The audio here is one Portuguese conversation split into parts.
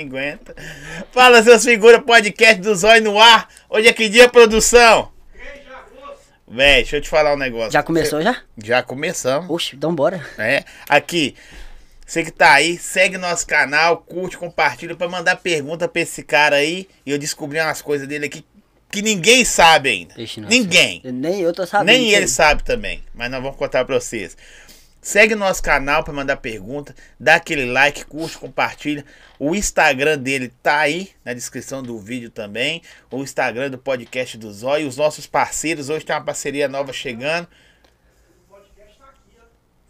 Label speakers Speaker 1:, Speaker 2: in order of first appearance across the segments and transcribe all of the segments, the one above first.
Speaker 1: 50. Fala, seus figuras, podcast do Zóio no ar. Hoje é que dia, produção? Véi, deixa eu te falar um negócio.
Speaker 2: Já começou, já?
Speaker 1: Já começamos.
Speaker 2: Oxe, então bora.
Speaker 1: É, aqui, você que tá aí, segue nosso canal, curte, compartilha pra mandar pergunta pra esse cara aí. E eu descobri umas coisas dele aqui que ninguém sabe ainda.
Speaker 2: Ixi, nossa.
Speaker 1: ninguém.
Speaker 2: Eu- Nem eu tô sabendo.
Speaker 1: Nem
Speaker 2: que-
Speaker 1: ele sabe também, mas nós vamos contar pra vocês. Segue o nosso canal pra mandar pergunta, dá aquele like, curte, compartilha. O Instagram dele tá aí na descrição do vídeo também. O Instagram do podcast do Zóio. E os nossos parceiros, hoje tem uma parceria nova chegando.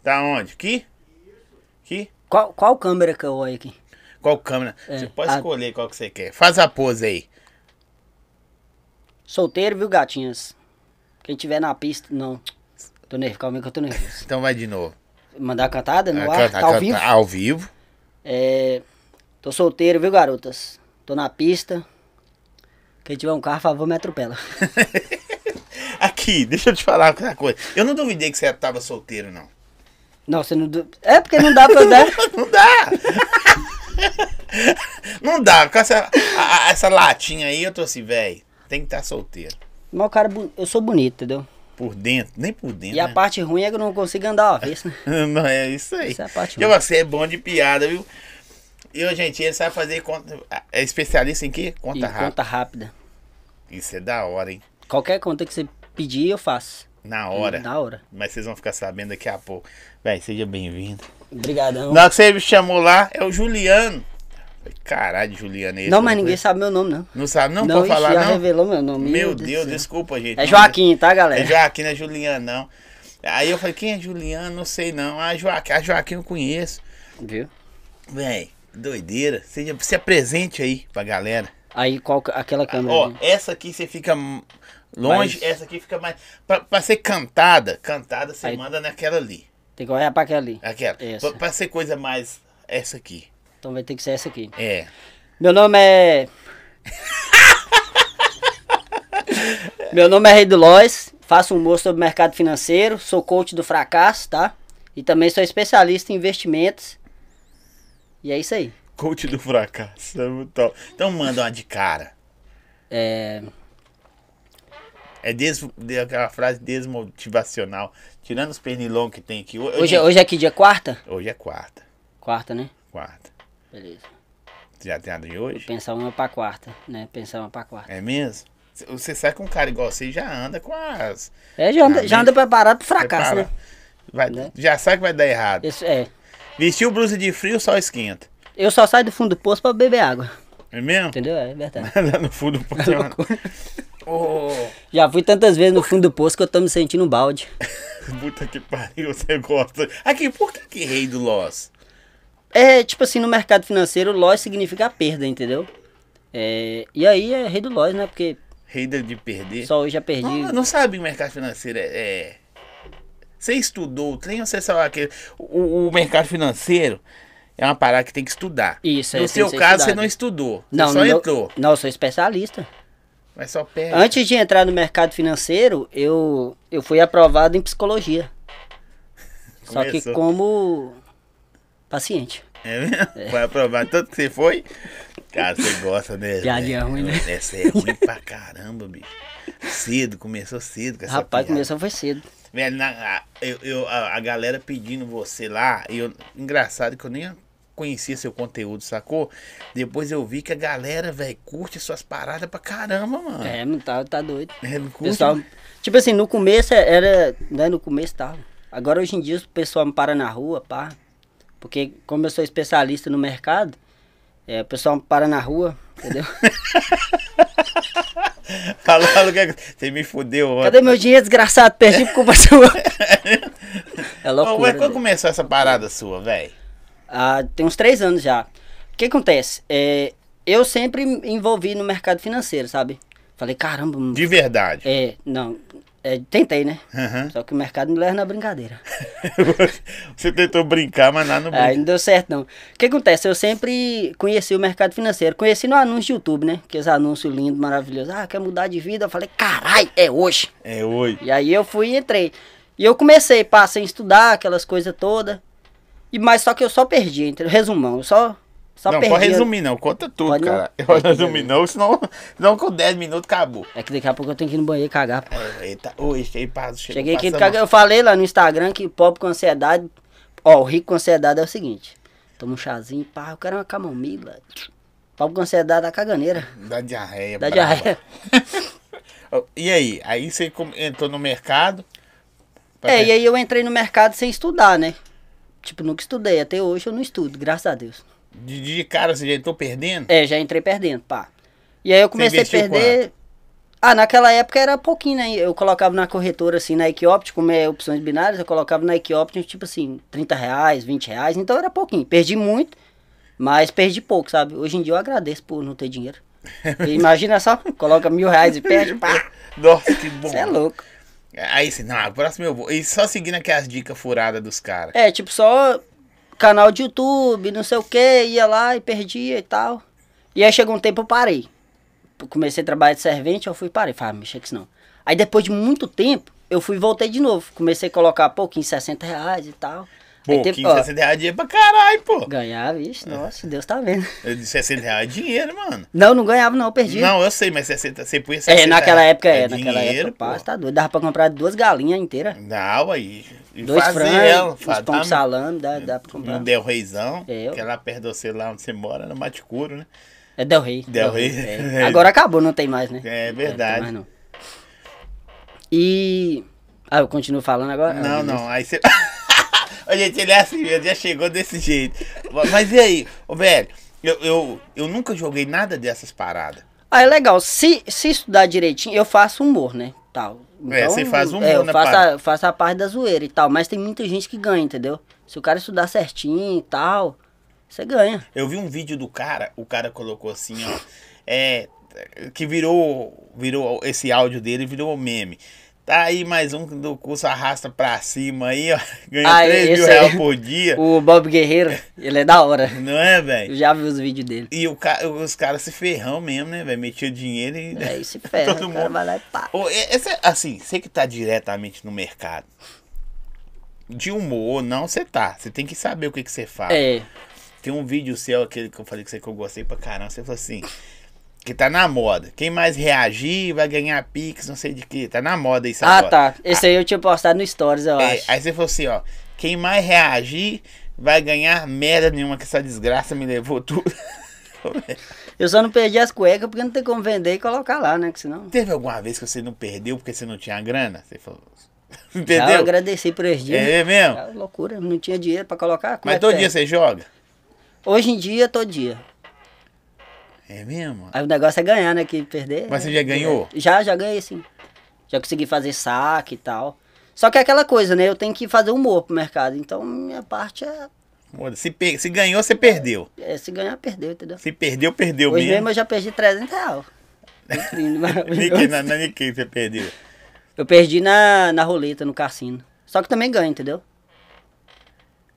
Speaker 1: Tá onde? Aqui? Aqui?
Speaker 2: Qual, qual câmera que eu olho aqui?
Speaker 1: Qual câmera?
Speaker 2: É,
Speaker 1: Você pode
Speaker 2: a-
Speaker 1: escolher qual que você quer. Faz a pose aí.
Speaker 2: Solteiro, viu, gatinhas? Quem tiver na pista, não. Tô nervoso, calma aí que eu tô nervoso.
Speaker 1: Então vai de novo.
Speaker 2: Mandar a cantada no
Speaker 1: Ah,
Speaker 2: ar,
Speaker 1: canta-
Speaker 2: tá ao
Speaker 1: canta-
Speaker 2: vivo?
Speaker 1: ao vivo.
Speaker 2: É, tô solteiro, viu, garotas? Tô na pista. Quem tiver um carro, por favor, me atropela.
Speaker 1: Aqui, deixa eu te falar uma coisa. Eu não duvidei que você tava solteiro, não.
Speaker 2: Não, você não... du- É porque não dá pra eu dar...
Speaker 1: Não dá! não dá, com essa, a- a- essa latinha aí, eu tô assim, velho. Tem que estar solteiro.
Speaker 2: Mas o cara... é bu- Eu sou bonito, entendeu?
Speaker 1: Por dentro, nem por dentro.
Speaker 2: E a
Speaker 1: né?
Speaker 2: parte ruim é que eu não consigo andar uma vez, né?
Speaker 1: Não, é isso aí.
Speaker 2: Essa é a parte
Speaker 1: E
Speaker 2: ruim.
Speaker 1: você é bom de piada, viu? E o gente, ele sabe fazer conta. É especialista em quê? Conta
Speaker 2: E
Speaker 1: rápida.
Speaker 2: conta rápida.
Speaker 1: Isso é da hora, hein?
Speaker 2: Qualquer conta que você pedir, eu faço.
Speaker 1: Na hora.
Speaker 2: Na hora.
Speaker 1: Mas vocês vão ficar sabendo daqui a pouco. Véi, seja bem-vindo.
Speaker 2: Obrigadão.
Speaker 1: Na hora que você me chamou lá, é o Juliano. Falei, Caralho, Juliano é esse.
Speaker 2: Não, mas
Speaker 1: né?
Speaker 2: ninguém sabe meu nome, não.
Speaker 1: Não sabe, não,
Speaker 2: não
Speaker 1: pode falar,
Speaker 2: já
Speaker 1: não.
Speaker 2: revelou meu nome.
Speaker 1: Meu
Speaker 2: do
Speaker 1: Deus,
Speaker 2: céu.
Speaker 1: desculpa, gente.
Speaker 2: É
Speaker 1: Não-
Speaker 2: Joaquim, tá, galera?
Speaker 1: É Joaquim, não é Juliano, não. Aí eu falei, quem é Juliano? Não sei não. Ah, Joaquim, a Joaquim eu conheço.
Speaker 2: Viu?
Speaker 1: Véi, doideira. Seja, se apresente aí pra galera.
Speaker 2: Aí, qual, que- aquela câmera.
Speaker 1: Ah, Ó,
Speaker 2: ali.
Speaker 1: essa aqui você fica m- longe,
Speaker 2: Mas-
Speaker 1: essa aqui fica mais. Pra, pra ser cantada, cantada você
Speaker 2: Aí-
Speaker 1: manda naquela ali.
Speaker 2: Tem que olhar pra aquela ali.
Speaker 1: Aquela.
Speaker 2: Essa.
Speaker 1: Pra, pra ser coisa mais. Essa aqui.
Speaker 2: Então vai ter que ser essa aqui.
Speaker 1: É.
Speaker 2: Meu nome é. meu nome é Rei do Lois. Faço um humor sobre mercado financeiro. Sou coach do fracasso, tá? E também sou especialista em investimentos. E é isso aí.
Speaker 1: Coach do fracasso. é muito top. Então manda uma de cara.
Speaker 2: É,
Speaker 1: É des, de- aquela frase desmotivacional. Tirando os pernilongos que tem aqui.
Speaker 2: Hoje, é- hoje é que dia? Quarta?
Speaker 1: Hoje é quarta.
Speaker 2: Quarta, né?
Speaker 1: Quarta.
Speaker 2: Beleza.
Speaker 1: Você já tem a de hoje?
Speaker 2: Pensar uma pra quarta, né? Pensar uma pra quarta.
Speaker 1: É mesmo? C- Você sai com um cara igual você e já anda com as.
Speaker 2: É, já anda, já anda preparado pro fracasso,
Speaker 1: Ah, Prepara.
Speaker 2: né?
Speaker 1: Vai-
Speaker 2: Né?
Speaker 1: Já sabe que vai dar errado.
Speaker 2: Isso, é.
Speaker 1: Vestiu blusa de frio, só esquenta.
Speaker 2: Eu só saio do fundo do poço pra beber água.
Speaker 1: É mesmo?
Speaker 2: Entendeu? É verdade.
Speaker 1: Lá no fundo do panteão. Ô,
Speaker 2: Já fui tantas vezes no fundo do poço que eu tô me sentindo um balde.
Speaker 1: puta que pariu, você gosta. Aqui, por que, que rei do Loss?
Speaker 2: É, tipo assim, no mercado financeiro, loss significa perda, entendeu? É, e aí é rei do loss, né? Porque
Speaker 1: Rei da- de perder?
Speaker 2: só hoje é já perdi.
Speaker 1: Não, não sabe o mercado financeiro é. é- Você estudou o trem ou você só aquele. O, o mercado financeiro é uma parada que tem que estudar.
Speaker 2: Isso, é,
Speaker 1: No
Speaker 2: tem
Speaker 1: seu
Speaker 2: que ser
Speaker 1: caso, você
Speaker 2: estudado.
Speaker 1: não estudou. Você
Speaker 2: Não,
Speaker 1: só
Speaker 2: no meu-
Speaker 1: entrou. É.
Speaker 2: Não, eu sou especialista.
Speaker 1: Mas só perde.
Speaker 2: Antes de entrar no mercado financeiro, eu, eu fui aprovado em psicologia. Só que
Speaker 1: Começou.
Speaker 2: como paciente.
Speaker 1: É mesmo? Vai aprovar tanto que você foi. Cara, você gosta, né?
Speaker 2: Piadinha
Speaker 1: né?
Speaker 2: ruim, né?
Speaker 1: Essa é ruim pra caramba, bicho. Cedo, começou cedo com essa
Speaker 2: Rapaz,
Speaker 1: piada.
Speaker 2: começou foi cedo.
Speaker 1: Velho, na- a, eu, eu- a, a galera pedindo você lá, e eu, engraçado que eu nem conhecia seu conteúdo, sacou? Depois eu vi que a galera, velho, curte suas paradas pra caramba, mano. É.
Speaker 2: É, não tá, tá doido.
Speaker 1: não
Speaker 2: O
Speaker 1: curte?
Speaker 2: pessoal, tipo assim, no começo era, né, no começo tava. Agora hoje em dia o pessoal me para na rua, pá. Porque como eu sou especialista no mercado, é, o pessoal me para na rua, entendeu?
Speaker 1: Fala, fala o que é que- Você me fudeu, ó.
Speaker 2: Cadê meu dinheiro, desgraçado? Perdi por culpa sua. É
Speaker 1: Ô,
Speaker 2: loucura.
Speaker 1: ué, quando
Speaker 2: velho.
Speaker 1: começou essa parada sua, velho?
Speaker 2: Ah, tem uns três anos já. O que acontece? É, eu sempre me envolvi no mercado financeiro, sabe? Falei, caramba, mano.
Speaker 1: De verdade.
Speaker 2: é, não, é, tentei, né?
Speaker 1: Aham.
Speaker 2: Só que o mercado me leva na brincadeira.
Speaker 1: você tentou brincar, mas lá não
Speaker 2: Aí
Speaker 1: brinca.
Speaker 2: não deu certo, não. O que acontece? Eu sempre conheci o mercado financeiro. Conheci no anúncio do YouTube, né? Aqueles anúncios lindos, maravilhosos. Ah, quer mudar de vida? Eu falei, carai, é hoje.
Speaker 1: É, oi.
Speaker 2: E aí eu fui e entrei. E eu comecei, passei a estudar aquelas coisas todas. E, mas só que eu só perdi, entendeu? Resumão, eu só Só
Speaker 1: não,
Speaker 2: perdi.
Speaker 1: pode resumir não, conta tudo,
Speaker 2: Pode não?
Speaker 1: cara. Eu Pode resumir não, senão, senão com 10 minutos acabou.
Speaker 2: É que daqui a pouco eu tenho que ir no banheiro cagar. pô.
Speaker 1: É, Eita, oi, cheguei passo, chegou
Speaker 2: Cheguei aqui,
Speaker 1: passando-
Speaker 2: caga- eu falei lá no Instagram que pobre com ansiedade. Ó, o rico com ansiedade é o seguinte: toma um chazinho, pá, eu quero uma camomila. Pobre com ansiedade da caganeira.
Speaker 1: Dá diarreia,
Speaker 2: Da
Speaker 1: braba.
Speaker 2: diarreia.
Speaker 1: Ó, E aí? Aí você com- entrou no mercado. pra
Speaker 2: É,
Speaker 1: ter-
Speaker 2: e aí eu entrei no mercado sem estudar, né? Tipo, nunca estudei. Até hoje eu não estudo, graças a Deus.
Speaker 1: De, de cara você já entrou perdendo?
Speaker 2: É, já entrei perdendo, pá. E aí eu comecei a
Speaker 1: investiu
Speaker 2: perder. Ah, naquela época era pouquinho, né? Eu colocava na corretora, assim, na Equiopte, como é opções binárias, eu colocava na Equiopte, tipo assim, 30 reais, 20 reais, então era pouquinho. Perdi muito, mas perdi pouco, sabe? Hoje em dia eu agradeço por não ter dinheiro. Porque Imagina só, coloca mil reais e perde, pá.
Speaker 1: Nossa, que bom.
Speaker 2: Você é louco.
Speaker 1: Aí você, não, a próxima eu vou. E só seguindo aquelas dicas furadas dos caras.
Speaker 2: É, tipo, só canal de YouTube, não sei o que, ia lá e perdia e tal. E aí chegou um tempo eu parei. Eu Comecei a trabalhar de servente, eu fui e parei. Falei, ah, mexer com isso não. Aí depois de muito tempo, eu fui e voltei de novo. Comecei a colocar pouquinho, 60 reais e tal.
Speaker 1: Pô,
Speaker 2: aí
Speaker 1: 15,
Speaker 2: teve, ó,
Speaker 1: 60 reais é dinheiro pra caralho, pô.
Speaker 2: ganhava,
Speaker 1: É.
Speaker 2: vixe, nossa, Deus tá vendo.
Speaker 1: Eu disse, 60 reais é dinheiro, mano.
Speaker 2: Não, não ganhava não, eu perdi.
Speaker 1: Não, eu sei, mas 60, você punha 60
Speaker 2: é, naquela
Speaker 1: reais.
Speaker 2: época, é, naquela
Speaker 1: dinheiro,
Speaker 2: época, pá,
Speaker 1: pô.
Speaker 2: tá doido. Dava pra comprar duas galinhas inteiras.
Speaker 1: Não, aí. E
Speaker 2: Dois
Speaker 1: fazer ela,
Speaker 2: frangos, uns
Speaker 1: fazer-
Speaker 2: pão de
Speaker 1: tá,
Speaker 2: salame, dá, dá pra comprar.
Speaker 1: No Del Reizão,
Speaker 2: É, eu-
Speaker 1: que é lá perto de você, lá onde você mora, no Maticuro, né?
Speaker 2: É Del Rey.
Speaker 1: Del Rey.
Speaker 2: é. Agora acabou, não tem mais, né?
Speaker 1: É
Speaker 2: Não tem
Speaker 1: verdade.
Speaker 2: mais, não. E. Ah, eu continuo falando agora? Ah,
Speaker 1: Não, não, aí você. Ô, gente, ele é assim mesmo, já chegou desse jeito. Mas e aí, ô, velho, eu, eu, eu nunca joguei nada dessas paradas.
Speaker 2: Ah, é legal. Se, se estudar direitinho, eu faço humor, né? Tal.
Speaker 1: É, você faz humor,
Speaker 2: é, eu
Speaker 1: né,
Speaker 2: faço
Speaker 1: pai?
Speaker 2: a, eu faço a parte da zoeira e tal. Mas tem muita gente que ganha, entendeu? Se o cara estudar certinho e tal, você ganha.
Speaker 1: Eu vi um vídeo do cara, o cara colocou assim, ó. É. Que virou. Virou esse áudio dele, virou meme. Tá aí mais um do curso arrasta pra cima aí, ó. Ganha
Speaker 2: Ah,
Speaker 1: 3 mil
Speaker 2: esse
Speaker 1: reais
Speaker 2: aí.
Speaker 1: por dia.
Speaker 2: O Bob Guerreiro, ele é da hora.
Speaker 1: Não é, velho?
Speaker 2: Eu já vi os vídeos dele.
Speaker 1: E o ca- os caras se ferram mesmo, né, velho? Metiam dinheiro e.
Speaker 2: É isso, ferra.
Speaker 1: Todo
Speaker 2: o cara
Speaker 1: mundo.
Speaker 2: vai lá e pá.
Speaker 1: Ô, e- essa- assim, você que tá diretamente no mercado, de humor ou não, você tá. Você tem que saber o que que você fala.
Speaker 2: É,
Speaker 1: Tem um vídeo seu, aquele que eu falei que você que eu gostei pra caramba. Você falou assim. Que tá na moda. Quem mais reagir vai ganhar pix, não sei de que. Tá na moda isso
Speaker 2: Ah,
Speaker 1: agora.
Speaker 2: tá. Esse aí eu tinha postado no Stories, eu
Speaker 1: É,
Speaker 2: acho.
Speaker 1: aí você falou assim, ó. Quem mais reagir vai ganhar merda nenhuma, que essa desgraça me levou tudo.
Speaker 2: Eu só não perdi as cuecas porque não tem como vender e colocar lá, né? Que senão.
Speaker 1: Teve alguma vez que você não perdeu porque você não tinha grana? Você falou.
Speaker 2: Já eu
Speaker 1: Entendeu?
Speaker 2: agradeci por esse dia.
Speaker 1: É mesmo?
Speaker 2: Ah, loucura, não tinha dinheiro pra colocar. como
Speaker 1: Mas
Speaker 2: é que
Speaker 1: todo
Speaker 2: é?
Speaker 1: dia você joga?
Speaker 2: Hoje em dia, todo dia.
Speaker 1: É mesmo?
Speaker 2: Aí o negócio é ganhar, né? Que perder.
Speaker 1: Mas
Speaker 2: é-
Speaker 1: você já ganhou?
Speaker 2: Já, já ganhei sim. Já consegui fazer saque e tal. Só que é aquela coisa, né? Eu tenho que fazer humor pro mercado. Então, minha parte é,
Speaker 1: Foda, Se, pe- se ganhou, você perdeu.
Speaker 2: é se ganhar, perder, entendeu?
Speaker 1: Se perdeu, perdeu
Speaker 2: Hoje mesmo
Speaker 1: mesmo.
Speaker 2: eu já perdi 300 reais. Que lindo,
Speaker 1: Ninguém,
Speaker 2: maravilhoso.
Speaker 1: na, na, ninguém você perdeu.
Speaker 2: Eu perdi na, na roleta, no cassino. Só que também ganho, entendeu?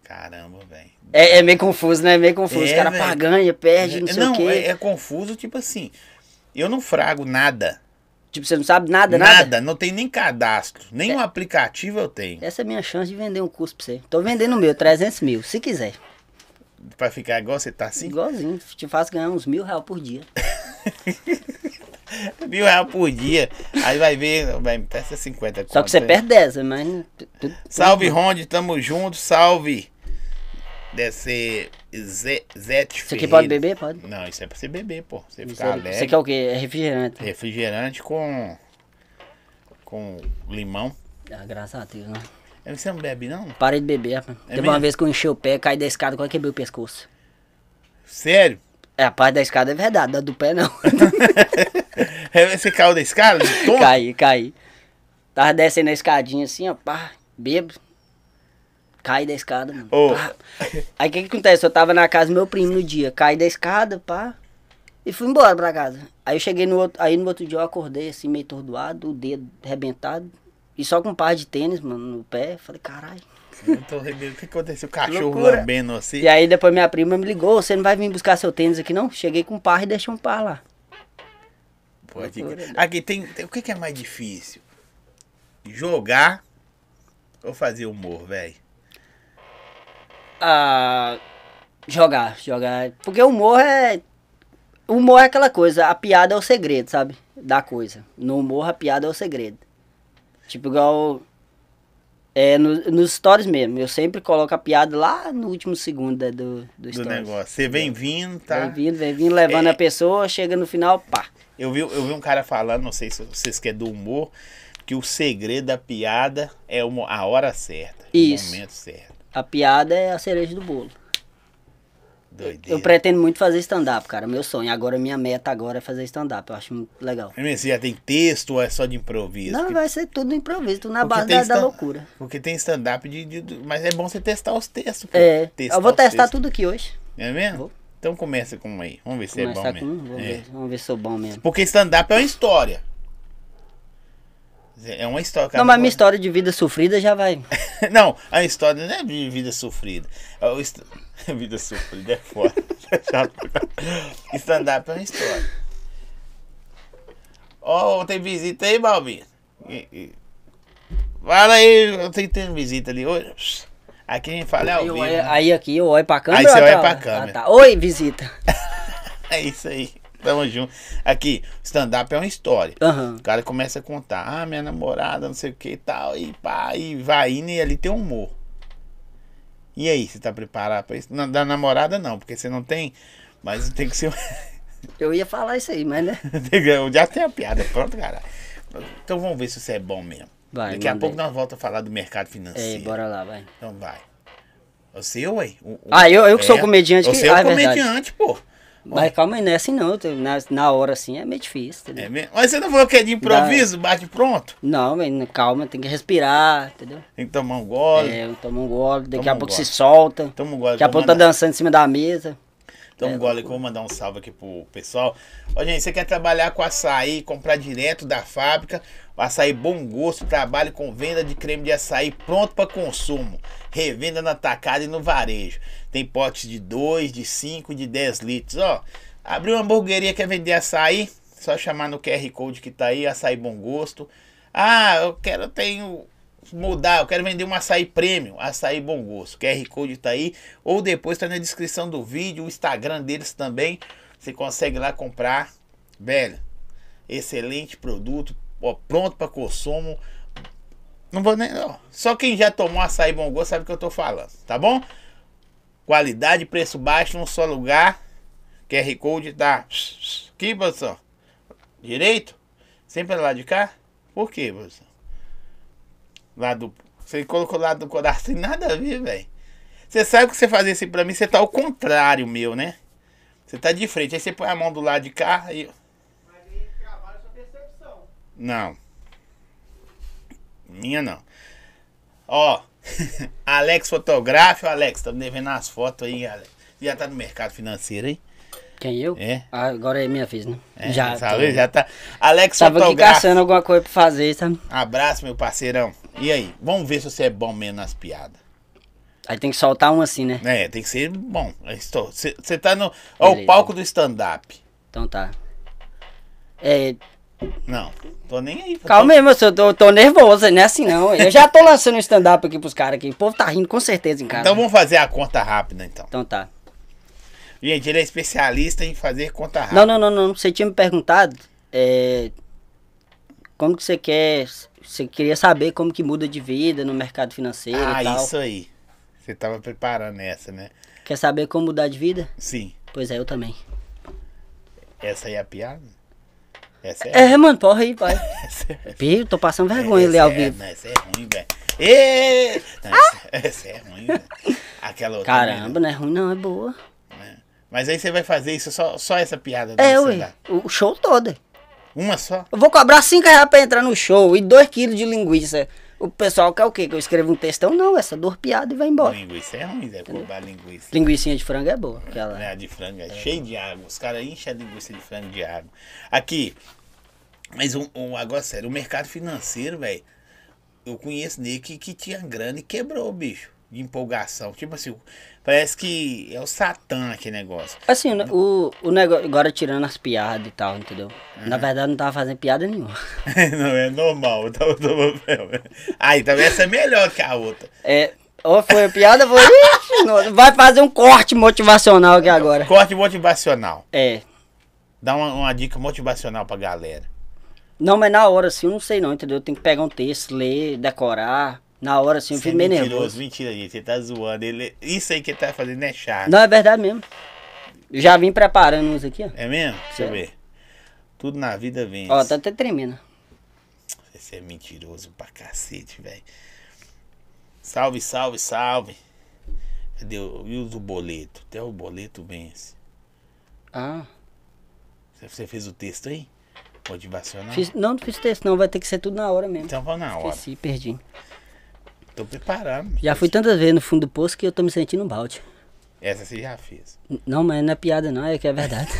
Speaker 1: Caramba, velho.
Speaker 2: É, é meio confuso, né? É meio confuso.
Speaker 1: É,
Speaker 2: o cara
Speaker 1: velho.
Speaker 2: pá, ganha, perde, não sei o quê.
Speaker 1: é, é confuso, tipo assim. Eu não frago nada.
Speaker 2: Tipo, você não sabe nada,
Speaker 1: Nada,
Speaker 2: nada. É.
Speaker 1: não tem nem cadastro. Nem um aplicativo eu tenho.
Speaker 2: Essa é a minha chance de vender um curso pra você. Tô vendendo o meu, 300 mil, se quiser.
Speaker 1: Pra ficar igual você tá assim.
Speaker 2: Igualzinho, te faço ganhar uns mil reais por dia.
Speaker 1: Mil reais por dia. Aí vai ver, vai, peça 50
Speaker 2: Só
Speaker 1: conto,
Speaker 2: que você
Speaker 1: né?
Speaker 2: perde 10, mas... tu-
Speaker 1: Tá
Speaker 2: tu-
Speaker 1: Salve, Ronde, tamo junto. Salve. Deve ser Zé, Zete
Speaker 2: Isso aqui pode
Speaker 1: Ferreira.
Speaker 2: beber? Pode.
Speaker 1: Não, isso é pra você beber, pô. Você ficar
Speaker 2: Misericórdia.
Speaker 1: alegre.
Speaker 2: Isso aqui é o quê? É refrigerante.
Speaker 1: Refrigerante com. com limão.
Speaker 2: Ah, graças a Deus, né?
Speaker 1: É, Você não bebe, não?
Speaker 2: Parei de beber, rapaz. Teve uma
Speaker 1: É mesmo?
Speaker 2: vez que eu enchi o pé, caí da escada, quase quebrei o pescoço.
Speaker 1: Sério?
Speaker 2: É, a parte da escada é verdade, da do pé não.
Speaker 1: É, Você caiu da escada? Tom?
Speaker 2: Caí, caí. Tava descendo a escadinha assim, ó, pá, bebo. Cai da escada, mano.
Speaker 1: Ô.
Speaker 2: pá. Aí o que, que acontece? Eu tava na casa do meu primo no dia, caí da escada, pá, e fui embora pra casa. Aí eu cheguei no outro, aí no outro dia eu acordei assim, meio atordoado, o dedo arrebentado, e só com um par de tênis, mano, no pé. Falei, caralho.
Speaker 1: Eu tô arrepiado. O que aconteceu? O cachorro
Speaker 2: Loucura.
Speaker 1: lambendo assim.
Speaker 2: E aí depois minha prima me ligou, você não vai vir buscar seu tênis aqui não? Cheguei com um par e deixei um par lá.
Speaker 1: Pô, de-
Speaker 2: Loucura. né?
Speaker 1: Aqui tem, tem- O que que é mais difícil? Jogar ou fazer humor, velho?
Speaker 2: Ah, Jogar, jogar. Porque o humor é. O humor é aquela coisa, a piada é o segredo, sabe? Da coisa. No humor, a piada é o segredo. Tipo, igual. É, no- nos stories mesmo. Eu sempre coloco a piada lá no último segundo da- do, do
Speaker 1: do
Speaker 2: stories.
Speaker 1: negócio. Você vem vindo, tá?
Speaker 2: Vem vindo, vem vindo, levando
Speaker 1: É.
Speaker 2: a pessoa, chega no final, pá.
Speaker 1: Eu vi, eu vi um cara falando, não sei se vocês querem do humor, que o segredo da piada é o mo- a hora certa. O
Speaker 2: Isso.
Speaker 1: momento certo.
Speaker 2: A piada é a cereja do bolo.
Speaker 1: Doideira.
Speaker 2: Eu pretendo muito fazer stand-up, cara. Meu sonho. Agora, minha meta agora é fazer stand-up. Eu acho muito legal.
Speaker 1: Mas Você já tem texto ou é só de improviso?
Speaker 2: Não, vai ser tudo improviso, tudo na
Speaker 1: Porque
Speaker 2: base
Speaker 1: tem
Speaker 2: da, da
Speaker 1: stand-
Speaker 2: loucura.
Speaker 1: Porque tem stand-up de, de- de- Mas é bom você testar os textos. pô.
Speaker 2: É, eu vou
Speaker 1: os
Speaker 2: testar
Speaker 1: textos.
Speaker 2: tudo aqui hoje.
Speaker 1: Não é mesmo?
Speaker 2: Vou.
Speaker 1: Então começa com um aí. Vamos ver se
Speaker 2: Começar
Speaker 1: é bom
Speaker 2: com um,
Speaker 1: mesmo.
Speaker 2: vamos,
Speaker 1: É.
Speaker 2: ver, vamos ver se sou bom mesmo.
Speaker 1: Porque stand-up é uma história. É uma história. cada
Speaker 2: Não, mas
Speaker 1: um-
Speaker 2: minha história de vida sofrida já vai.
Speaker 1: Não, a história não é de vida sofrida. É o est- Vida sofrida é foda. Chato pra caralho. Stand-up é uma história. Ó, oh, tem visita aí, Balbino. E- e- Fala aí, eu tenho que ter visita ali. Oi. Aqui a gente fala é ao
Speaker 2: Eu
Speaker 1: vivo.
Speaker 2: olho-
Speaker 1: né?
Speaker 2: aí aqui, eu olho pra câmera.
Speaker 1: Aí você
Speaker 2: ou
Speaker 1: olha
Speaker 2: tá-
Speaker 1: pra câmera.
Speaker 2: tá. Oi, visita.
Speaker 1: É isso aí. Tamo junto. Aqui, stand-up é uma história.
Speaker 2: Aham.
Speaker 1: O cara começa a contar, ah, minha namorada, não sei o que e tal, e pá, e vai indo, e ali tem humor. E aí, você tá preparado pra isso? Na- da namorada não, porque você não tem, mas tem que ser.
Speaker 2: Eu ia falar isso aí, mas né?
Speaker 1: tem que- Eu já tenho a piada, pronto, cara. Então vamos ver se você é bom mesmo.
Speaker 2: Vai,
Speaker 1: Daqui a
Speaker 2: manda
Speaker 1: pouco
Speaker 2: aí.
Speaker 1: nós voltamos a falar do mercado
Speaker 2: É,
Speaker 1: financeiro.
Speaker 2: bora lá, vai.
Speaker 1: Então vai. Você, ué? O, o-
Speaker 2: Ah, eu- eu que sou comediante que-
Speaker 1: Você é o
Speaker 2: ah, é verdade.
Speaker 1: comediante, pô.
Speaker 2: Mas calma aí, não é assim não. tem- Na, na hora assim é meio difícil, entendeu?
Speaker 1: É mesmo? Mas você não falou que é de improviso, bate pronto?
Speaker 2: Não, mas calma, tem que respirar, entendeu?
Speaker 1: Tem que tomar um gole.
Speaker 2: É, toma um gole, daqui
Speaker 1: Toma
Speaker 2: a
Speaker 1: um
Speaker 2: pouco
Speaker 1: gole.
Speaker 2: se solta.
Speaker 1: Toma um gole.
Speaker 2: Daqui a
Speaker 1: vou
Speaker 2: pouco tá
Speaker 1: mandar-
Speaker 2: dançando em cima da mesa.
Speaker 1: Então, gole que eu vou mandar um salve aqui pro pessoal. Ó, gente, você quer trabalhar com açaí, comprar direto da fábrica? O açaí Bom Gosto trabalha com venda de creme de açaí pronto para consumo. Revenda na tacada e no varejo. Tem potes de 2, de 5, de 10 litros. Ó, abriu uma hamburgueria quer vender açaí? Só chamar no QR Code que tá aí, açaí Bom Gosto. Ah, eu quero, eu tenho mudar, eu quero vender um açaí premium, açaí bom gosto. QR Code tá aí, ou depois tá na descrição do vídeo, o Instagram deles também. Você consegue lá comprar. Velho, excelente produto, ó, pronto para consumo. Não vou nem. ó, só quem já tomou açaí bom gosto sabe o que eu tô falando, tá bom? Qualidade, preço baixo num só lugar. QR Code tá aqui, professor. Direito? Sempre lá de cá? Por quê, professor? Lá do. Você colocou lá do coração, tem nada a ver, velho. Você sabe que você fazer isso pra mim, você tá ao contrário meu, né? Você tá de frente, aí você põe a mão do lado de cá e.
Speaker 3: Mas aí trabalha sua percepção.
Speaker 1: Não. Minha não. Ó, Alex Fotográfico, Alex, tá me devendo as fotos aí, Alex. Já tá no mercado financeiro, hein?
Speaker 2: Quem eu?
Speaker 1: É.
Speaker 2: Ah, agora é minha vez, né?
Speaker 1: É,
Speaker 2: já.
Speaker 1: sabe?
Speaker 2: tô-
Speaker 1: Já tá. Alex
Speaker 2: Tava aqui
Speaker 1: Fotográfico.
Speaker 2: caçando alguma coisa pra fazer, sabe?
Speaker 1: Abraço, meu parceirão. E aí, vamos ver se você é bom mesmo nas piadas.
Speaker 2: Aí tem que soltar um assim, né?
Speaker 1: É, tem que ser bom. Você tá no. Ó, o
Speaker 2: Beleza.
Speaker 1: palco do stand-up.
Speaker 2: Então tá. É,
Speaker 1: Não, tô nem aí.
Speaker 2: calma aí, meu senhor, eu tô, eu tô nervoso, não é assim não. Eu já tô lançando um stand-up aqui pros caras aqui. O povo tá rindo com certeza em casa.
Speaker 1: Então vamos fazer a conta rápida, então.
Speaker 2: Então tá.
Speaker 1: Gente, ele é especialista em fazer conta rápida.
Speaker 2: Não, não, não, não. Você tinha me perguntado é, como que você quer. Você queria saber como que muda de vida no mercado financeiro
Speaker 1: Ah,
Speaker 2: e tal.
Speaker 1: isso aí. Você tava preparando essa, né?
Speaker 2: Quer saber como mudar de vida?
Speaker 1: Sim.
Speaker 2: Pois é, eu também.
Speaker 1: Essa aí é a piada? Essa é.
Speaker 2: É, mano, porra aí, pai.
Speaker 1: Essa é...
Speaker 2: Pio, tô passando vergonha
Speaker 1: essa
Speaker 2: ali ao
Speaker 1: é-
Speaker 2: vivo. Ah!
Speaker 1: não, Essa é ruim, velho. Ê! Não, essa- Essa é ruim, velho. Aquela outra.
Speaker 2: Caramba,
Speaker 1: né?
Speaker 2: não é ruim não, é boa.
Speaker 1: É. Mas aí você vai fazer isso só, só essa piada do
Speaker 2: É, ué,
Speaker 1: stand-up?
Speaker 2: o show todo. é.
Speaker 1: Uma só?
Speaker 2: Eu vou cobrar 5 reais pra entrar no show e 2 quilos de linguiça. O pessoal quer o quê? Que eu escreva um textão? Não, essa dor piada e vai embora.
Speaker 1: Linguiça é ruim, Zé. Cobrar linguiça.
Speaker 2: Linguicinha de frango é boa. Aquela.
Speaker 1: né, a de frango, é cheio de água. Os caras enchem a linguiça de frango de água. Aqui, mas um, um agora sério, o mercado financeiro, velho, eu conheço nele que, que tinha grana e quebrou, bicho, de empolgação. Tipo assim, parece que é o satã aquele negócio.
Speaker 2: Assim, o, o negócio. Agora tirando as piadas e tal, entendeu? Na
Speaker 1: Uhum.
Speaker 2: verdade, não tava fazendo piada nenhuma.
Speaker 1: Não é normal, tá o papel. Aí, também essa é melhor que a outra.
Speaker 2: É, Ó, foi piada, foi. Ixi, nossa, vai fazer um corte motivacional aqui agora.
Speaker 1: Corte motivacional.
Speaker 2: É.
Speaker 1: Dá uma, uma dica motivacional pra galera.
Speaker 2: Não, mas na hora, assim, eu não sei não, entendeu? Eu tenho que pegar um texto, ler, decorar. Na hora, assim, eu
Speaker 1: Você é
Speaker 2: fico meio nervoso.
Speaker 1: mentira, gente. Você tá zoando. Ele... Isso aí que ele tá fazendo é chato.
Speaker 2: Não, é verdade mesmo. Eu já vim preparando uns aqui, ó.
Speaker 1: É mesmo? Deixa eu
Speaker 2: É.
Speaker 1: ver. Tudo na vida vem.
Speaker 2: Ó, tá até tremendo.
Speaker 1: Você é mentiroso pra cacete, velho. Salve, salve, salve. Cadê? o- E o do boleto? Até o boleto vence.
Speaker 2: Ah,
Speaker 1: Você- Você fez o texto aí? Motivacional?
Speaker 2: Ah. fiz, não, não fiz texto não, vai ter que ser tudo na hora mesmo.
Speaker 1: Então vamos na hora.
Speaker 2: Esqueci, perdi.
Speaker 1: Tô preparando.
Speaker 2: Já fui tantas vezes no fundo do poço que eu tô me sentindo um balde.
Speaker 1: Essa você já fez.
Speaker 2: N- Não, mas não é piada não, é que é verdade.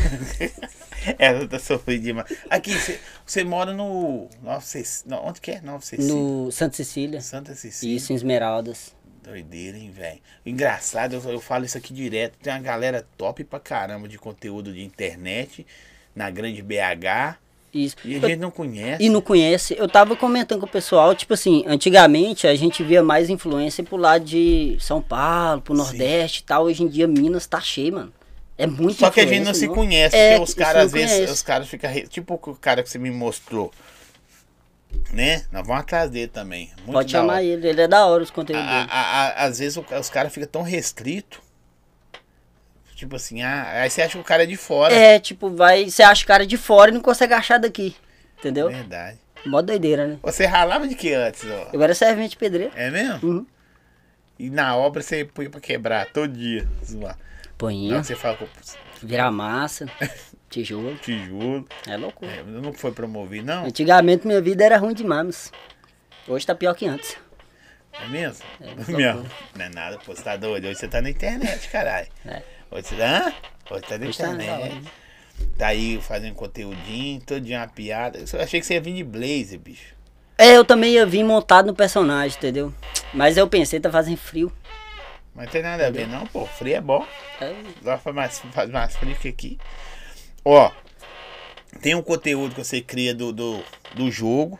Speaker 1: Essa tá sofrendo demais. Aqui, você- você mora no. Nova Cec- não, onde que é? Nova Cecília.
Speaker 2: no Santa Cecília.
Speaker 1: Santa Cecília.
Speaker 2: Isso, em Esmeraldas.
Speaker 1: Doideira, hein, velho? Engraçado, eu, eu falo isso aqui direto. Tem uma galera top pra caramba de conteúdo de internet na grande BH
Speaker 2: Isso.
Speaker 1: e a
Speaker 2: Eu-
Speaker 1: gente não conhece.
Speaker 2: e não conhece. Eu tava comentando com o pessoal, tipo assim, antigamente a gente via mais influência pro lado de São Paulo, pro
Speaker 1: Sim.
Speaker 2: Nordeste e tal. Hoje em dia Minas tá cheio, mano. É muito
Speaker 1: Só que a gente não se
Speaker 2: influencer,
Speaker 1: conhece,
Speaker 2: É,
Speaker 1: porque os
Speaker 2: isso
Speaker 1: caras
Speaker 2: não
Speaker 1: às vezes,
Speaker 2: conhece.
Speaker 1: os caras ficam. re- Tipo o cara que você me mostrou. Né? Nós vamos atrás dele também. Muito
Speaker 2: Pode
Speaker 1: da hora. Ah,
Speaker 2: chamar ele, ele é da hora os conteúdos
Speaker 1: A-
Speaker 2: dele.
Speaker 1: a- a- às vezes o ca- os caras ficam tão restrito Tipo assim, ah, aí você acha que o cara é de fora.
Speaker 2: É, tipo, vai, você acha o cara de fora e não consegue achar daqui. Entendeu?
Speaker 1: É Verdade.
Speaker 2: Mó doideira, né?
Speaker 1: Você ralava de que antes, ó?
Speaker 2: Eu era servente de pedreiro.
Speaker 1: É mesmo?
Speaker 2: Uhum.
Speaker 1: E na obra você põe pra quebrar todo dia. Zoar. Na hora
Speaker 2: Poinha,
Speaker 1: que Você fala com
Speaker 2: virar massa, tijolo.
Speaker 1: tijolo.
Speaker 2: É loucura.
Speaker 1: É, não foi promovido, não?
Speaker 2: Antigamente minha vida era ruim demais. mas Hoje tá pior que antes.
Speaker 1: É mesmo?
Speaker 2: É,
Speaker 1: Mesmo. Não é nada, pô, você tá doido. Hoje você tá na internet, caralho.
Speaker 2: É.
Speaker 1: Hoje você hã? Hoje tá na
Speaker 2: Hoje tá na
Speaker 1: internet. Tá aí fazendo conteúdinho, todo dia uma piada. Eu só achei que você ia vir de blazer, bicho.
Speaker 2: É, eu também ia vir montado no personagem, entendeu? Mas eu pensei, tá fazendo frio.
Speaker 1: Mas não tem nada a ver, não, pô. Frio é bom.
Speaker 2: É,
Speaker 1: Lá faz mais, faz mais frio que aqui. Ó, tem um conteúdo que você cria do, do, do jogo.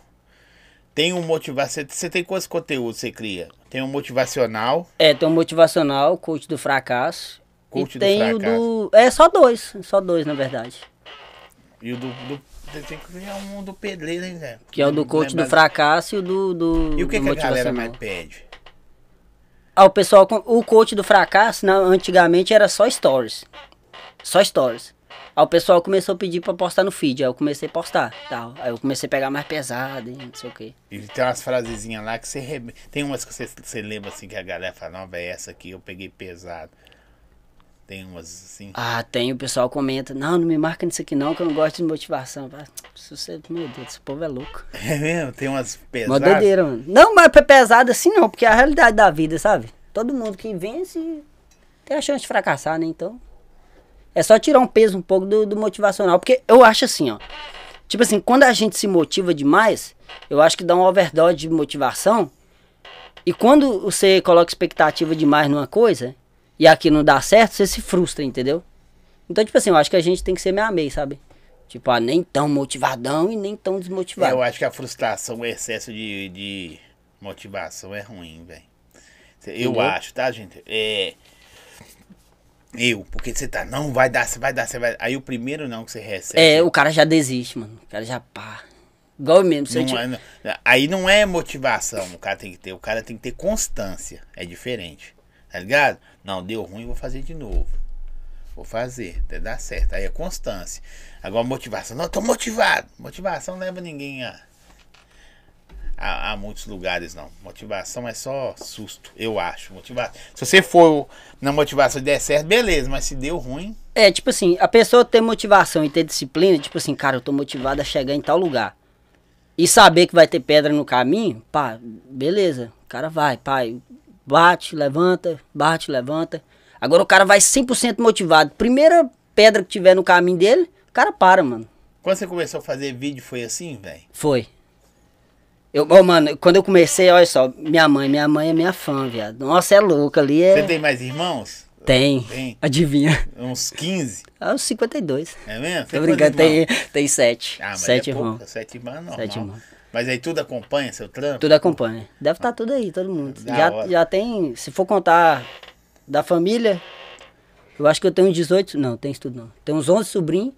Speaker 1: Tem um motivacional. Você tem quantos conteúdos você cria? Tem um motivacional.
Speaker 2: é, tem o motivacional, coach do fracasso.
Speaker 1: Coach do
Speaker 2: e tem
Speaker 1: fracasso.
Speaker 2: o do. É, só dois. Só dois, na verdade.
Speaker 1: E o do. do você tem que criar um do pedreiro, hein, Zé?
Speaker 2: Que é o do coach do
Speaker 1: Lembra-
Speaker 2: fracasso e o do. do
Speaker 1: E o que,
Speaker 2: do
Speaker 1: que a galera
Speaker 2: motivacional.
Speaker 1: mais pede?
Speaker 2: Ah, o pessoal, com- o coach do fracasso, na- antigamente era só stories. Só stories. Aí o pessoal começou a pedir pra postar no feed, aí eu comecei a postar, tal. Aí eu comecei a pegar mais pesado, e não sei o quê.
Speaker 1: E tem umas frasezinhas lá que você. Re... Tem umas que você, você lembra assim que a galera fala, não, velho, essa aqui eu peguei pesado. Tem umas assim.
Speaker 2: Ah, tem, o pessoal comenta, não, não me marca nisso aqui não, que eu não gosto de motivação. Vai, se você, meu Deus, esse povo é louco.
Speaker 1: É mesmo? Tem umas
Speaker 2: Uma
Speaker 1: pesadas.
Speaker 2: doideira, mano. Não, mas é pesado assim não, porque é a realidade da vida, sabe? Todo mundo que vence tem a chance de fracassar, né? Então, é só tirar um peso um pouco do, do motivacional. Porque eu acho assim, ó. Tipo assim, quando a gente se motiva demais, eu acho que dá uma overdose de motivação. E quando você coloca expectativa demais numa coisa e aquilo não dá certo, você se frustra, entendeu? Então, tipo assim, eu acho que a gente tem que ser meio a meio, sabe? Tipo, ah, nem tão motivadão e nem tão
Speaker 1: É,
Speaker 2: desmotivado.
Speaker 1: eu acho que a frustração, o excesso de, de motivação é ruim, velho. Cê- Eu
Speaker 2: Entendeu?
Speaker 1: acho, tá, gente? É. Eu, porque você tá, não, vai dar, você vai dar, você vai. Aí o primeiro não que você recebe.
Speaker 2: É, o cara já desiste, mano. O cara já pá. Igual eu mesmo. Se eu
Speaker 1: não
Speaker 2: tive-
Speaker 1: é- não- aí não é motivação, o cara tem que ter, o cara tem que ter constância, é diferente, tá ligado? Não, deu ruim, vou fazer de novo, vou fazer, até dar certo, aí é constância. Agora motivação, não, tô motivado, motivação não leva ninguém a, a, a muitos lugares não, motivação é só susto, eu acho, motivação. Se você for na motivação e der certo, beleza, mas se deu ruim,
Speaker 2: É, tipo assim, a pessoa ter motivação e ter disciplina, tipo assim, cara, eu tô motivado a chegar em tal lugar. E saber que vai ter pedra no caminho, pá, beleza. O cara vai, pá, e bate, levanta, bate, levanta. Agora o cara vai 100% motivado. Primeira pedra que tiver no caminho dele, o cara para, mano.
Speaker 1: quando você começou a fazer vídeo foi assim, velho?
Speaker 2: Foi. Eu, ô, mano, quando eu comecei, olha só, minha mãe, minha mãe é minha fã, viado. Nossa, é louca ali, é...
Speaker 1: Você tem mais irmãos?
Speaker 2: Tem.
Speaker 1: Tem.
Speaker 2: Adivinha?
Speaker 1: Uns 15?
Speaker 2: Ah, os 52.
Speaker 1: É mesmo?
Speaker 2: Tô
Speaker 1: Tem quantos
Speaker 2: brincando, tem,
Speaker 1: irmãos?
Speaker 2: tem sete.
Speaker 1: Ah, mas
Speaker 2: sete
Speaker 1: é pouco,
Speaker 2: irmãos.
Speaker 1: Sete irmãos é normal.
Speaker 2: Sete irmãos.
Speaker 1: Mas aí tudo acompanha seu trampo?
Speaker 2: Tudo acompanha. Deve estar tudo aí, todo mundo.
Speaker 1: Da
Speaker 2: Já,
Speaker 1: hora.
Speaker 2: já tem, se for contar da família, eu acho que eu tenho uns 18, não, tem isso tudo não. Tem uns 11 sobrinhos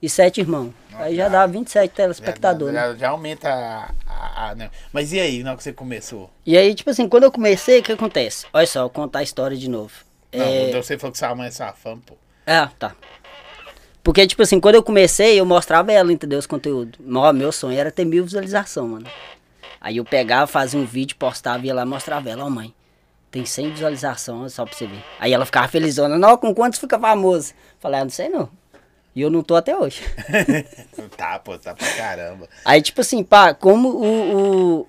Speaker 2: e 7 irmãos. aí já dá 27 telespectadores.
Speaker 1: Já, já, já aumenta a. a- a- né? Mas e aí, na hora que você começou?
Speaker 2: E aí, tipo assim, quando eu comecei, o que acontece? Olha só, eu vou contar a história de novo.
Speaker 1: Não,
Speaker 2: É-
Speaker 1: quando você falou que sua mãe é sua fã, pô.
Speaker 2: Ah, tá. Porque, tipo assim, quando eu comecei, eu mostrava ela, entendeu? Os conteúdos. Ó, meu sonho era ter mil visualização, mano. Aí eu pegava, fazia um vídeo, postava, ia lá, mostrava ela, ó, mãe. Tem 100 visualizações, só pra você ver. Aí ela ficava felizona. Não, com quantos fica famoso? Falei, ah, não sei não. E eu não tô até hoje.
Speaker 1: tá, pô, tá pra caramba.
Speaker 2: Aí, tipo assim, pá, como o, o,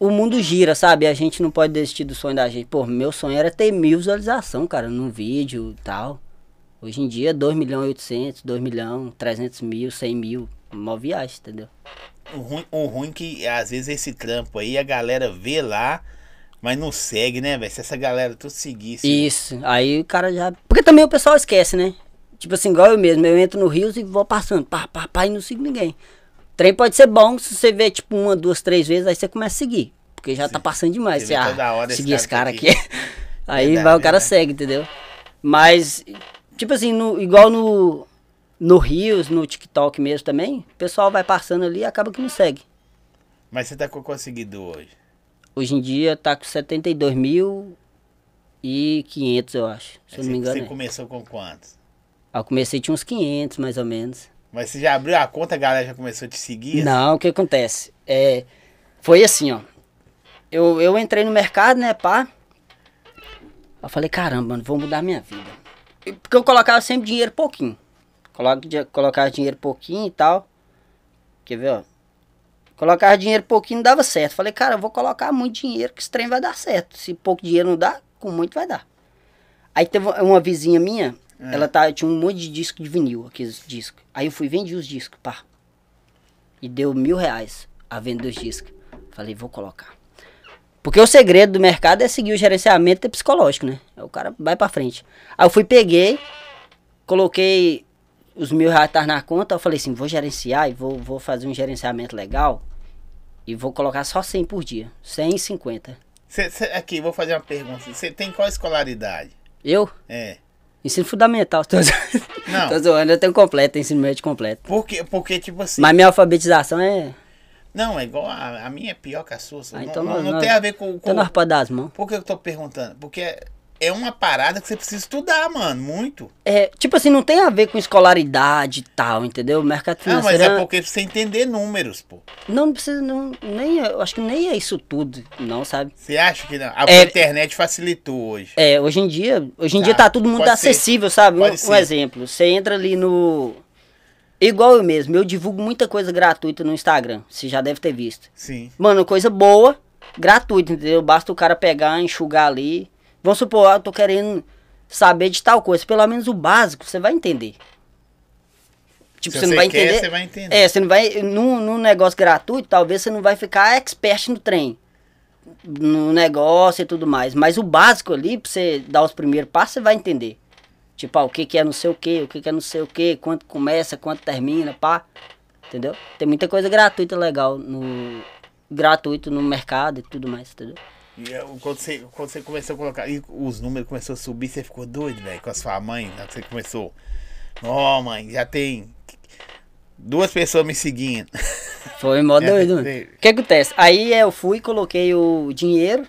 Speaker 2: o mundo gira, sabe? A gente não pode desistir do sonho da gente. Pô, meu sonho era ter mil visualização, cara, num vídeo e tal. Hoje em dia, 2 milhões e 800, 2 milhões, 300 mil, 100 mil. Mó viagem, entendeu?
Speaker 1: O ruim, o ruim que às vezes esse trampo aí a galera vê lá, mas não segue, né, velho? Se essa galera tudo seguisse.
Speaker 2: Isso. Aí o cara já. Porque também o pessoal esquece, né? Tipo assim, igual eu mesmo. Eu entro no Rios e vou passando. Pá, pá, pá, e não sigo ninguém. Trem pode ser bom se você vê, tipo, uma, duas, três vezes, aí você começa a seguir. Porque já tá passando demais.
Speaker 1: Você
Speaker 2: Você,
Speaker 1: vê
Speaker 2: ah,
Speaker 1: toda hora esse
Speaker 2: seguir esse
Speaker 1: cara
Speaker 2: cara
Speaker 1: aqui.
Speaker 2: aqui. aí
Speaker 1: Verdade,
Speaker 2: vai, o cara
Speaker 1: né?
Speaker 2: segue, entendeu? Mas, tipo assim, no- igual no. No Rios, no TikTok mesmo também, o pessoal vai passando ali e acaba que não segue.
Speaker 1: Mas você tá com quantos seguidores hoje?
Speaker 2: Hoje em dia tá com 72.500, eu acho. Se eu não
Speaker 1: Você-
Speaker 2: me engano.
Speaker 1: você
Speaker 2: é.
Speaker 1: começou com quantos?
Speaker 2: Aí eu comecei tinha uns 500, mais ou menos.
Speaker 1: Mas você já abriu a conta, a galera já começou a te seguir?
Speaker 2: Não, o que acontece? É, foi assim, ó. Eu, eu entrei no mercado, né, pá. Eu falei, caramba, mano, vou mudar minha vida. E- Porque eu colocava sempre dinheiro pouquinho. Coloca, di- colocava dinheiro pouquinho e tal. Quer ver, ó. Colocava dinheiro pouquinho não dava certo. Falei, cara, eu vou colocar muito dinheiro que esse trem vai dar certo. Se pouco dinheiro não dá, com muito vai dar. Aí teve uma vizinha minha, ela tá, tinha um monte de disco de vinil, aqueles discos. Aí eu fui vendi os discos, pá e deu mil reais a venda dos discos. Falei, vou colocar. Porque o segredo do mercado é seguir o gerenciamento psicológico, né? Aí O cara vai pra frente. Aí eu fui, peguei, coloquei os mil reais tava na conta, eu falei assim, vou gerenciar e vou, vou fazer um gerenciamento legal e vou colocar só 100 por dia, 150.
Speaker 1: Você- você- aqui, vou fazer uma pergunta. Você tem qual escolaridade?
Speaker 2: Eu?
Speaker 1: É.
Speaker 2: Ensino fundamental. Tô zoando,
Speaker 1: Não.
Speaker 2: tô zoando eu tenho completo, ensino médio completo.
Speaker 1: Porque, porque tipo assim.
Speaker 2: Mas minha alfabetização é...
Speaker 1: Não, é igual. A, a minha é pior que a sua. só
Speaker 2: Ah,
Speaker 1: não
Speaker 2: então
Speaker 1: não-
Speaker 2: nós-
Speaker 1: não
Speaker 2: nós-
Speaker 1: tem a ver com. com...
Speaker 2: Então nós podemos dar as mãos.
Speaker 1: Por que eu tô perguntando? Porque é uma parada que você precisa estudar, mano. Muito.
Speaker 2: É, tipo assim, não tem a ver com escolaridade e tal, entendeu? O mercado
Speaker 1: Ah, mas
Speaker 2: financeiro. é-
Speaker 1: é porque pra você entender números, pô.
Speaker 2: Não, não precisa, não, nem, eu acho que nem é isso tudo, não, sabe?
Speaker 1: Você acha que não? A
Speaker 2: É.
Speaker 1: internet facilitou hoje.
Speaker 2: É, hoje em dia, hoje em
Speaker 1: Tá,
Speaker 2: dia tá tudo muito
Speaker 1: pode ser.
Speaker 2: acessível, sabe? Um,
Speaker 1: Pode
Speaker 2: um
Speaker 1: ser.
Speaker 2: exemplo, você entra ali no. Igual eu mesmo, eu divulgo muita coisa gratuita no Instagram, você já deve ter visto.
Speaker 1: Sim.
Speaker 2: Mano, coisa boa, gratuita, entendeu? Basta o cara pegar, enxugar ali. Vamos supor, ah, eu tô querendo saber de tal coisa. Pelo menos o básico, você vai entender. Tipo,
Speaker 1: Se
Speaker 2: você,
Speaker 1: você
Speaker 2: não vai
Speaker 1: quer,
Speaker 2: entender.
Speaker 1: você vai entender.
Speaker 2: É, você não vai. Num, num negócio gratuito, talvez você não vai ficar expert no trem. No negócio e tudo mais. Mas o básico ali, pra você dar os primeiros passos, você vai entender. Tipo, ah, o que, que é não sei o que, o que, que é não sei o que, quanto começa, quanto termina, pá. Entendeu? Tem muita coisa gratuita legal no. Gratuito no mercado e tudo mais, entendeu?
Speaker 1: E eu- quando, você, quando você começou a colocar. E os números começaram a subir, você ficou doido, velho, com a sua mãe. Né? Você começou. Ó, mãe, já tem duas pessoas me seguindo.
Speaker 2: Foi mó
Speaker 1: É,
Speaker 2: doido, mano.
Speaker 1: sei.
Speaker 2: O que acontece? Aí é, eu fui, coloquei o dinheiro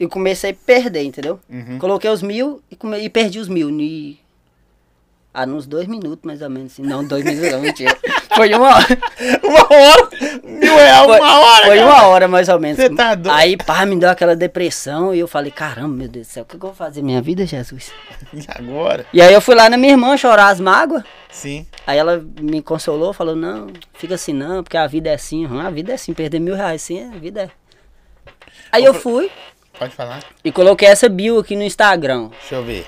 Speaker 2: e comecei a perder, entendeu?
Speaker 1: Uhum.
Speaker 2: Coloquei os mil e, come- e perdi os mil. E... Ah, uns dois minutos mais ou menos. assim. Não, dois minutos não, mentira. Foi uma hora.
Speaker 1: Uma hora! Mil reais,
Speaker 2: Foi,
Speaker 1: uma hora!
Speaker 2: foi
Speaker 1: cara.
Speaker 2: uma hora mais ou menos.
Speaker 1: Você tá doido.
Speaker 2: Aí, pá, me deu aquela depressão e eu falei, caramba, meu Deus do céu, o que, que eu vou fazer minha vida, Jesus?
Speaker 1: E agora?
Speaker 2: E aí eu fui lá na minha irmã chorar as mágoas.
Speaker 1: Sim.
Speaker 2: Aí ela me consolou, falou, não, fica assim não, porque a vida é assim, hum, a vida é assim, perder mil reais sim, a vida é. Aí eu fui
Speaker 1: Pode falar?
Speaker 2: e coloquei essa bio aqui no Instagram.
Speaker 1: Deixa eu ver.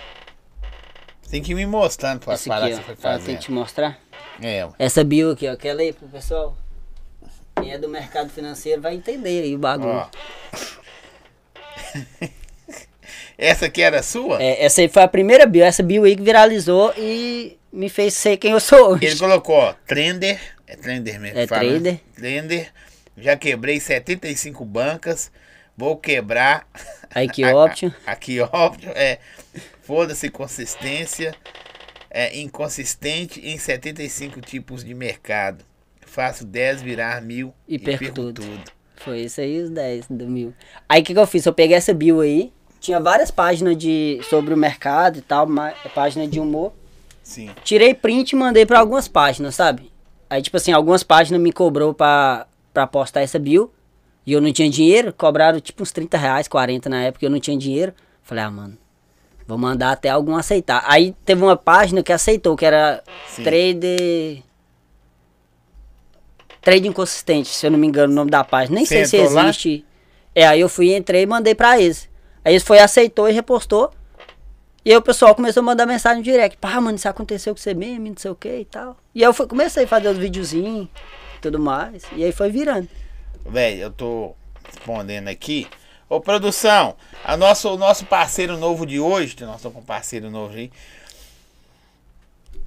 Speaker 1: Tem que ir me mostrando pra
Speaker 2: Esse
Speaker 1: parar que
Speaker 2: aqui,
Speaker 1: você foi
Speaker 2: ó. Ah, Tem
Speaker 1: fazendo.
Speaker 2: que te mostrar.
Speaker 1: É, ué.
Speaker 2: Essa bio aqui, ó, quer ler pro pessoal? Quem é do mercado financeiro vai entender aí o bagulho.
Speaker 1: ó. Essa aqui era sua?
Speaker 2: É, essa aí foi a primeira bio, essa bio aí que viralizou e me fez ser quem eu sou hoje.
Speaker 1: Ele colocou, ó, Trender. É Trender mesmo. que
Speaker 2: É
Speaker 1: né?
Speaker 2: trader.
Speaker 1: Trender. Já quebrei 75 bancas. Vou quebrar
Speaker 2: Aí que óbvio.
Speaker 1: Aqui, óbvio, é. Foda-se consistência. É inconsistente em 75 tipos de mercado. Faço 10 virar mil
Speaker 2: E perco tudo. Foi isso aí, os 10 do mil. Aí o que, que eu fiz? Eu peguei essa bio aí. Tinha várias páginas de sobre o mercado e tal, ma- página de humor.
Speaker 1: Sim.
Speaker 2: Tirei print e mandei pra algumas páginas, sabe? Aí, tipo assim, algumas páginas me cobrou pra, pra postar essa bio. E eu não tinha dinheiro. Cobraram tipo uns 30 reais, 40 na época. e Eu não tinha dinheiro. Falei, ah, mano, vou mandar até algum aceitar. Aí teve uma página que aceitou, que era
Speaker 1: Sim.
Speaker 2: Trade. Trade Inconsistente, se eu não me engano, o nome da página. Nem
Speaker 1: Você
Speaker 2: sei se
Speaker 1: entrou lá?
Speaker 2: existe. É, aí eu fui, entrei e mandei pra eles. Aí eles foi, aceitou e repostou. E aí o pessoal começou a mandar mensagem no direct. Pá, mano, isso aconteceu com você mesmo, e não sei o que e tal. E aí eu fui, comecei a fazer os videozinhos e tudo mais. E aí foi virando.
Speaker 1: Velho, eu tô respondendo aqui. Ô, produção, a nosso, o nosso parceiro novo de hoje, que nós estamos com um parceiro novo aí.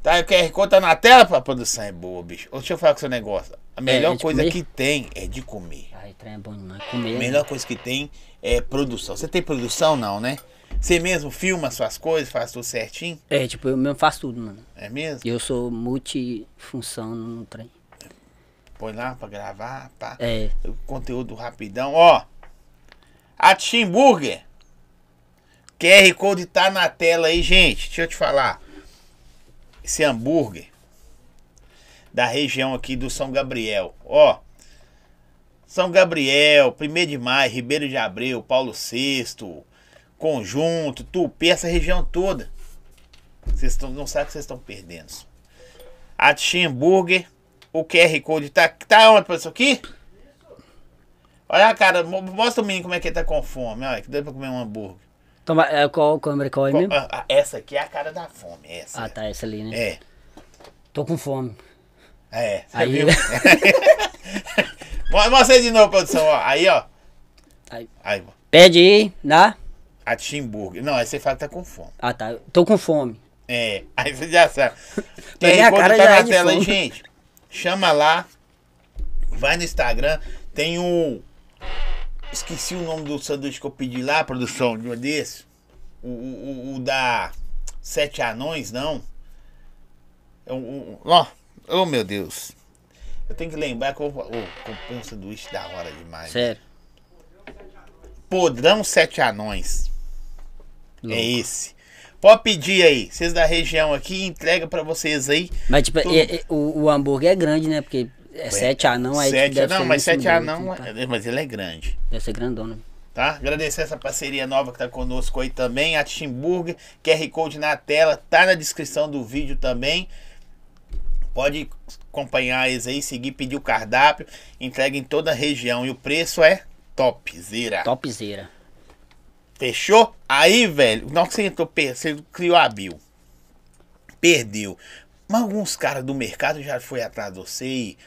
Speaker 1: Tá, o QR Code tá na tela pra produção. É boa, bicho. Ô, Deixa eu falar com o seu negócio. A melhor
Speaker 2: É, de
Speaker 1: coisa
Speaker 2: comer?
Speaker 1: que tem é de comer.
Speaker 2: Aí trem é bom demais.
Speaker 1: A
Speaker 2: Comer.
Speaker 1: melhor coisa que tem é produção. Você tem produção, não, né? Você mesmo filma suas coisas, faz tudo certinho?
Speaker 2: É, tipo, eu mesmo faço tudo, mano.
Speaker 1: É mesmo?
Speaker 2: E eu sou multifunção no trem.
Speaker 1: Põe lá pra gravar, pá.
Speaker 2: É.
Speaker 1: Conteúdo rapidão, ó. A Timburger. QR Code tá na tela aí, gente. Deixa eu te falar. Esse hambúrguer da região aqui do São Gabriel, ó. São Gabriel, 1 de Maio, Ribeiro de Abreu, Paulo VI, Conjunto, Tupi, essa região toda. Vocês tão- não sabem o que vocês estão perdendo. A Timburger, o QR Code tá, tá onde, professor? Aqui? Olha a cara, mo- mostra o menino como é que ele tá com fome. Olha, que deu pra comer um hambúrguer.
Speaker 2: Toma, é, qual câmera qual é
Speaker 1: Co-
Speaker 2: mesmo?
Speaker 1: a- a- Essa aqui é a cara da fome, essa.
Speaker 2: Ah, tá, essa ali, né?
Speaker 1: É,
Speaker 2: Tô com fome.
Speaker 1: é. Você
Speaker 2: Aí-
Speaker 1: viu? Mo- mostra aí de novo, produção. Ó, aí, ó.
Speaker 2: Aí.
Speaker 1: Aí, ó.
Speaker 2: Pede aí, dá?
Speaker 1: a Timburger. Não, aí você fala que tá com fome.
Speaker 2: Ah, tá. eu Tô com fome.
Speaker 1: É, aí você já sabe.
Speaker 2: Pra
Speaker 1: QR
Speaker 2: minha
Speaker 1: Code
Speaker 2: cara
Speaker 1: tá
Speaker 2: já
Speaker 1: na
Speaker 2: é de
Speaker 1: tela aí,
Speaker 2: fome.
Speaker 1: gente. Chama lá. Vai no Instagram. Tem um. Esqueci o nome do sanduíche que eu pedi lá, produção, de um desse. O, o, o- o da Sete Anões, não. É um- um- Ó. Oh, meu Deus. Eu tenho que lembrar que eu vou- ô, comprei um sanduíche da hora demais.
Speaker 2: Sério.
Speaker 1: Podrão Sete Anões.
Speaker 2: Louco.
Speaker 1: É esse. Pode pedir aí. Vocês da região aqui, entrega pra vocês aí.
Speaker 2: Mas, tipo,
Speaker 1: Tudo.
Speaker 2: é- é- o, o hambúrguer é grande, né? Porque é sete anão, aí tipo,
Speaker 1: Sete
Speaker 2: deve
Speaker 1: anão,
Speaker 2: ser
Speaker 1: mas
Speaker 2: isso, tá?
Speaker 1: sete
Speaker 2: deve-
Speaker 1: anão, é- mas ele é grande,
Speaker 2: Deve ser grandona.
Speaker 1: tá? Agradecer essa parceria nova que tá conosco aí também, a Timburger, QR Code na tela, tá na descrição do vídeo também. Pode acompanhar eles aí, seguir, pedir o cardápio, entrega em toda a região e o preço é topzera.
Speaker 2: Topzera.
Speaker 1: Fechou? Aí, velho, não que você entrou, per- você criou a Bill. Perdeu. Mas alguns caras do mercado já foi atrás de você e.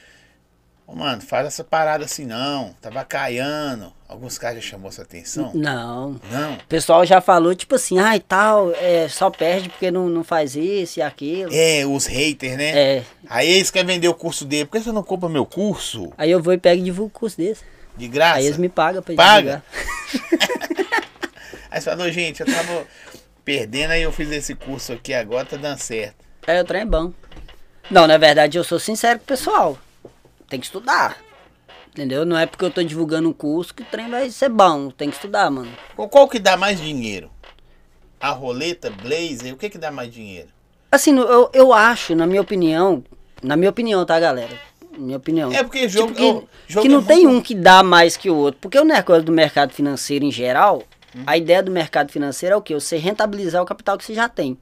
Speaker 1: Ô, mano, faz essa parada assim não. Tava caindo. Alguns caras já chamou sua atenção?
Speaker 2: Não.
Speaker 1: Não.
Speaker 2: O pessoal já falou, tipo assim, ai tal, é, só perde porque não, não faz isso e aquilo.
Speaker 1: É, os haters, né?
Speaker 2: É.
Speaker 1: Aí eles querem vender o curso dele. Por que você não compra meu curso?
Speaker 2: Aí eu vou e pego e divulgo o curso desse.
Speaker 1: De graça.
Speaker 2: Aí eles me pagam pra
Speaker 1: Paga?
Speaker 2: divulgar.
Speaker 1: Aí você falou, gente, eu tava perdendo, aí eu fiz esse curso aqui agora, tá dando certo.
Speaker 2: É, o trem é bom. Não, na verdade, eu sou sincero com o pessoal. Tem que estudar. Entendeu? Não é porque eu tô divulgando um curso que o trem vai ser bom. Tem que estudar, mano.
Speaker 1: Qual- Qual que dá mais dinheiro? A roleta, blazer, o que que dá mais dinheiro?
Speaker 2: Assim, no- eu, eu acho, na minha opinião, na minha opinião, tá, galera? Minha opinião. Tipo,
Speaker 1: É porque jogo-
Speaker 2: que,
Speaker 1: ó, jogo
Speaker 2: que
Speaker 1: é
Speaker 2: não tem
Speaker 1: muito-
Speaker 2: um que dá mais que o outro. Porque o negócio do mercado financeiro em geral,
Speaker 1: Uhum.
Speaker 2: a ideia do mercado financeiro é o quê? Você rentabilizar o capital que você já tem.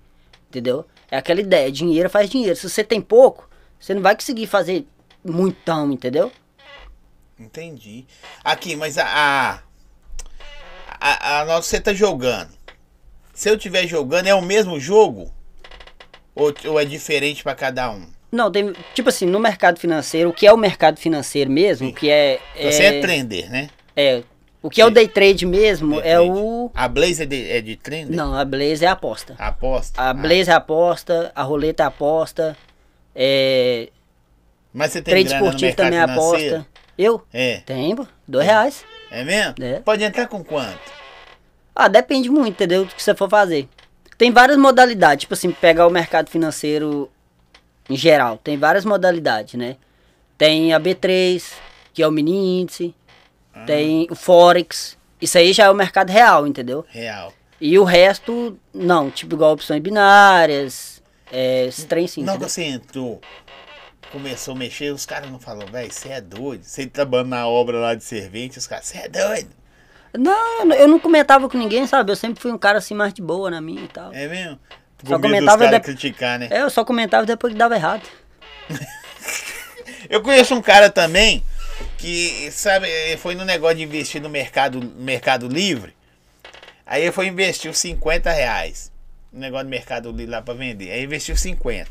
Speaker 2: Entendeu? É aquela ideia, dinheiro faz dinheiro. Se você tem pouco, você não vai conseguir fazer muitão, entendeu?
Speaker 1: Entendi. Aqui, mas a. A, a, a nossa, você tá jogando. Se eu tiver jogando, é o mesmo jogo? Ou, ou é diferente pra cada um?
Speaker 2: Não, tem, tipo assim, no mercado financeiro, o que é o mercado financeiro mesmo, o que é... é
Speaker 1: Você é trender, né?
Speaker 2: é, o que é o
Speaker 1: Sim.
Speaker 2: day trade mesmo
Speaker 1: Day
Speaker 2: é
Speaker 1: trade.
Speaker 2: o...
Speaker 1: A Blaze é de, é de trender?
Speaker 2: Não, a Blaze é a aposta.
Speaker 1: Aposta.
Speaker 2: A
Speaker 1: Ah,
Speaker 2: Blaze aposta, a roleta aposta, é,
Speaker 1: mas você tem
Speaker 2: trade
Speaker 1: grana no
Speaker 2: esportivo
Speaker 1: mercado
Speaker 2: também é
Speaker 1: financeiro?
Speaker 2: aposta. Eu?
Speaker 1: É.
Speaker 2: Tem, pô. Dois reais.
Speaker 1: É mesmo?
Speaker 2: É.
Speaker 1: Pode entrar com quanto?
Speaker 2: Ah, depende muito, entendeu? Do que você for fazer. Tem várias modalidades, tipo assim, pegar o mercado financeiro em geral. Tem várias modalidades, né? Tem a B3, que é o mini índice.
Speaker 1: Ah.
Speaker 2: Tem o Forex. Isso aí já é o mercado real, entendeu?
Speaker 1: Real.
Speaker 2: E o resto, não. Tipo, igual opções binárias, é, esses trem sim.
Speaker 1: não,
Speaker 2: entendeu?
Speaker 1: você entrou, começou a mexer, os caras não falam, velho, você é doido. Você trabalhando na obra lá de servente, os caras, você é doido.
Speaker 2: Não, eu não comentava com ninguém, sabe? Eu sempre fui um cara assim mais de boa na minha e tal.
Speaker 1: É mesmo?
Speaker 2: Só
Speaker 1: Com medo dos
Speaker 2: comentava
Speaker 1: caras
Speaker 2: de-
Speaker 1: criticar, né?
Speaker 2: É, eu só comentava depois que dava errado.
Speaker 1: Eu conheço um cara também que, sabe, eh, foi no negócio de investir no mercado, mercado livre. Aí ele foi investir os 50 reais. No negócio do mercado livre lá pra vender. Aí investiu 50.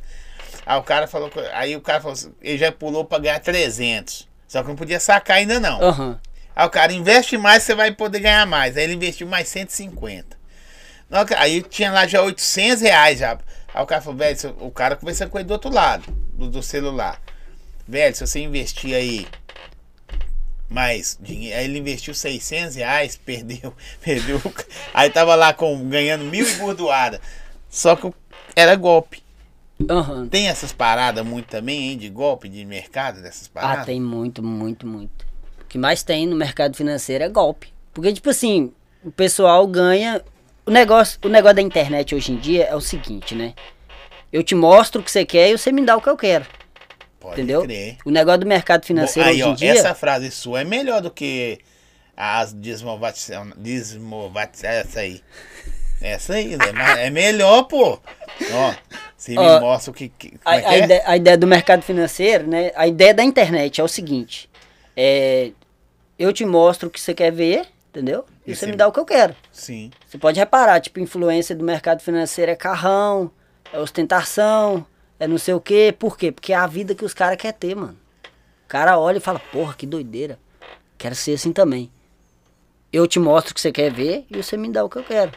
Speaker 1: Aí o cara falou. co- Aí o cara falou assim, ele já pulou pra ganhar 300. Só que não podia sacar ainda não.
Speaker 2: Aham.
Speaker 1: Aí o cara investe mais, você vai poder ganhar mais. Aí ele investiu mais 150. Na hora que- Aí tinha lá já 800 reais já. Aí o cara falou, velho, se- o cara conversando com ele do outro lado, do, do celular. Velho, se você investir aí mais dinheiro. Aí ele investiu 600 reais, perdeu, perdeu. Aí tava lá com, ganhando mil e gordoada. Só que era golpe.
Speaker 2: Aham.
Speaker 1: Tem essas paradas muito também, hein, de golpe, de mercado, dessas paradas?
Speaker 2: Ah, tem muito, muito, muito. O que mais tem no mercado financeiro é golpe. Porque, tipo assim, o pessoal ganha. O negócio, o negócio da internet hoje em dia é o seguinte, né? Eu te mostro o que você quer e você me dá o que eu quero.
Speaker 1: Pode
Speaker 2: entendeu?
Speaker 1: crer.
Speaker 2: O negócio do mercado financeiro
Speaker 1: Bom,
Speaker 2: hoje
Speaker 1: aí,
Speaker 2: em
Speaker 1: ó,
Speaker 2: dia.
Speaker 1: Essa frase sua é melhor do que as desmovatização. Desmovati essa aí. Essa aí, né? Mas é melhor, pô. Ó, você me
Speaker 2: Ó,
Speaker 1: mostra o que. que como
Speaker 2: A,
Speaker 1: é que
Speaker 2: a
Speaker 1: é?
Speaker 2: ide- a ideia do mercado financeiro, né? A ideia da internet é o seguinte: é, eu te mostro o que você quer ver, entendeu? E
Speaker 1: E
Speaker 2: você
Speaker 1: você-
Speaker 2: me dá o que eu quero.
Speaker 1: Sim.
Speaker 2: Você pode reparar, tipo, influência do mercado financeiro é carrão, é ostentação, é não sei o quê. Por quê? Porque é a vida que os caras querem ter, mano. O cara olha e fala, porra, que doideira. Quero ser assim também. Eu te mostro o que você quer ver e você me dá o que eu quero.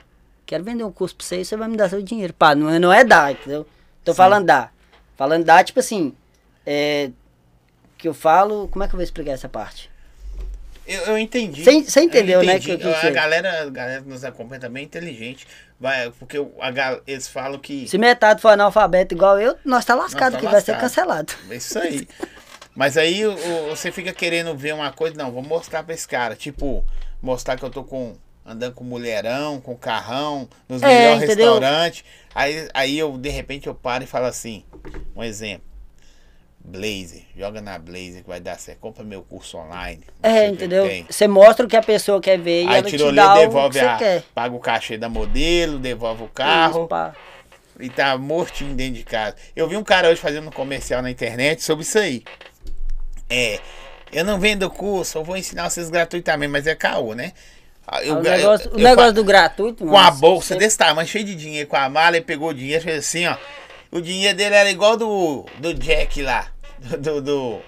Speaker 2: Quero vender um curso pra você e você vai me dar seu dinheiro. Pá, não é, não é dar, entendeu? Tô
Speaker 1: Sim.
Speaker 2: falando dar. Falando dar, tipo assim, é... Que eu falo... Como é que eu vou explicar essa parte?
Speaker 1: Eu, eu entendi.
Speaker 2: Você en- você
Speaker 1: Eu
Speaker 2: entendeu, né, que eu
Speaker 1: entendi.
Speaker 2: quis
Speaker 1: a,
Speaker 2: dizer.
Speaker 1: galera, a galera que nos acompanha também é inteligente. Vai, porque o- a, gal- eles falam que.
Speaker 2: Se metade for analfabeto igual eu, nós tá lascado
Speaker 1: tá
Speaker 2: que vai ser
Speaker 1: lascado.
Speaker 2: cancelado.
Speaker 1: É isso aí. Mas aí o- o- você fica querendo ver uma coisa, não, vou mostrar pra esse cara. Tipo, mostrar que eu tô com. Andando com mulherão, com carrão, nos
Speaker 2: É,
Speaker 1: melhores
Speaker 2: entendeu?
Speaker 1: restaurantes. Aí, aí eu, de repente, eu paro e falo assim, um exemplo. Blazer, joga na Blazer que vai dar certo. Compra meu curso online. não sei o
Speaker 2: É,
Speaker 1: que
Speaker 2: entendeu?
Speaker 1: tem.
Speaker 2: Você mostra o que a pessoa quer ver e
Speaker 1: Aí
Speaker 2: ela
Speaker 1: tirou
Speaker 2: te
Speaker 1: ali,
Speaker 2: dá o que
Speaker 1: devolve
Speaker 2: você
Speaker 1: a.
Speaker 2: quer.
Speaker 1: Paga o cachê da modelo, devolve o carro.
Speaker 2: Isso, pá.
Speaker 1: E tá mortinho dentro de casa. Eu vi um cara hoje fazendo um comercial na internet sobre isso aí. É, eu não vendo curso, eu vou ensinar vocês gratuitamente, mas é caô, né? Ah, Eu,
Speaker 2: o É um negócio,
Speaker 1: eu-
Speaker 2: o
Speaker 1: eu
Speaker 2: negócio
Speaker 1: fa-
Speaker 2: do gratuito,
Speaker 1: com a
Speaker 2: mano,
Speaker 1: bolsa
Speaker 2: você-
Speaker 1: desse tamanho, cheio de dinheiro, com a mala, ele pegou o dinheiro, fez assim, ó. O dinheiro dele era igual do, do Jack lá. Do, do, do,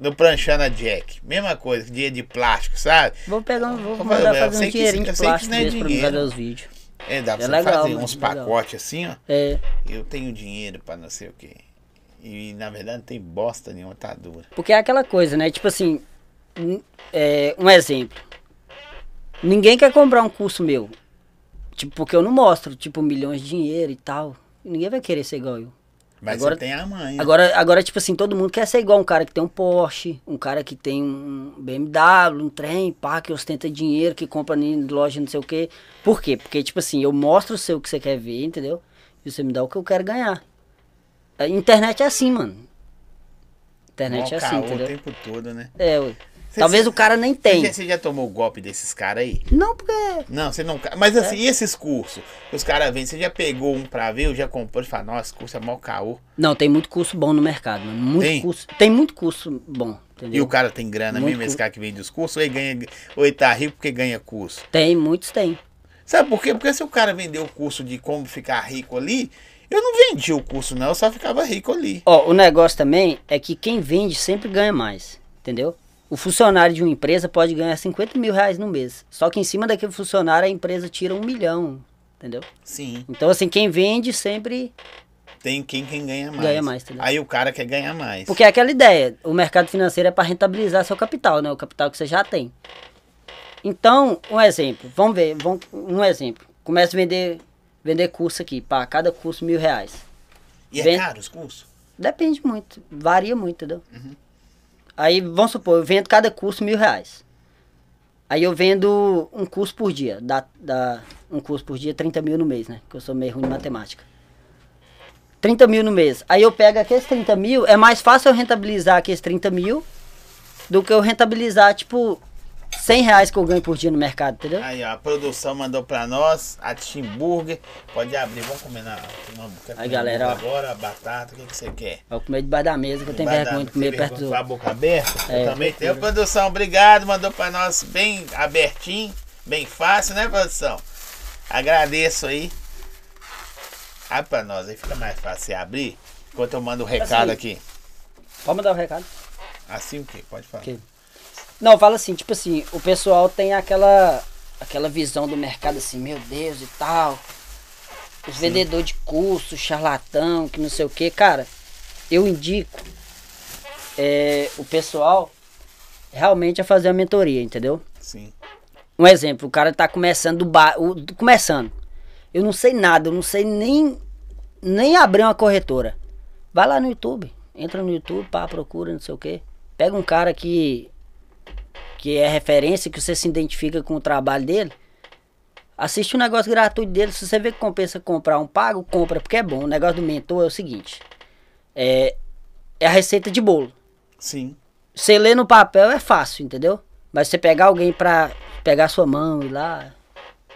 Speaker 1: do Pranchana Jack. Mesma coisa, dinheiro de plástico, sabe?
Speaker 2: Vou pegar um, vou
Speaker 1: Ô,
Speaker 2: mandar
Speaker 1: Gabriel, eu "É,
Speaker 2: fazer
Speaker 1: sei
Speaker 2: um
Speaker 1: que
Speaker 2: dinheirinho
Speaker 1: isso- eu
Speaker 2: de
Speaker 1: sei que
Speaker 2: plástico
Speaker 1: isso não é
Speaker 2: desse pra me
Speaker 1: dinheiro.
Speaker 2: ver os vídeos.
Speaker 1: É, dá pra
Speaker 2: É
Speaker 1: você
Speaker 2: legal,
Speaker 1: fazer
Speaker 2: mano,
Speaker 1: uns
Speaker 2: legal.
Speaker 1: pacotes assim, ó.
Speaker 2: É,
Speaker 1: Eu tenho dinheiro pra não sei o quê. E na verdade não tem bosta nenhuma, tá dura.
Speaker 2: porque é aquela coisa, né? Tipo assim, n- é, um exemplo. Ninguém quer comprar um curso meu. Tipo, porque eu não mostro, tipo, milhões de dinheiro e tal. Ninguém vai querer ser igual eu.
Speaker 1: Mas
Speaker 2: Agora-
Speaker 1: você tem a mãe.
Speaker 2: Agora, agora, tipo assim, todo mundo quer ser igual um cara que tem um Porsche, um cara que tem um BMW, um trem, pá, que ostenta dinheiro, que compra em loja, não sei o quê. Por quê? Porque, tipo assim, eu mostro o seu que você quer ver, entendeu? E você me dá o que eu quero ganhar. A internet é assim, mano. Internet é assim,
Speaker 1: o
Speaker 2: entendeu?
Speaker 1: tempo todo, né?
Speaker 2: É, ué.
Speaker 1: Cê-
Speaker 2: Talvez
Speaker 1: cê-
Speaker 2: o cara nem
Speaker 1: Você
Speaker 2: tenha.
Speaker 1: já- Você já tomou o golpe desses caras aí?
Speaker 2: Não, porque.
Speaker 1: Não, você não.
Speaker 2: É.
Speaker 1: Mas assim, e esses cursos? Os caras vêm, você já pegou um pra ver, ou já comprou e fala, nossa, esse curso é mó caô.
Speaker 2: Não, tem muito curso bom no mercado, mano. Muito
Speaker 1: Tem?
Speaker 2: curso. Tem muito curso bom,
Speaker 1: E
Speaker 2: entendeu?
Speaker 1: o cara tem grana
Speaker 2: Muito
Speaker 1: mesmo, esse
Speaker 2: cu-
Speaker 1: cara que vende os cursos, ou ele, ganha, ou ele tá rico porque ganha curso.
Speaker 2: Tem, muitos tem.
Speaker 1: Sabe por quê? Porque se o cara vendeu o curso de como ficar rico ali, eu não vendi o curso, não, eu só ficava rico ali.
Speaker 2: Ó, o negócio também é que quem vende sempre ganha mais, entendeu? O funcionário de uma empresa pode ganhar 50 mil reais no mês. Só que em cima daquele funcionário a empresa tira um milhão, entendeu?
Speaker 1: Sim.
Speaker 2: Então, assim, quem vende sempre
Speaker 1: tem quem, quem ganha mais.
Speaker 2: Ganha mais, entendeu?
Speaker 1: Aí o cara quer ganhar mais.
Speaker 2: Porque é aquela ideia, o mercado financeiro é para rentabilizar seu capital, né? O capital que você já tem. Então, um exemplo, vamos ver, vamos, um exemplo. Começa a vender, vender curso aqui, pá, cada curso mil reais.
Speaker 1: e é
Speaker 2: vem-
Speaker 1: caro os cursos?
Speaker 2: Depende muito, varia muito, entendeu? Aí, vamos supor, eu vendo cada curso mil reais. Aí eu vendo um curso por dia, dá, dá um curso por dia, 30 mil no mês, né? Que eu sou meio ruim de matemática. 30 mil no mês. Aí eu pego aqueles 30 mil, é mais fácil eu rentabilizar aqueles 30 mil do que eu rentabilizar, tipo, 100 reais que eu ganho por dia no mercado, entendeu?
Speaker 1: Aí, ó, a produção mandou pra nós, a Timburger. Pode abrir, vamos comer na. Não, quer comer
Speaker 2: galera,
Speaker 1: hambúrguer
Speaker 2: ó.
Speaker 1: Agora, batata, o que, que você quer?
Speaker 2: Eu É comer debaixo da mesa, que eu tenho
Speaker 1: Vai dar-
Speaker 2: vergonha de
Speaker 1: tem
Speaker 2: comer perto
Speaker 1: vergonha
Speaker 2: do
Speaker 1: Com a boca aberta?
Speaker 2: É,
Speaker 1: eu também
Speaker 2: com
Speaker 1: tenho. Produção, obrigado. Mandou pra nós bem abertinho, bem fácil, né, produção? Agradeço aí. Abre pra nós, aí fica mais fácil você abrir. Enquanto eu mando o recado
Speaker 2: Assim.
Speaker 1: aqui.
Speaker 2: Pode mandar o recado?
Speaker 1: Assim o quê? Pode falar.
Speaker 2: Ok. Não, fala assim, tipo assim, o pessoal tem aquela aquela visão do mercado assim, meu Deus e tal. Os vendedores de curso, charlatão, que não sei o que, cara, eu indico é, o pessoal realmente a fazer a mentoria, entendeu?
Speaker 1: Sim.
Speaker 2: Um exemplo, o cara tá começando do ba... o- do- começando. Eu não sei nada, eu não sei nem nem abrir uma corretora. Vai lá no YouTube, entra no YouTube, pá, procura, não sei o quê. Pega um cara que que é referência, que você se identifica com o trabalho dele. Assiste um negócio gratuito dele, se você vê que compensa comprar um pago, compra, porque é bom. O negócio do mentor é o seguinte. É é a receita de bolo.
Speaker 1: Sim.
Speaker 2: Você ler no papel é fácil, entendeu? Mas você pegar alguém pra pegar sua mão e ir lá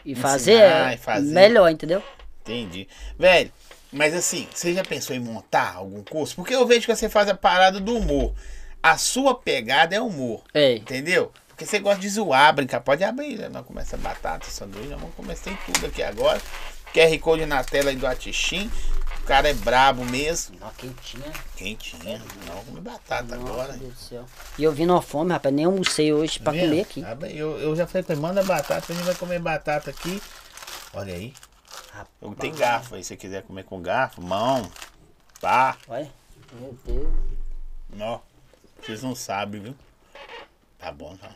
Speaker 2: e fazer,
Speaker 1: Ensinar
Speaker 2: é
Speaker 1: e fazer.
Speaker 2: melhor, entendeu?
Speaker 1: Entendi. Velho, mas assim, você já pensou em montar algum curso? Porque eu vejo que você faz a parada do humor. A sua pegada é humor.
Speaker 2: É.
Speaker 1: Entendeu? Porque você gosta de zoar, brincar. Pode abrir, né? Não começa batata, sanduíche, não. Vamos começar em tudo aqui agora. QR Code na tela aí do Atixim. O cara é brabo mesmo.
Speaker 2: Nossa, quentinha.
Speaker 1: Quentinha. Não, come batata
Speaker 2: Nossa,
Speaker 1: agora.
Speaker 2: Deus do céu. E eu vim numa fome, rapaz, nem almocei hoje
Speaker 1: Tá
Speaker 2: pra
Speaker 1: vendo?
Speaker 2: comer aqui.
Speaker 1: Tá bem, Eu, eu já falei com ele, manda batata, a gente vai comer batata aqui. Olha aí. Eu tenho garfo aí, se você quiser comer com garfo, mão, pá.
Speaker 2: Olha. Meu Deus.
Speaker 1: Ó, vocês não sabem, viu? Tá bom, tá.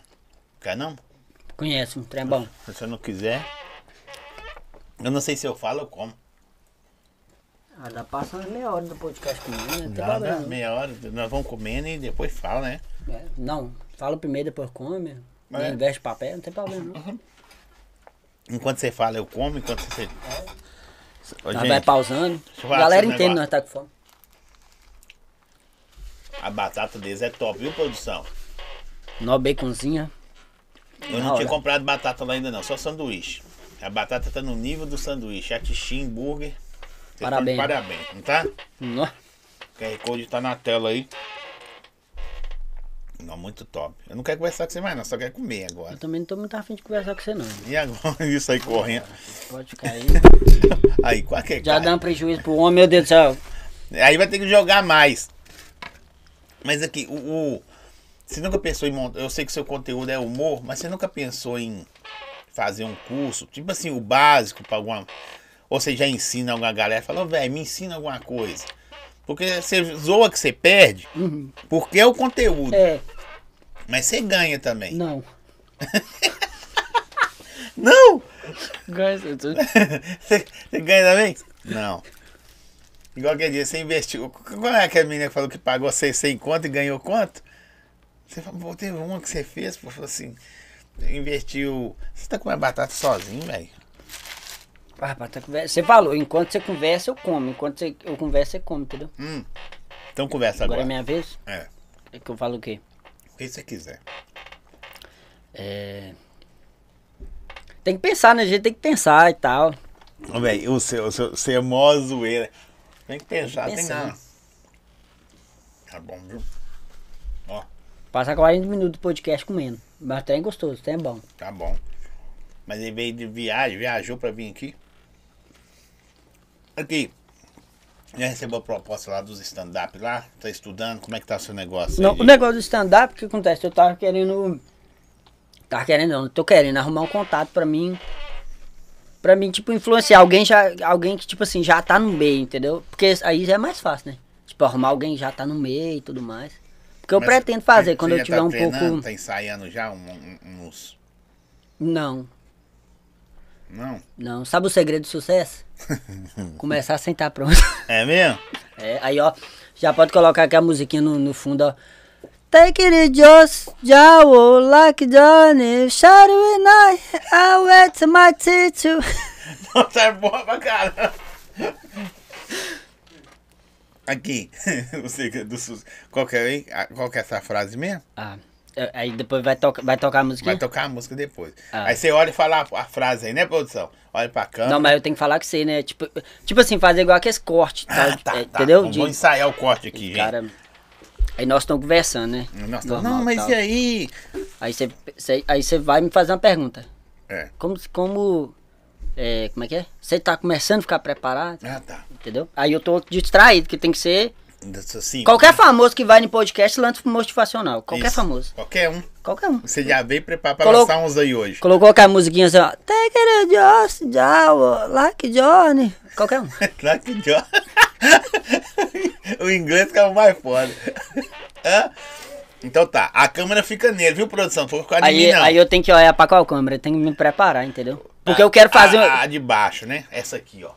Speaker 1: Quer não?
Speaker 2: Conhece um trem bom.
Speaker 1: Se você não quiser. Eu não sei se eu falo ou como.
Speaker 2: Ah, dá passando meia hora do podcast comigo, né? Não, tem
Speaker 1: Nada,
Speaker 2: problema, não.
Speaker 1: meia hora, nós vamos comendo e depois fala, né?
Speaker 2: É, não, fala primeiro, depois come.
Speaker 1: É.
Speaker 2: Não investe papel, não tem problema não.
Speaker 1: Enquanto você fala, eu como, enquanto você. Ô,
Speaker 2: Nós vai
Speaker 1: gente,
Speaker 2: pausando.
Speaker 1: eu falar
Speaker 2: A galera
Speaker 1: esse
Speaker 2: entende,
Speaker 1: negócio.
Speaker 2: nós tá com fome.
Speaker 1: a batata deles é top, viu, produção?
Speaker 2: Nó baconzinha.
Speaker 1: Eu
Speaker 2: Da
Speaker 1: não tinha
Speaker 2: hora.
Speaker 1: comprado batata lá ainda, não, só sanduíche. A batata tá no nível do sanduíche. Atixim, burger. Vocês estão de
Speaker 2: Parabéns.
Speaker 1: Parabéns, não tá?
Speaker 2: Nó.
Speaker 1: O QR Code tá na tela aí. Não, muito top. Eu não quero conversar com você mais, não, só quero comer agora.
Speaker 2: Eu também não tô muito afim de conversar com você não.
Speaker 1: E agora isso aí correndo.
Speaker 2: Pode ficar aí.
Speaker 1: Aí, qual que é,
Speaker 2: Já
Speaker 1: cara?
Speaker 2: dá um prejuízo pro homem, meu Deus do céu.
Speaker 1: Aí vai ter que jogar mais. Mas aqui, o. o- você nunca pensou em montar. Eu sei que seu conteúdo é humor, mas você nunca pensou em fazer um curso? Tipo assim, o básico pra alguma. Ou você já ensina alguma galera? Fala, "Ô, velho, me ensina alguma coisa. Porque você zoa que você perde, porque é o conteúdo.
Speaker 2: É,
Speaker 1: Mas você ganha também.
Speaker 2: não.
Speaker 1: Não!
Speaker 2: Gosto de-
Speaker 1: Você você ganha também? Não. Igual aquele dia, você investiu. Qual é aquela menina que falou que pagou 600 conto e ganhou quanto? Você falou, pô, teve uma que você fez, pô, falou assim, investiu. Você tá comendo batata sozinho, velho?
Speaker 2: Ah, rapaz, tá conver- Você falou, enquanto você conversa, eu como. Enquanto você- eu converso, você come, entendeu?
Speaker 1: Então conversa
Speaker 2: Agora
Speaker 1: agora.
Speaker 2: é minha vez.
Speaker 1: É,
Speaker 2: É que eu falo o quê?
Speaker 1: o que você quiser.
Speaker 2: Tem que pensar, né? A gente tem que pensar e tal.
Speaker 1: Ô, velho, o seu, o seu, você é mó zoeira. Tem que pensar, tem
Speaker 2: Pensando.
Speaker 1: não. Tá bom, viu? Ó,
Speaker 2: Passar 40 minutos do podcast comendo. Mas tem gostoso, tem bom.
Speaker 1: tá bom. Mas ele veio de viagem, viajou pra vir aqui. Aqui. Já recebeu a proposta lá dos stand-up lá? Tá estudando? Como é que tá o seu negócio?
Speaker 2: Não,
Speaker 1: aí?
Speaker 2: o negócio do stand-up, o que acontece? Eu tava querendo. Tava querendo, não, tô querendo arrumar um contato pra mim Pra mim, tipo, influenciar alguém já. Alguém que, tipo assim, já tá no meio, entendeu? Porque aí já é mais fácil, né? Tipo, arrumar alguém que já tá no meio e tudo mais. Porque eu
Speaker 1: Mas
Speaker 2: pretendo
Speaker 1: é você
Speaker 2: fazer quando
Speaker 1: já
Speaker 2: eu tiver
Speaker 1: tá
Speaker 2: um
Speaker 1: treinando,
Speaker 2: pouco.
Speaker 1: Tá ensaiando já um- um- uns.
Speaker 2: Não,
Speaker 1: Não?
Speaker 2: não. Sabe o segredo do sucesso? Começar sem estar pronto.
Speaker 1: É mesmo?
Speaker 2: É, aí, ó, já pode colocar aqui a musiquinha no, no fundo, ó. Take it just jawo like Johnny, shadow and I, I wet my tissue.
Speaker 1: Nossa, é boa pra caramba. Aqui. Você que é do sus... Qual que é, hein? Ah, Qual que é essa frase mesmo?
Speaker 2: Ah, é, aí depois vai, toca, vai tocar a
Speaker 1: Vai
Speaker 2: musiquinha?
Speaker 1: tocar a música depois.
Speaker 2: Ah.
Speaker 1: Aí você olha e fala a a frase aí, né, produção? Olha pra câmera.
Speaker 2: Não, mas eu tenho que falar que sei, né? Tipo, tipo assim, fazer igual aqueles cortes,
Speaker 1: Ah,
Speaker 2: tá,
Speaker 1: tá, tá.
Speaker 2: é, entendeu?
Speaker 1: Vamos ensaiar o corte aqui,
Speaker 2: De,
Speaker 1: gente.
Speaker 2: cara, aí nós estamos conversando, né?
Speaker 1: Nossa,
Speaker 2: Normal,
Speaker 1: não, mas
Speaker 2: tal.
Speaker 1: e aí?
Speaker 2: Aí você você- aí você vai me fazer uma pergunta.
Speaker 1: É.
Speaker 2: Como, como, é, como é que é? Você tá começando a ficar preparado?
Speaker 1: Ah, tá.
Speaker 2: Entendeu? Aí eu tô distraído, que tem que ser.
Speaker 1: Assim,
Speaker 2: Qualquer famoso que vai no podcast lança um motivacional. Qualquer
Speaker 1: isso.
Speaker 2: famoso.
Speaker 1: Qualquer um.
Speaker 2: Qualquer um.
Speaker 1: Você já veio preparar pra
Speaker 2: Colo-
Speaker 1: lançar uns aí hoje.
Speaker 2: Colocou aquela musiquinha assim, ó. Take it just, Jawa, like Johnny. Qualquer um.
Speaker 1: Claro Tá que deu. o inglês que é o mais foda. Hã? Então tá, a câmera fica nele, viu, produção? Não foi por causa de
Speaker 2: Aí,
Speaker 1: mim, não.
Speaker 2: aí eu tenho que olhar pra qual câmera, eu tenho que me preparar, entendeu? Porque eu quero fazer.
Speaker 1: A,
Speaker 2: um-
Speaker 1: a de baixo, né? Essa aqui, ó.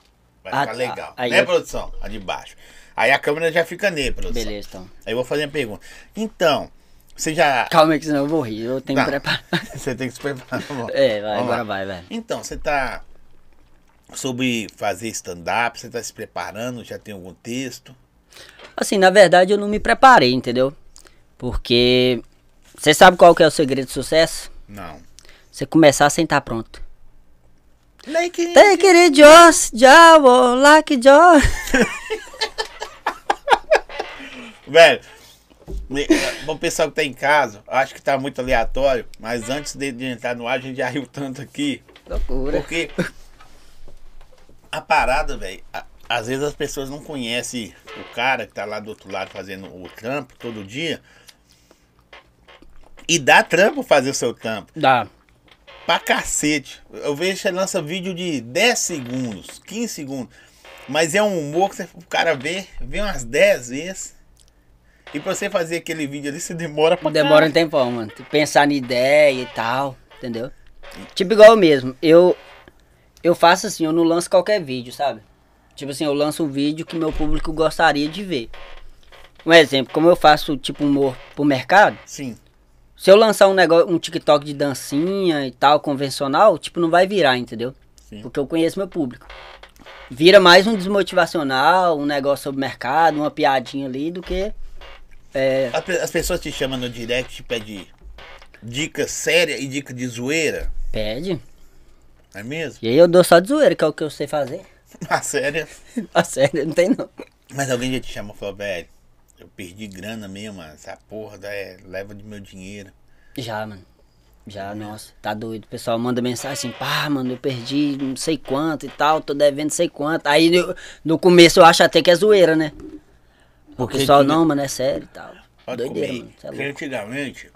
Speaker 1: Vai
Speaker 2: Ah,
Speaker 1: ficar legal.
Speaker 2: ah, aí
Speaker 1: né,
Speaker 2: eu-
Speaker 1: produção? A de baixo. Aí a câmera já fica nele, produção.
Speaker 2: Beleza, então.
Speaker 1: Aí eu vou fazer uma pergunta. Então, você já.
Speaker 2: Calma aí, que senão eu vou rir. Eu tenho
Speaker 1: Tá.
Speaker 2: que preparar.
Speaker 1: Você tem que se preparar. vamos lá.
Speaker 2: É, vai,
Speaker 1: Vamos lá.
Speaker 2: agora vai, vai.
Speaker 1: Então, você tá sobre fazer stand-up, você tá se preparando, já tem algum texto?
Speaker 2: Assim, na verdade eu não me preparei, entendeu? Porque. Você sabe qual que é o segredo do sucesso?
Speaker 1: Não.
Speaker 2: Você começar sem estar pronto.
Speaker 1: Like
Speaker 2: Take it just, Jawa, like Johnny.
Speaker 1: Velho, me- o pessoal que tá em casa, acho que tá muito aleatório, mas antes de, de entrar no ar, a gente já riu tanto aqui.
Speaker 2: Loucura.
Speaker 1: Porque a parada, velho, a- às vezes as pessoas não conhecem o cara que tá lá do outro lado fazendo o trampo todo dia. E dá trampo fazer o seu trampo.
Speaker 2: Dá.
Speaker 1: Pra cacete. Eu vejo que você lança vídeo de 10 segundos, 15 segundos. Mas é um humor que você- o cara vê, vê umas 10 vezes. E pra você fazer aquele vídeo ali, você demora pra
Speaker 2: Demora um
Speaker 1: caralho.
Speaker 2: tempão, mano. Tu Pensar na ideia e tal, entendeu? Tipo igual eu mesmo. Eu eu faço assim, eu não lanço qualquer vídeo, sabe? Tipo assim, eu lanço um vídeo que meu público gostaria de ver. Um exemplo, como eu faço tipo humor pro mercado,
Speaker 1: Sim.
Speaker 2: se eu lançar um negócio, um TikTok de dancinha e tal, convencional, tipo, não vai virar, entendeu?
Speaker 1: Sim.
Speaker 2: Porque eu conheço meu público. Vira mais um desmotivacional, um negócio sobre mercado, uma piadinha ali, do que é,
Speaker 1: As pe- As pessoas te chamam no direct, te pedem dica séria e dica de zoeira.
Speaker 2: pede.
Speaker 1: Não é mesmo?
Speaker 2: E aí eu dou só de zoeira, que é o que eu sei fazer.
Speaker 1: A séria.
Speaker 2: A sério, não tem não.
Speaker 1: Mas alguém já te chama e falou, velho, eu perdi grana mesmo, mano. Essa porra da- é, leva de meu dinheiro.
Speaker 2: Já, mano. Já, nossa, tá doido. O pessoal manda mensagem assim, pá, mano, eu perdi não sei quanto e tal, tô devendo não sei quanto. Aí eu- no começo eu acho até que é zoeira, né? O
Speaker 1: Porque
Speaker 2: pessoal,
Speaker 1: tinha-
Speaker 2: não, mano, é sério e tal.
Speaker 1: Olha
Speaker 2: Doideira,
Speaker 1: comigo,
Speaker 2: mano. Cê é
Speaker 1: que
Speaker 2: louco.
Speaker 1: antigamente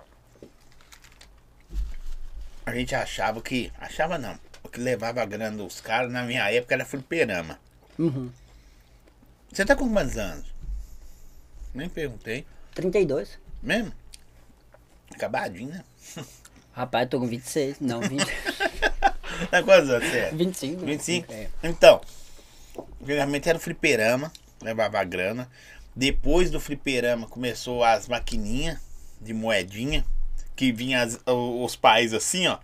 Speaker 1: a gente achava que. Achava não. O que levava a grana dos caras na minha época era fliperama.
Speaker 2: Uhum.
Speaker 1: Você tá com quantos anos? Nem perguntei.
Speaker 2: 32.
Speaker 1: Mesmo? Acabadinho, né?
Speaker 2: Rapaz, tô com 26. Não, 20,
Speaker 1: Tá com quantos anos você é?
Speaker 2: 25.
Speaker 1: 25?
Speaker 2: É.
Speaker 1: Então, geralmente era o fliperama, levava a grana. Depois do fliperama começou as maquininhas de moedinha, que vinha as- o- os países assim, ó.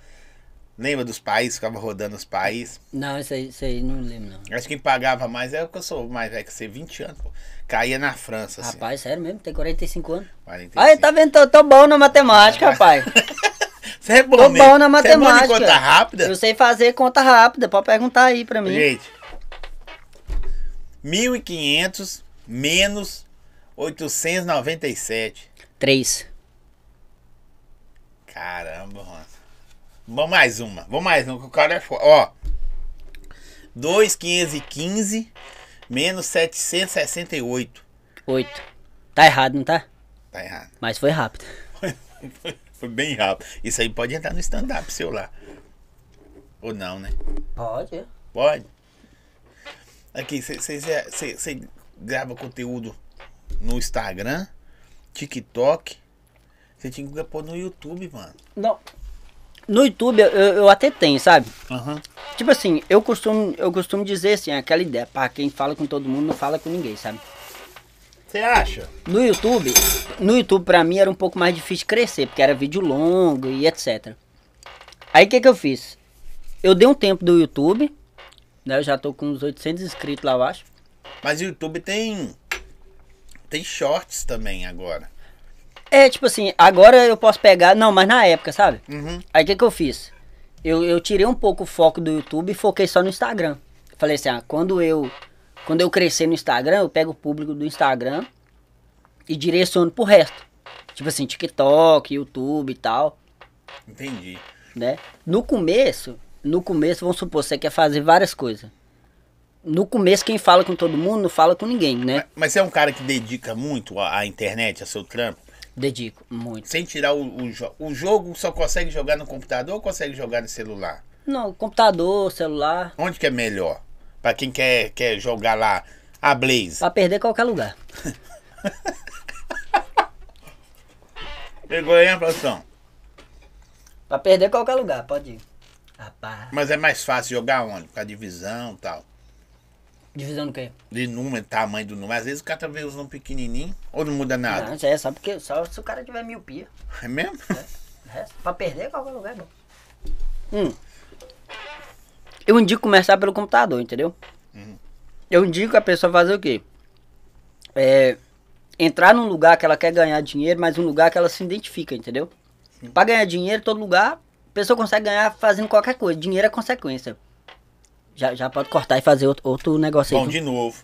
Speaker 1: Lembra dos países? Ficava rodando os países.
Speaker 2: Não, isso aí, isso aí não lembro, não.
Speaker 1: Acho que quem pagava mais é o que eu sou mais velho que você, 20 anos, pô. Caía na França, assim.
Speaker 2: Rapaz, sério mesmo, tem 45 anos.
Speaker 1: 45.
Speaker 2: Aí, tá vendo? Tô, tô bom na matemática, rapaz.
Speaker 1: Você é bom,
Speaker 2: Tô
Speaker 1: mesmo.
Speaker 2: tá bom na
Speaker 1: Você é bom de
Speaker 2: matemática.
Speaker 1: conta rápida?
Speaker 2: Eu sei fazer conta rápida, pode perguntar aí pra mim.
Speaker 1: Gente, 1.500 menos 897.
Speaker 2: 3.
Speaker 1: Caramba, mano. Vamos mais uma. Vamos mais uma, que o cara é foda. Ó. 2,515 menos 768.
Speaker 2: 8. Tá errado, não tá?
Speaker 1: Tá errado.
Speaker 2: Mas foi rápido.
Speaker 1: Foi bem rápido. Isso aí pode entrar no stand-up seu lá. Ou não, né?
Speaker 2: Pode.
Speaker 1: Pode? Aqui, você grava conteúdo no Instagram, TikTok. Você tinha que pôr no YouTube, mano.
Speaker 2: Não. No YouTube eu, eu até tenho, sabe?
Speaker 1: Aham.
Speaker 2: Tipo assim, eu costumo, eu costumo dizer assim, aquela ideia, pá, quem fala com todo mundo não fala com ninguém, sabe?
Speaker 1: Você acha?
Speaker 2: No YouTube, no YouTube pra mim era um pouco mais difícil crescer, porque era vídeo longo e etc. Aí o que que eu fiz? Eu dei um tempo do YouTube, né? Eu já tô com uns 800 inscritos lá, eu acho.
Speaker 1: Mas o YouTube tem. Tem shorts também agora.
Speaker 2: É, tipo assim, agora eu posso pegar... Não, mas na época, sabe?
Speaker 1: Uhum.
Speaker 2: Aí o que que eu fiz? Eu, eu tirei um pouco o foco do YouTube e foquei só no Instagram. Falei assim, ah, quando eu, quando eu crescer no Instagram, eu pego o público do Instagram e direciono pro resto. Tipo assim, TikTok, YouTube e tal,
Speaker 1: Entendi.
Speaker 2: né? No começo, no começo, vamos supor, você quer fazer várias coisas. No começo, quem fala com todo mundo não fala com ninguém, né?
Speaker 1: Mas- Mas você é um cara que dedica muito à à internet, ao seu trampo.
Speaker 2: Dedico muito.
Speaker 1: Sem tirar o, o, jo- o jogo, só consegue jogar no computador ou consegue jogar no celular?
Speaker 2: Não, computador, celular,
Speaker 1: Onde que é melhor? Pra quem quer, quer jogar lá a Blaze.
Speaker 2: pra perder qualquer lugar.
Speaker 1: Pegou aí a produção.
Speaker 2: Pra perder qualquer lugar, pode ir. Rapaz.
Speaker 1: Mas é mais fácil jogar onde? Com a divisão e tal.
Speaker 2: Divisão do quê?
Speaker 1: De número, tamanho do número. Às vezes o cara vê os números pequenininhos ou não muda nada.
Speaker 2: Não, isso aí é só porque só se o cara tiver miopia.
Speaker 1: É mesmo?
Speaker 2: O resto, Pra perder qualquer lugar é bom. Hum. Eu indico começar pelo computador, entendeu? Eu indico a pessoa fazer o quê? É, entrar num lugar que ela quer ganhar dinheiro, mas um lugar que ela se identifica, entendeu? Pra ganhar dinheiro, todo lugar, a pessoa consegue ganhar fazendo qualquer coisa. Dinheiro é consequência. Já, já pode cortar e fazer outro, outro negócio
Speaker 1: Bom,
Speaker 2: aí. viu?
Speaker 1: de novo.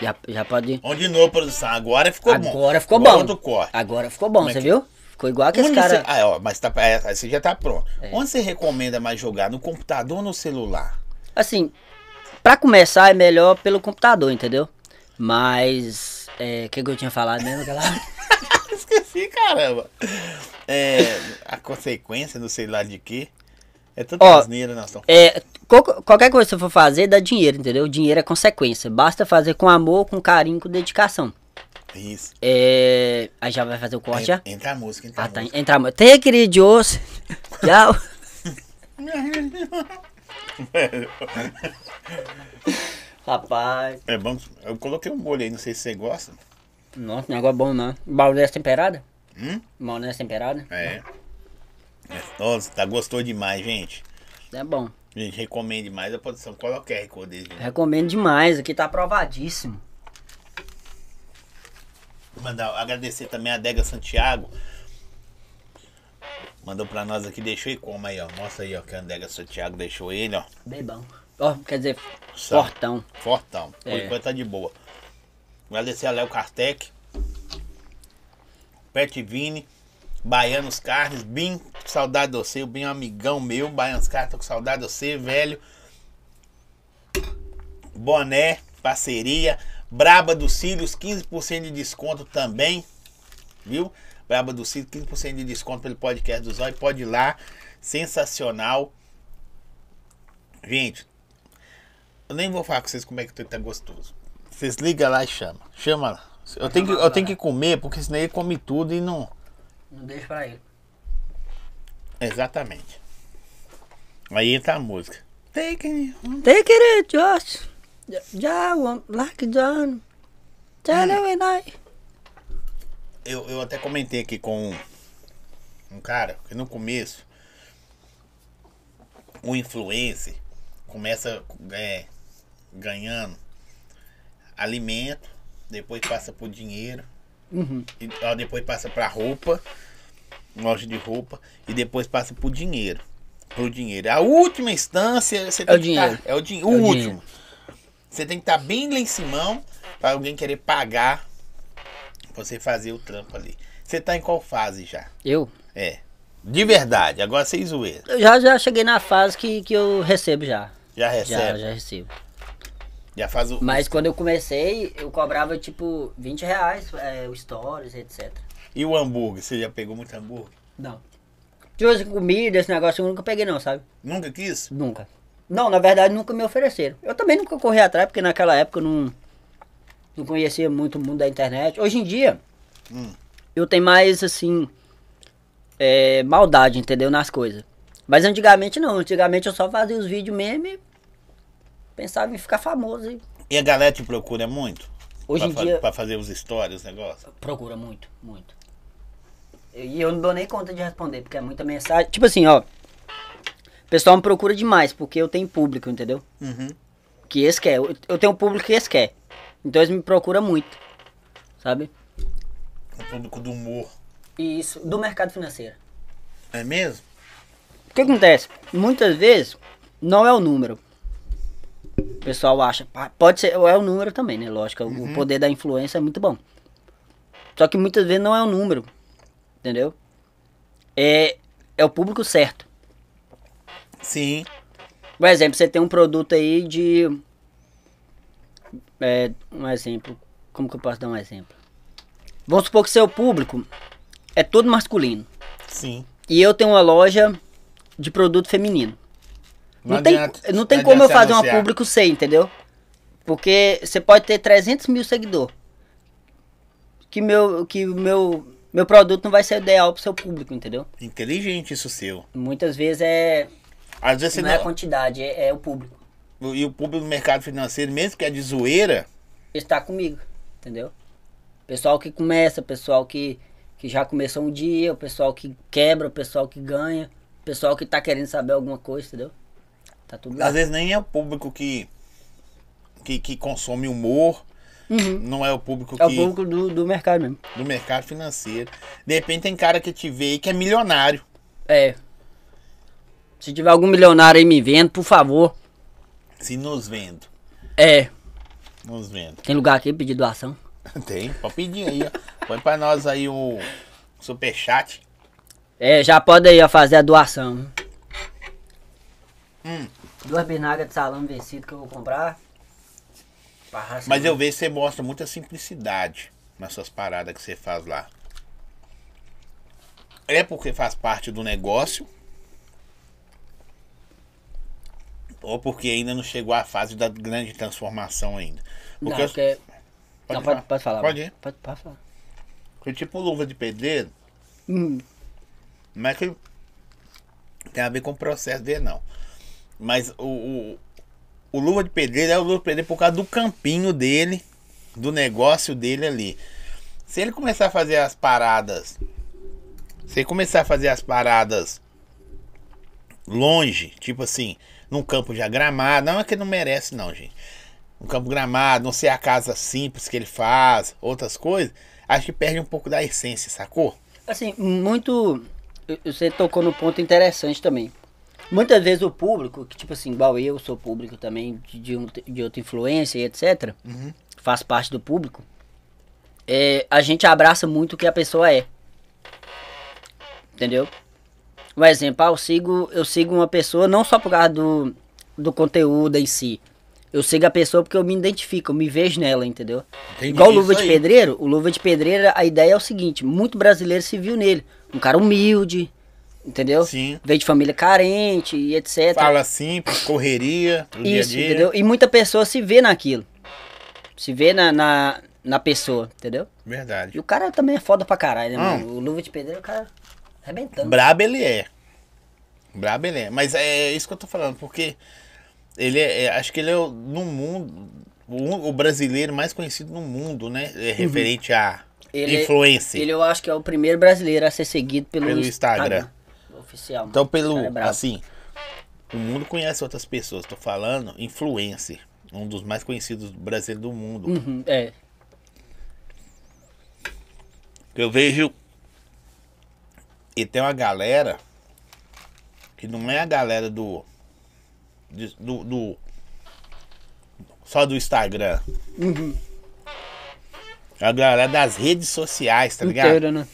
Speaker 2: Já, já pode.
Speaker 1: Bom, de novo, produção. Agora ficou bom.
Speaker 2: Agora ficou
Speaker 1: Igual
Speaker 2: bom.
Speaker 1: do corte.
Speaker 2: Agora ficou bom,
Speaker 1: Como é
Speaker 2: você
Speaker 1: que-
Speaker 2: viu? Ficou igual que esse
Speaker 1: Onde
Speaker 2: cara.
Speaker 1: você- Ah, ó, mas tá, é, aí você já tá pronto.
Speaker 2: É.
Speaker 1: Onde você recomenda mais jogar? No computador ou no celular?
Speaker 2: Assim, pra começar é melhor pelo computador, entendeu? Mas. É, o que, que eu tinha falado mesmo? galera?
Speaker 1: Esqueci, caramba. É, a consequência, não sei lá de quê. É tanta
Speaker 2: Ó,
Speaker 1: asneira, nós estamos.
Speaker 2: É, qual- qualquer coisa que você for fazer dá dinheiro, entendeu? Dinheiro é consequência. Basta fazer com amor, com carinho, com dedicação.
Speaker 1: Isso.
Speaker 2: É, aí já vai fazer o corte já?
Speaker 1: En- Entra a música, entra
Speaker 2: Ah,
Speaker 1: a
Speaker 2: tá.
Speaker 1: música.
Speaker 2: Entra amor. Tem querido de osso. Tchau. Rapaz.
Speaker 1: É bom. Eu coloquei um molho aí, não sei se você gosta.
Speaker 2: Nossa, negócio bom não. Maionese temperada?
Speaker 1: Hum?
Speaker 2: Maionese temperada?
Speaker 1: É. É, Nossa, tá, gostou demais, gente.
Speaker 2: É bom.
Speaker 1: Gente, recomendo demais a produção. Coloca o QR Code aí, gente.
Speaker 2: Recomendo demais. Aqui tá aprovadíssimo.
Speaker 1: Mandar, agradecer também a Adega Santiago. Mandou pra nós aqui, deixou e como aí, ó. Mostra aí, ó, que a Adega Santiago deixou ele, ó.
Speaker 2: Bebão. Ó, quer dizer,
Speaker 1: Só.
Speaker 2: fortão.
Speaker 1: Fortão. Por
Speaker 2: É.
Speaker 1: enquanto tá de boa. Agradecer a Léo Kartek, Pet Vini, Baianos Carnes, Bim, saudade de você, o Bim é um amigão meu, Baianos Carnes, tô com saudade de você, velho. Boné, parceria, Braba dos Cílios, 15% de desconto também, viu? Braba dos Cílios, 15% de desconto pelo podcast do Zói, pode ir lá, sensacional. Gente, eu nem vou falar com vocês como é que tá gostoso. Vocês ligam lá e chama. Chama lá. Eu tenho que, eu tenho que comer, porque senão ele come tudo e não.
Speaker 2: Não deixa pra ele.
Speaker 1: Exatamente. Aí entra a música. Take it.
Speaker 2: Tem querido de osso. Já, like John. Já não é night.
Speaker 1: Eu, eu até comentei aqui com um, um cara que no começo o influencer começa é, ganhando alimento, depois passa por dinheiro,
Speaker 2: Uhum.
Speaker 1: e, ó, depois passa pra roupa, loja de roupa, e depois passa por dinheiro. Pro dinheiro. A última instância você tem
Speaker 2: o
Speaker 1: que
Speaker 2: dinheiro.
Speaker 1: tá- é o, din o
Speaker 2: o
Speaker 1: último.
Speaker 2: dinheiro.
Speaker 1: Você tem que estar bem lá em cima pra alguém querer pagar você fazer o trampo ali. Você tá em qual fase já?
Speaker 2: Eu?
Speaker 1: É. De verdade, agora vocês zoeira.
Speaker 2: Eu já, já cheguei na fase que, que eu recebo já.
Speaker 1: Já
Speaker 2: Já,
Speaker 1: recebe? Já,
Speaker 2: já recebo.
Speaker 1: faz o.
Speaker 2: Mas quando eu comecei, eu cobrava tipo 20 reais é, o stories, etc.
Speaker 1: E o hambúrguer? Você já pegou muito hambúrguer?
Speaker 2: Não. De hoje comida, esse negócio eu nunca peguei não, sabe?
Speaker 1: Nunca quis?
Speaker 2: Nunca. Não, na verdade nunca me ofereceram. Eu também nunca corri atrás, porque naquela época eu não, não conhecia muito o mundo da internet. Hoje em dia,
Speaker 1: Hum.
Speaker 2: eu tenho mais, assim, é, maldade, entendeu? Nas coisas. Mas antigamente não, antigamente eu só fazia os vídeos mesmo e pensava em ficar famoso. E
Speaker 1: E a galera te procura muito?
Speaker 2: hoje
Speaker 1: pra,
Speaker 2: em
Speaker 1: fa-
Speaker 2: dia,
Speaker 1: pra fazer os stories, os negócios?
Speaker 2: procura muito, muito. E eu não dou nem conta de responder, porque é muita mensagem. Tipo assim, ó. O pessoal me procura demais, porque eu tenho público, entendeu?
Speaker 1: Uhum.
Speaker 2: que eles querem. Eu- Eu tenho um público que eles querem. Então eles me procuram muito. Sabe?
Speaker 1: O público do humor.
Speaker 2: E isso do mercado financeiro.
Speaker 1: Não é mesmo?
Speaker 2: O que acontece? Muitas vezes não é o número. O pessoal acha, "Pá, pode ser, é o número também, né? Lógico, o- o poder da influência é muito bom. Só que muitas vezes não é o número, entendeu? É, é o público certo.
Speaker 1: Sim.
Speaker 2: Por exemplo, você tem um produto aí de. É, um exemplo. Como que eu posso dar um exemplo? Vamos supor que seu público é todo masculino.
Speaker 1: Sim.
Speaker 2: E eu tenho uma loja de produto feminino. Não, tem,
Speaker 1: adianta-
Speaker 2: não tem
Speaker 1: não
Speaker 2: como eu
Speaker 1: adianta
Speaker 2: fazer
Speaker 1: você
Speaker 2: uma
Speaker 1: anunciar.
Speaker 2: público sem, entendeu? Porque você pode ter 300 mil seguidores. Que meu, que o meu, meu produto não vai ser ideal pro seu público, entendeu?
Speaker 1: Inteligente isso seu.
Speaker 2: Muitas vezes é.
Speaker 1: Às vezes você
Speaker 2: não é a
Speaker 1: não-
Speaker 2: quantidade, é, é o público.
Speaker 1: E o público do mercado financeiro, mesmo que é de zoeira,
Speaker 2: está comigo, entendeu? Pessoal que começa, pessoal que, que já começou um dia, o pessoal que quebra, o pessoal que ganha, o pessoal que tá querendo saber alguma coisa, entendeu? Tá tudo lá.
Speaker 1: às vezes nem é o público que, que, que consome humor. Não é o público
Speaker 2: É o
Speaker 1: que
Speaker 2: público do, do mercado mesmo.
Speaker 1: do mercado financeiro. De repente tem cara que te vê e que é milionário.
Speaker 2: É. Se tiver algum milionário aí me vendo, por favor.
Speaker 1: Se nos vendo.
Speaker 2: É.
Speaker 1: Nos vendo.
Speaker 2: Tem lugar aqui pra pedir doação?
Speaker 1: Tem, pode pedir aí, ó. Põe pra nós aí o superchat.
Speaker 2: É, já pode aí, ó, fazer a doação. Hum.
Speaker 1: Hum.
Speaker 2: Duas bisnagas de salame vencido que eu vou comprar. Pra raça
Speaker 1: Mas
Speaker 2: mesmo.
Speaker 1: eu vejo que você mostra muita simplicidade nas suas paradas que você faz lá. É porque faz parte do negócio. Ou porque ainda não chegou à fase da grande transformação ainda.
Speaker 2: Não,
Speaker 1: Porque eu-
Speaker 2: porque...
Speaker 1: Pode
Speaker 2: não, pode, pode falar.
Speaker 1: Pode ir.
Speaker 2: Pode, pode falar.
Speaker 1: Porque tipo luva de pedreiro,
Speaker 2: Hum,
Speaker 1: não é que tem a ver com o processo dele, não. Mas o, o, o luva de pedreiro é o luva de pedreiro por causa do campinho dele, do negócio dele ali. Se ele começar a fazer as paradas, se ele começar a fazer as paradas longe, tipo assim, num campo já gramado, não é que não merece, não, gente. Um campo gramado, não ser a casa simples que ele faz, outras coisas, acho que perde um pouco da essência, sacou?
Speaker 2: Assim, muito. Você tocou no ponto interessante também. Muitas vezes o público, que tipo assim, igual eu sou público também, de, de, um- de outra influência e etc., faz parte do público, é, a gente abraça muito o que a pessoa é. Entendeu? Um exemplo, ah, eu sigo, eu sigo uma pessoa não só por causa do, do conteúdo em si. Eu sigo a pessoa porque eu me identifico, eu me vejo nela, entendeu?
Speaker 1: Entendi
Speaker 2: Igual o
Speaker 1: É isso
Speaker 2: Luva de
Speaker 1: aí.
Speaker 2: Pedreiro, o Luva de Pedreiro, a ideia é o seguinte, muito brasileiro se viu nele. Um cara humilde, entendeu?
Speaker 1: Sim.
Speaker 2: Veio de família carente e etc.
Speaker 1: Fala simples, correria, do
Speaker 2: Tá. Isso,
Speaker 1: dia a dia.
Speaker 2: entendeu? E muita pessoa se vê naquilo. Se vê na, na, na pessoa, entendeu? E
Speaker 1: Verdade.
Speaker 2: o cara também é foda pra caralho, né,
Speaker 1: Hum.
Speaker 2: mano? O Luva de Pedreiro, o cara arrebentando.
Speaker 1: Brabo ele é. Brabo ele é. Mas é isso que eu tô falando, porque ele é. é- acho que ele é o- no mundo. O, o brasileiro mais conhecido no mundo, né? É referente a
Speaker 2: Uhum. Ele- é-
Speaker 1: influencer.
Speaker 2: Ele eu acho que é o primeiro brasileiro a ser seguido pelo,
Speaker 1: Pelo Instagram.
Speaker 2: Oficial.
Speaker 1: Então,
Speaker 2: mano. O
Speaker 1: pelo.
Speaker 2: cara é brabo.
Speaker 1: assim, o mundo conhece outras pessoas. Tô falando, influencer. Um dos mais conhecidos brasileiros do mundo.
Speaker 2: Uhum, é.
Speaker 1: Eu vejo. E tem uma galera. Que não é a galera do. de- Do. do- só do Instagram.
Speaker 2: Uhum.
Speaker 1: É a galera das redes sociais, tá ligado?
Speaker 2: Inteiro, né?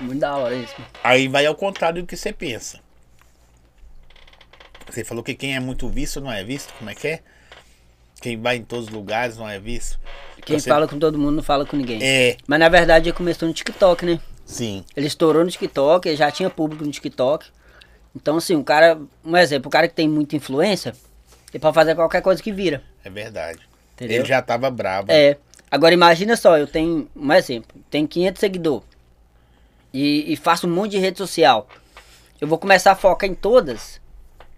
Speaker 2: Muito da hora isso, mano.
Speaker 1: Aí vai ao contrário do que você pensa. Você falou que quem é muito visto não é visto? Como é que é? Quem vai em todos os lugares não é visto?
Speaker 2: Quem
Speaker 1: Você-
Speaker 2: fala com todo mundo não fala com ninguém.
Speaker 1: É,
Speaker 2: Mas na verdade ele começou no TikTok, né?
Speaker 1: sim.
Speaker 2: Ele estourou no TikTok, ele já tinha público no TikTok. Então, assim, o cara, um exemplo, o cara que tem muita influência, ele pode fazer qualquer coisa que vira.
Speaker 1: É verdade.
Speaker 2: Entendeu?
Speaker 1: Ele já tava bravo.
Speaker 2: É. Agora imagina só, eu tenho, um exemplo, tenho 500 seguidores e, e faço um monte de rede social. Eu vou começar a focar em todas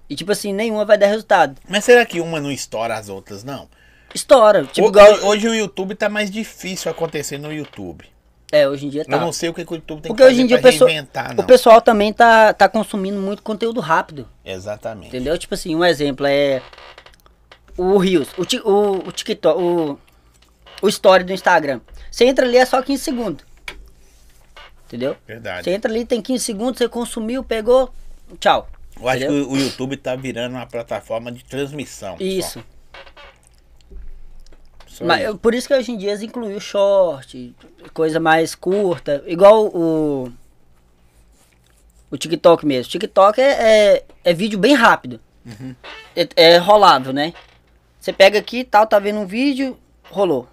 Speaker 2: e, tipo assim, nenhuma vai dar resultado.
Speaker 1: Mas será que uma não estoura as outras, não?
Speaker 2: Estoura. Tipo,
Speaker 1: Ho-
Speaker 2: igual.
Speaker 1: hoje, o YouTube tá mais difícil acontecer no YouTube.
Speaker 2: É, hoje em dia tá.
Speaker 1: Eu não sei o que, que o YouTube tem
Speaker 2: Porque
Speaker 1: que
Speaker 2: hoje
Speaker 1: fazer
Speaker 2: em dia o
Speaker 1: pra
Speaker 2: pessoal,
Speaker 1: reinventar, não.
Speaker 2: o pessoal também tá, tá consumindo muito conteúdo rápido.
Speaker 1: Exatamente.
Speaker 2: Entendeu? Tipo assim, um exemplo é. O Rios, o, Ti- o, o TikTok, o, o Story do Instagram. Você entra ali é só 15 segundos. Entendeu?
Speaker 1: Verdade.
Speaker 2: Você entra ali, tem 15 segundos, você consumiu, pegou, tchau.
Speaker 1: Eu acho que
Speaker 2: Entendeu?
Speaker 1: o o YouTube tá virando uma plataforma de transmissão. só.
Speaker 2: Isso.
Speaker 1: Só
Speaker 2: Mas
Speaker 1: isso.
Speaker 2: eu- por isso que hoje em dia eles incluíram short, coisa mais curta. Igual o. O TikTok mesmo. TikTok é, é, é vídeo bem rápido.
Speaker 1: Uhum.
Speaker 2: É, é rolado, né? Você pega aqui e tal, tá vendo um vídeo, rolou.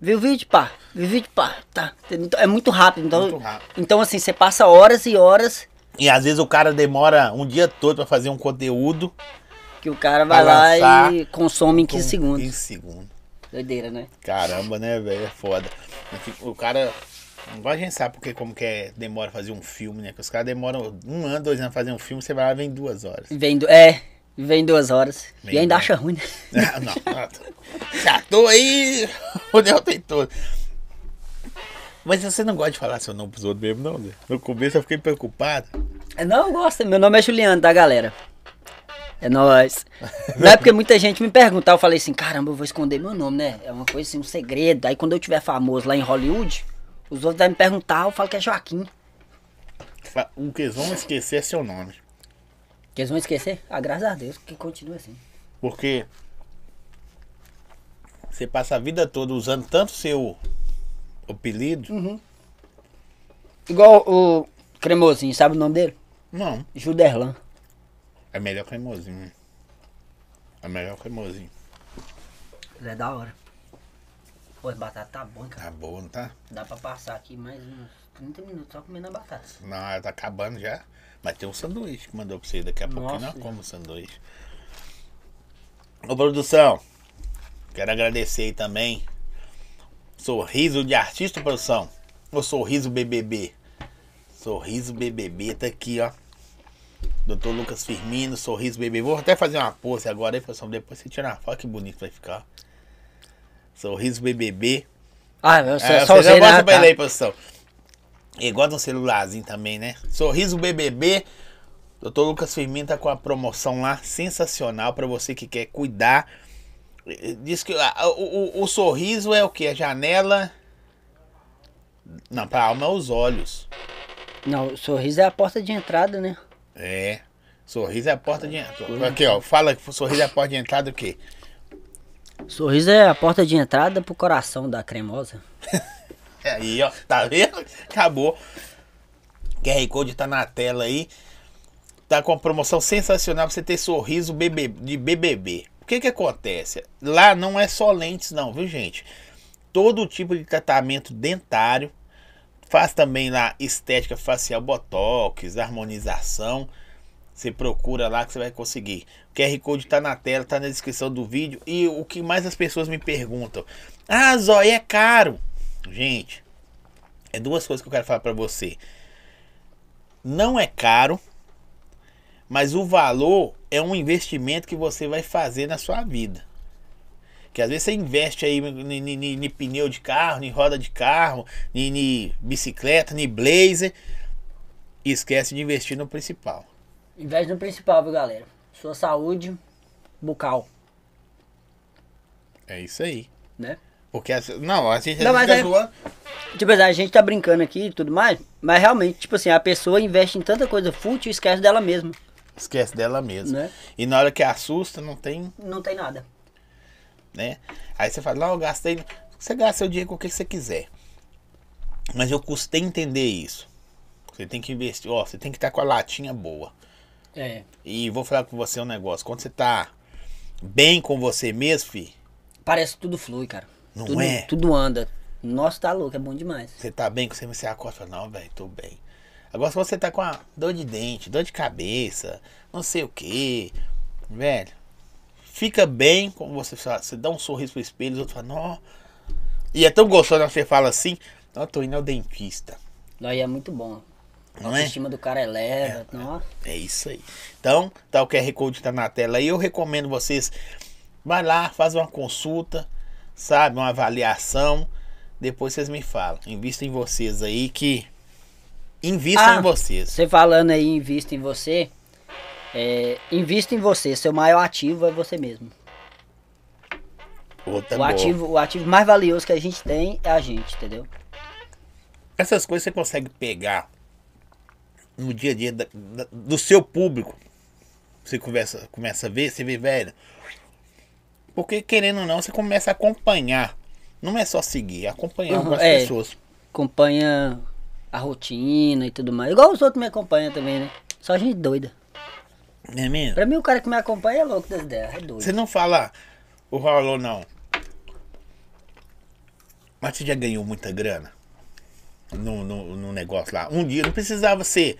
Speaker 2: Viu o vídeo, pá. Viu o vídeo, pá. Tá. Então, É muito rápido. Então,
Speaker 1: Muito rápido.
Speaker 2: então, assim, você passa horas e horas
Speaker 1: E às vezes o cara demora um dia todo pra fazer um conteúdo.
Speaker 2: que o cara vai
Speaker 1: Vai
Speaker 2: lá
Speaker 1: lançar
Speaker 2: e consome em 15
Speaker 1: com
Speaker 2: segundos.
Speaker 1: 15 segundos.
Speaker 2: Doideira, né?
Speaker 1: Caramba, né, velho? É foda. Mas, tipo, O cara. Agora a gente sabe porque como que é, demora fazer um filme, né? Que os caras demoram um ano, dois anos pra fazer um filme, você vai lá e vem duas horas.
Speaker 2: Vem du- é, vem duas horas.
Speaker 1: Vem
Speaker 2: e ainda
Speaker 1: duas.
Speaker 2: acha ruim, né?
Speaker 1: Ah, não, não. já tô aí, o Neo tem todo. Mas você não gosta de falar seu nome pros outros mesmo, não, Zé? No começo eu fiquei preocupado.
Speaker 2: É, Não, eu gosto. Meu nome é Juliano, da galera. É nóis. Não é porque muita gente me pergunta, eu falei assim, caramba, eu vou esconder meu nome, né? É uma coisa assim, um segredo. Aí quando eu tiver famoso lá em Hollywood, os outros vão me perguntar, eu falo que é Joaquim.
Speaker 1: Fa- O que eles vão esquecer é seu nome.
Speaker 2: Que eles vão esquecer? Ah, graças a Deus, que continua assim.
Speaker 1: Porque você passa a vida toda usando tanto seu apelido.
Speaker 2: Igual o Cremosinho, sabe o nome dele?
Speaker 1: Não,
Speaker 2: Juderlan.
Speaker 1: é melhor cremosinho. É melhor cremosinho.
Speaker 2: Ele é da hora. Pô, a batata tá boa, hein, cara.
Speaker 1: Tá bom, não tá?
Speaker 2: Dá pra passar aqui mais uns 30 minutos só comendo a batata.
Speaker 1: Não, ela tá acabando já. Mas tem um sanduíche que mandou pra você daqui a pouquinho. Não
Speaker 2: Nossa.
Speaker 1: como sanduíche. Ô, produção. Quero agradecer aí também. Sorriso de artista, produção. O Sorriso BBB. Sorriso BBB tá aqui, ó. Dr. Lucas Firmino, Sorriso BBB. Vou até fazer uma pose agora aí, produção. Depois você tira uma foto, que bonito vai ficar. Sorriso BBB.
Speaker 2: Ah, eu só,
Speaker 1: É,
Speaker 2: só
Speaker 1: você já
Speaker 2: usei na-
Speaker 1: gosta
Speaker 2: tá.
Speaker 1: pra ele aí, produção. E gosta de um celularzinho também, né? Sorriso BBB. Doutor Lucas Firmino tá com a promoção lá sensacional pra você que quer cuidar. Eh, Diz que ah, o, o- o sorriso é o que? A janela. Não, pra alma é os olhos.
Speaker 2: Não, o sorriso é a porta de entrada, né?
Speaker 1: É. Sorriso é a porta de entrada. Aqui, ó. Fala que sorriso é a porta de entrada o quê?
Speaker 2: Sorriso é a porta de entrada pro coração da cremosa.
Speaker 1: Aí, ó, tá vendo? Acabou. QR Code tá na tela aí. Tá com uma promoção sensacional pra você ter sorriso BB de BBB. O que que acontece? Lá não é só lentes não, viu, gente? Todo tipo de tratamento dentário. Faz também lá estética facial, botox, harmonização. Você procura lá que você vai conseguir. O QR Code tá na tela, tá na descrição do vídeo. E o que mais as pessoas me perguntam: Ah, zóia é caro. Gente, é duas coisas que eu quero falar pra você. Não é caro, mas o valor é um investimento que você vai fazer na sua vida. Que às vezes você investe aí em- em em- em pneu de carro, em roda de carro, em- em bicicleta, em blazer e esquece de investir no principal.
Speaker 2: Investe no principal, viu, galera? Sua saúde bucal,
Speaker 1: É isso aí.
Speaker 2: né?
Speaker 1: Porque as- não, a gente
Speaker 2: Não,
Speaker 1: às
Speaker 2: mas
Speaker 1: vezes
Speaker 2: é-
Speaker 1: zoa-
Speaker 2: Tipo, assim, a gente tá brincando aqui e tudo mais, mas realmente, tipo assim, a pessoa investe em tanta coisa fútil e esquece dela mesma,
Speaker 1: esquece dela mesmo.
Speaker 2: né?
Speaker 1: E na hora que assusta, não tem
Speaker 2: Não tem nada.
Speaker 1: né? Aí você fala, não, eu gastei. Você gasta seu dinheiro com o que você quiser. Mas eu custei entender isso. Você tem que investir, ó, você tem que estar com a latinha boa.
Speaker 2: É.
Speaker 1: E vou falar com você um negócio. Quando você tá bem com você mesmo, fi,
Speaker 2: Parece que tudo flui, cara.
Speaker 1: Não
Speaker 2: tudo,
Speaker 1: é?
Speaker 2: Tudo anda. Nossa, tá louco, é bom demais.
Speaker 1: você tá bem com você, mesmo, você acorda e fala, não, velho, tô bem. Agora, se você tá com uma dor de dente, dor de cabeça, não sei o que, velho, fica bem como você fala. Você dá um sorriso pro espelho, os outros falam, não. E é tão gostoso quando você fala assim, ó, tô indo ao dentista.
Speaker 2: Daí é muito bom. A
Speaker 1: Não é?
Speaker 2: autoestima do cara eleva. nossa.
Speaker 1: É isso aí. Então, tá o QR Code tá na tela aí. Eu recomendo vocês, vai lá, faz uma consulta, sabe, uma avaliação. Depois vocês me falam. Invista em vocês aí que. Invista
Speaker 2: Ah,
Speaker 1: em vocês.
Speaker 2: Você falando aí, invista em você. É, invista em você. Seu maior ativo é você mesmo.
Speaker 1: Outra
Speaker 2: o,
Speaker 1: boa.
Speaker 2: ativo, o ativo mais valioso que a gente tem é a gente, entendeu?
Speaker 1: Essas coisas você consegue pegar no dia a dia da- da- do seu público. Você conversa, começa a ver, você vê, velho. Porque querendo ou não, você começa a acompanhar. Não é só seguir, é acompanhar
Speaker 2: Uhum,
Speaker 1: algumas
Speaker 2: é.
Speaker 1: pessoas.
Speaker 2: Acompanha a rotina e tudo mais. Igual os outros me acompanham também, né? Só gente doida.
Speaker 1: Né, menino?
Speaker 2: Pra mim, o cara que me acompanha é louco das ideias, é doido.
Speaker 1: Você não fala o Raulô, não. Mas você já ganhou muita grana no, no, no negócio lá. Um dia não precisava ser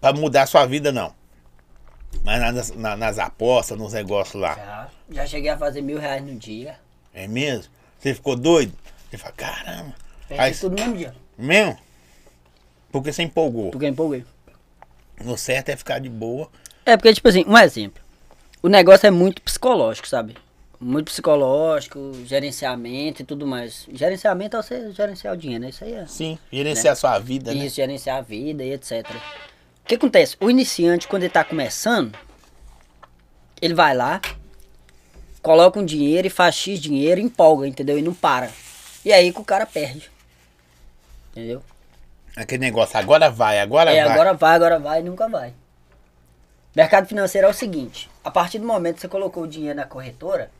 Speaker 1: pra mudar a sua vida, não. Mas nas, na- nas apostas, nos negócios lá.
Speaker 2: Já, já cheguei a fazer mil reais no dia.
Speaker 1: É mesmo? Você ficou doido? Você fala, caramba.
Speaker 2: Perdi
Speaker 1: Aí,
Speaker 2: tudo no mesmo dia.
Speaker 1: mesmo? Porque você empolgou.
Speaker 2: Porque eu empolguei.
Speaker 1: No certo é ficar de boa.
Speaker 2: É porque, tipo assim, um exemplo. O negócio é muito psicológico, sabe? Muito psicológico, gerenciamento e tudo mais. Gerenciamento é você gerenciar o dinheiro, né? Isso aí é.
Speaker 1: Sim, gerenciar a sua vida, né?
Speaker 2: Isso, gerenciar a vida e etc. O que acontece? O iniciante, quando ele tá começando, ele vai lá, coloca um dinheiro e faz X dinheiro, empolga, entendeu? E não para. E aí que o cara perde. Entendeu?
Speaker 1: Aquele negócio, agora vai, agora
Speaker 2: é,
Speaker 1: vai.
Speaker 2: agora vai, agora vai, nunca vai. Mercado financeiro é o seguinte: a partir do momento que você colocou o dinheiro na corretora,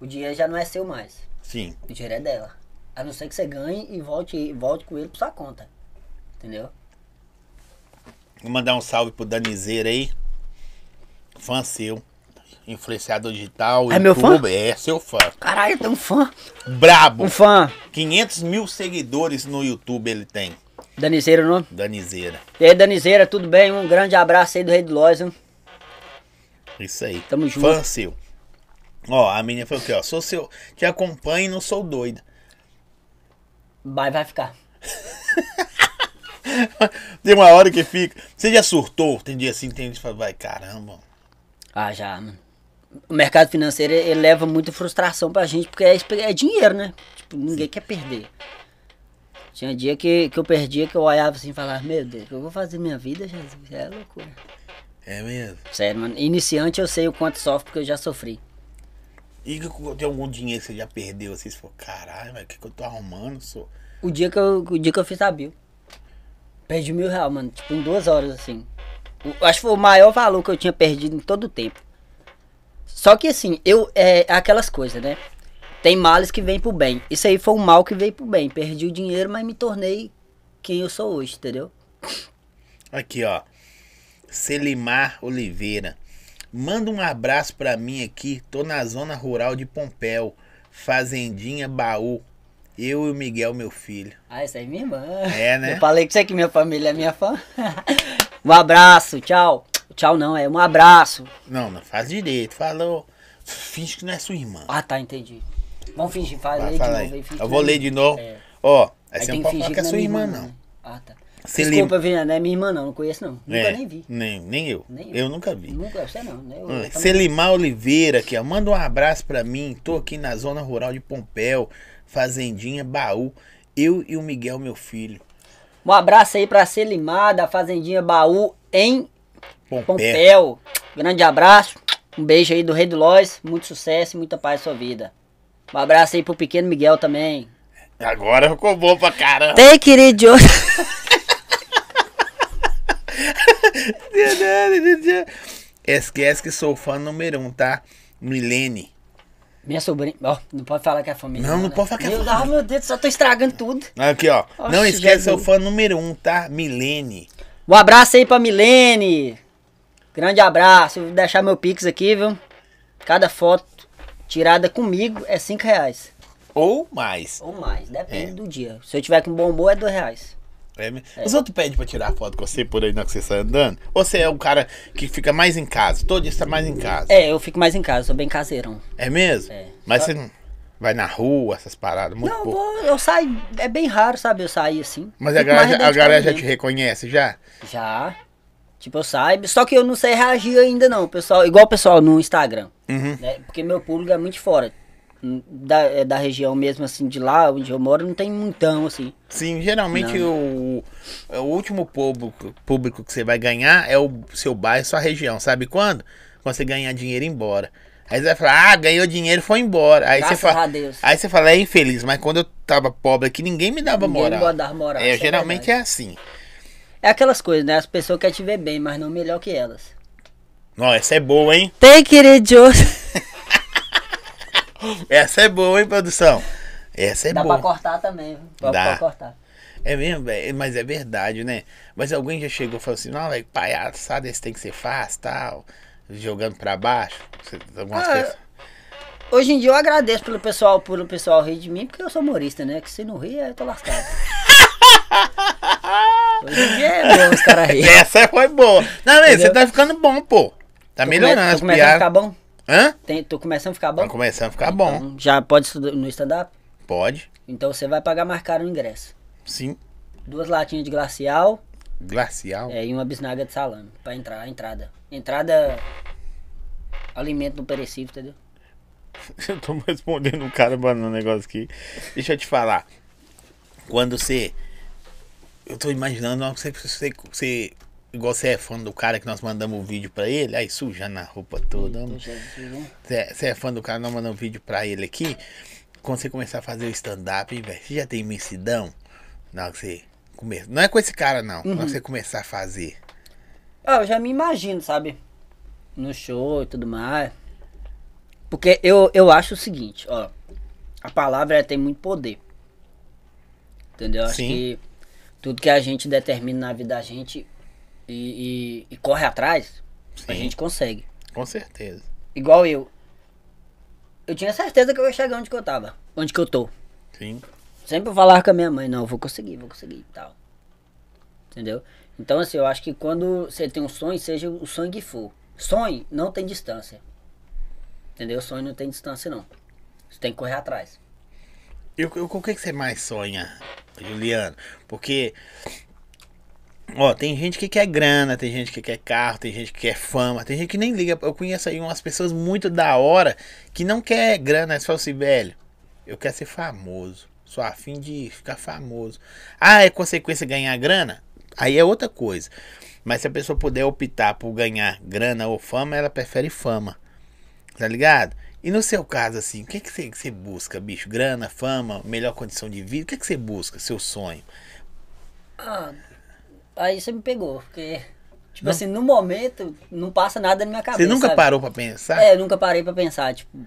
Speaker 2: o dinheiro já não é seu mais.
Speaker 1: Sim.
Speaker 2: O dinheiro é dela. A não ser que você ganhe e volte, volte com ele pra sua conta. Entendeu?
Speaker 1: Vou mandar um salve pro Danizeiro aí. Fã seu. Influenciador digital.
Speaker 2: É meu fã?
Speaker 1: youtuber. É, seu fã.
Speaker 2: Caralho, tem um fã.
Speaker 1: Brabo.
Speaker 2: Um fã.
Speaker 1: 500 mil seguidores no YouTube ele tem.
Speaker 2: Danizeira, o nome?
Speaker 1: Danizeira.
Speaker 2: E aí, Danizeira, tudo bem? Um grande abraço aí do Rei do Lois, hein?
Speaker 1: Isso aí.
Speaker 2: Tamo junto.
Speaker 1: Fã seu. Ó, a menina falou aqui, ó. Sou seu. Te acompanho e não sou doida.
Speaker 2: Vai, vai ficar.
Speaker 1: Tem uma hora que fica. Você já surtou? Tem dia assim, tem gente que fala, vai, caramba.
Speaker 2: Ah, já, mano. O mercado financeiro ele leva muita frustração pra gente, porque é, espe- é dinheiro, né? Tipo, ninguém quer perder. Tinha dia que, que eu perdia, que eu olhava assim e falava, meu Deus, o que eu vou fazer na minha vida, Jesus? É loucura.
Speaker 1: É mesmo?
Speaker 2: Sério, mano. Iniciante eu sei o quanto sofre, porque eu já sofri.
Speaker 1: E que- tem algum dinheiro que você já perdeu assim? Você falou, caralho, mas o que, que eu tô arrumando? Sou...
Speaker 2: O dia que eu, o dia que eu fiz a bio. Perdi mil reais, mano. Tipo, em duas horas, assim. O- acho que foi o maior valor que eu tinha perdido em todo o tempo. Só que assim, eu. É aquelas coisas, né? Tem males que vêm pro bem. Isso aí foi um mal que veio pro bem. Perdi o dinheiro, mas me tornei quem eu sou hoje, entendeu?
Speaker 1: Aqui, ó. Selimar Oliveira. Manda um abraço pra mim aqui. Tô na zona rural de Pompéu, Fazendinha Baú. Eu e o Miguel, meu filho.
Speaker 2: Ah, isso aí é minha irmã.
Speaker 1: É, né?
Speaker 2: Eu falei com você que minha família é minha fã. um abraço, tchau. Tchau não, é um abraço.
Speaker 1: Não, não faz direito. Falou. Finge que não é sua irmã.
Speaker 2: Ah, tá, entendi. Vamos fingir, fala,
Speaker 1: Vai,
Speaker 2: lê de
Speaker 1: fala
Speaker 2: novo.
Speaker 1: aí.
Speaker 2: aí, finge
Speaker 1: Eu
Speaker 2: que
Speaker 1: vou
Speaker 2: não é
Speaker 1: ler de
Speaker 2: minha.
Speaker 1: novo.
Speaker 2: É.
Speaker 1: Ó, aí
Speaker 2: Aí
Speaker 1: você
Speaker 2: tem
Speaker 1: não pode
Speaker 2: que
Speaker 1: falar
Speaker 2: fingir
Speaker 1: que é
Speaker 2: não
Speaker 1: sua
Speaker 2: minha
Speaker 1: irmã, não.
Speaker 2: Ah, tá.
Speaker 1: Se
Speaker 2: Desculpa, Viana, não é minha irmã, não. Não conheço, não. Nunca
Speaker 1: É,
Speaker 2: nem vi.
Speaker 1: Nem, nem eu.
Speaker 2: Nem
Speaker 1: eu. nunca vi.
Speaker 2: Nunca, você não, né? Eu-
Speaker 1: Ah,
Speaker 2: eu também-
Speaker 1: Selimar Oliveira aqui, ó. Manda um abraço pra mim. Tô aqui na zona rural de Pompéu, Fazendinha, Baú. Eu e o Miguel, meu filho.
Speaker 2: Um abraço aí pra Selimar, da Fazendinha Baú, em
Speaker 1: Pompéu.
Speaker 2: Pompéu. Grande abraço. Um beijo aí do Rei do Lois. Muito sucesso e muita paz na sua vida. Um abraço aí pro pequeno Miguel também.
Speaker 1: Agora ficou bom pra caramba.
Speaker 2: Tem querido.
Speaker 1: Esquece que sou fã número um, tá? Milene.
Speaker 2: Minha sobrinha. Ó, não pode falar que é família.
Speaker 1: Não, não
Speaker 2: né?
Speaker 1: pode falar que é
Speaker 2: Meu-
Speaker 1: família.
Speaker 2: Ah, meu Deus, só tô estragando tudo.
Speaker 1: Aqui, ó.
Speaker 2: Oxe,
Speaker 1: Não esquece, sou
Speaker 2: Jesus.
Speaker 1: fã número um, tá? Milene.
Speaker 2: Um abraço aí pra Milene. Grande abraço. Vou deixar meu pix aqui, viu? Cada foto tirada comigo é 5 reais.
Speaker 1: Ou mais.
Speaker 2: Ou mais, depende do dia. Se eu tiver com bom humor, é 2 é reais.
Speaker 1: pede. Os outros pedem pra tirar foto com você por aí na hora que você sai andando? Ou você é o cara que fica mais em casa? Todo dia você tá mais em casa? É,
Speaker 2: É, eu fico mais em casa, sou bem caseirão.
Speaker 1: mesmo?
Speaker 2: É.
Speaker 1: Mas você não vai na rua, essas paradas, muito
Speaker 2: Não, eu
Speaker 1: pouco.
Speaker 2: vou, eu saio, é bem raro, sabe, eu sair assim.
Speaker 1: Mas a
Speaker 2: Fico
Speaker 1: galera,
Speaker 2: mais
Speaker 1: já- a
Speaker 2: dentro de
Speaker 1: galera
Speaker 2: casa
Speaker 1: já te
Speaker 2: mesmo.
Speaker 1: reconhece, já?
Speaker 2: Já. Tipo, eu saio, só que eu não sei reagir ainda não, pessoal, igual o pessoal no Instagram.
Speaker 1: Uhum.
Speaker 2: né? Porque meu público é muito de fora. Da, é da região mesmo, assim, de lá onde eu moro, não tem muitão, assim.
Speaker 1: Sim, geralmente o, o último público, público que você vai ganhar é o seu bairro, sua região. Sabe quando? Quando você ganhar dinheiro e ir embora. Aí você vai falar, ah, ganhou dinheiro e foi embora. Aí
Speaker 2: Graças
Speaker 1: você fala.
Speaker 2: a Deus.
Speaker 1: Aí você fala, é infeliz, mas quando eu tava pobre aqui, ninguém me dava
Speaker 2: Ninguém me
Speaker 1: moral.
Speaker 2: dava moral,
Speaker 1: É,
Speaker 2: isso é
Speaker 1: geralmente é,
Speaker 2: verdade.
Speaker 1: assim.
Speaker 2: É aquelas coisas, né? As pessoas querem te ver bem, mas não melhor que elas.
Speaker 1: Não, essa é boa, hein?
Speaker 2: Tem querido.
Speaker 1: Essa é boa, hein, produção? Essa é
Speaker 2: Dá
Speaker 1: boa.
Speaker 2: pra cortar também, viu? Dá
Speaker 1: Dá.
Speaker 2: pra cortar.
Speaker 1: É mesmo, velho. Mas é verdade, né? Mas alguém já chegou e falou assim, não, velho, palhaçada esse tem que ser fácil, tal. Jogando pra baixo. Você- Algumas
Speaker 2: Ah,
Speaker 1: pessoas.
Speaker 2: Hoje em dia eu agradeço pelo pessoal, pelo pessoal rir de mim, porque eu sou humorista, né? Que se não rir, eu tô lascado. Hoje em dia é bom os caras rirem.
Speaker 1: Essa foi boa. Não, velho, você
Speaker 2: Entendeu?
Speaker 1: tá ficando bom, pô. Tá melhorando
Speaker 2: Tô
Speaker 1: as
Speaker 2: começando a ficar
Speaker 1: piadas.
Speaker 2: bom?
Speaker 1: Hã?
Speaker 2: Tem- tô começando a ficar bom?
Speaker 1: Tá começando a ficar bom.
Speaker 2: Então, já pode estudar no stand-up?
Speaker 1: Pode.
Speaker 2: Então você vai pagar mais caro o ingresso.
Speaker 1: Sim.
Speaker 2: Duas latinhas de glacial
Speaker 1: Glacial.
Speaker 2: é, e uma bisnaga de salame pra entrar, a entrada. Entrada. Alimento não perecível, entendeu?
Speaker 1: Eu tô respondendo um cara banando um negócio aqui. Deixa eu te falar. Quando você. Eu tô imaginando não, você, você, você. Igual você é fã do cara que nós mandamos o vídeo pra ele. Aí sujando a roupa toda.
Speaker 2: Então,
Speaker 1: mano.
Speaker 2: Jesus, né?
Speaker 1: Você é- você é fã do cara, nós mandamos um vídeo pra ele aqui. Quando você começar a fazer o stand-up, hein, velho? Você já tem imensidão? Não, que você. Come... Não é com esse cara, não. Quando você começar a fazer.
Speaker 2: Ah, eu já me imagino, sabe? No show e tudo mais. Porque eu, eu acho o seguinte, ó. A palavra ela tem muito poder. Entendeu? Eu Acho
Speaker 1: Sim.
Speaker 2: que tudo que a gente determina na vida da gente e, e- e corre atrás, a
Speaker 1: Sim.
Speaker 2: gente consegue.
Speaker 1: Com certeza.
Speaker 2: Igual eu. Eu tinha certeza que eu ia chegar onde que eu tava. Onde que eu tô.
Speaker 1: Sim.
Speaker 2: Sempre eu falava com a minha mãe, não, eu vou conseguir, vou conseguir e tal. Entendeu? Então, assim, eu acho que quando você tem um sonho, seja o sonho que for. Sonho não tem distância. Entendeu? Sonho não tem distância, não. Você tem que correr atrás.
Speaker 1: E o- o- com o que que você mais sonha, Juliano? Porque. Ó, tem gente que quer grana, tem gente que quer carro, tem gente que quer fama, tem gente que nem liga. Eu conheço aí umas pessoas muito da hora que não quer grana, elas falam assim, velho, eu quero ser famoso. Só a fim de ficar famoso. Ah, é consequência ganhar grana? Aí é outra coisa. Mas se a pessoa puder optar por ganhar grana ou fama, ela prefere fama. Tá ligado? E no seu caso, assim, o que, que, você, que você busca, bicho? Grana, fama, melhor condição de vida? O que, que você busca, seu sonho?
Speaker 2: Ah, aí você me pegou, porque, tipo
Speaker 1: Não.
Speaker 2: assim, no momento, não passa nada na minha cabeça.
Speaker 1: você nunca
Speaker 2: Ah, sabe?
Speaker 1: parou pra pensar?
Speaker 2: É, eu nunca parei pra pensar, tipo,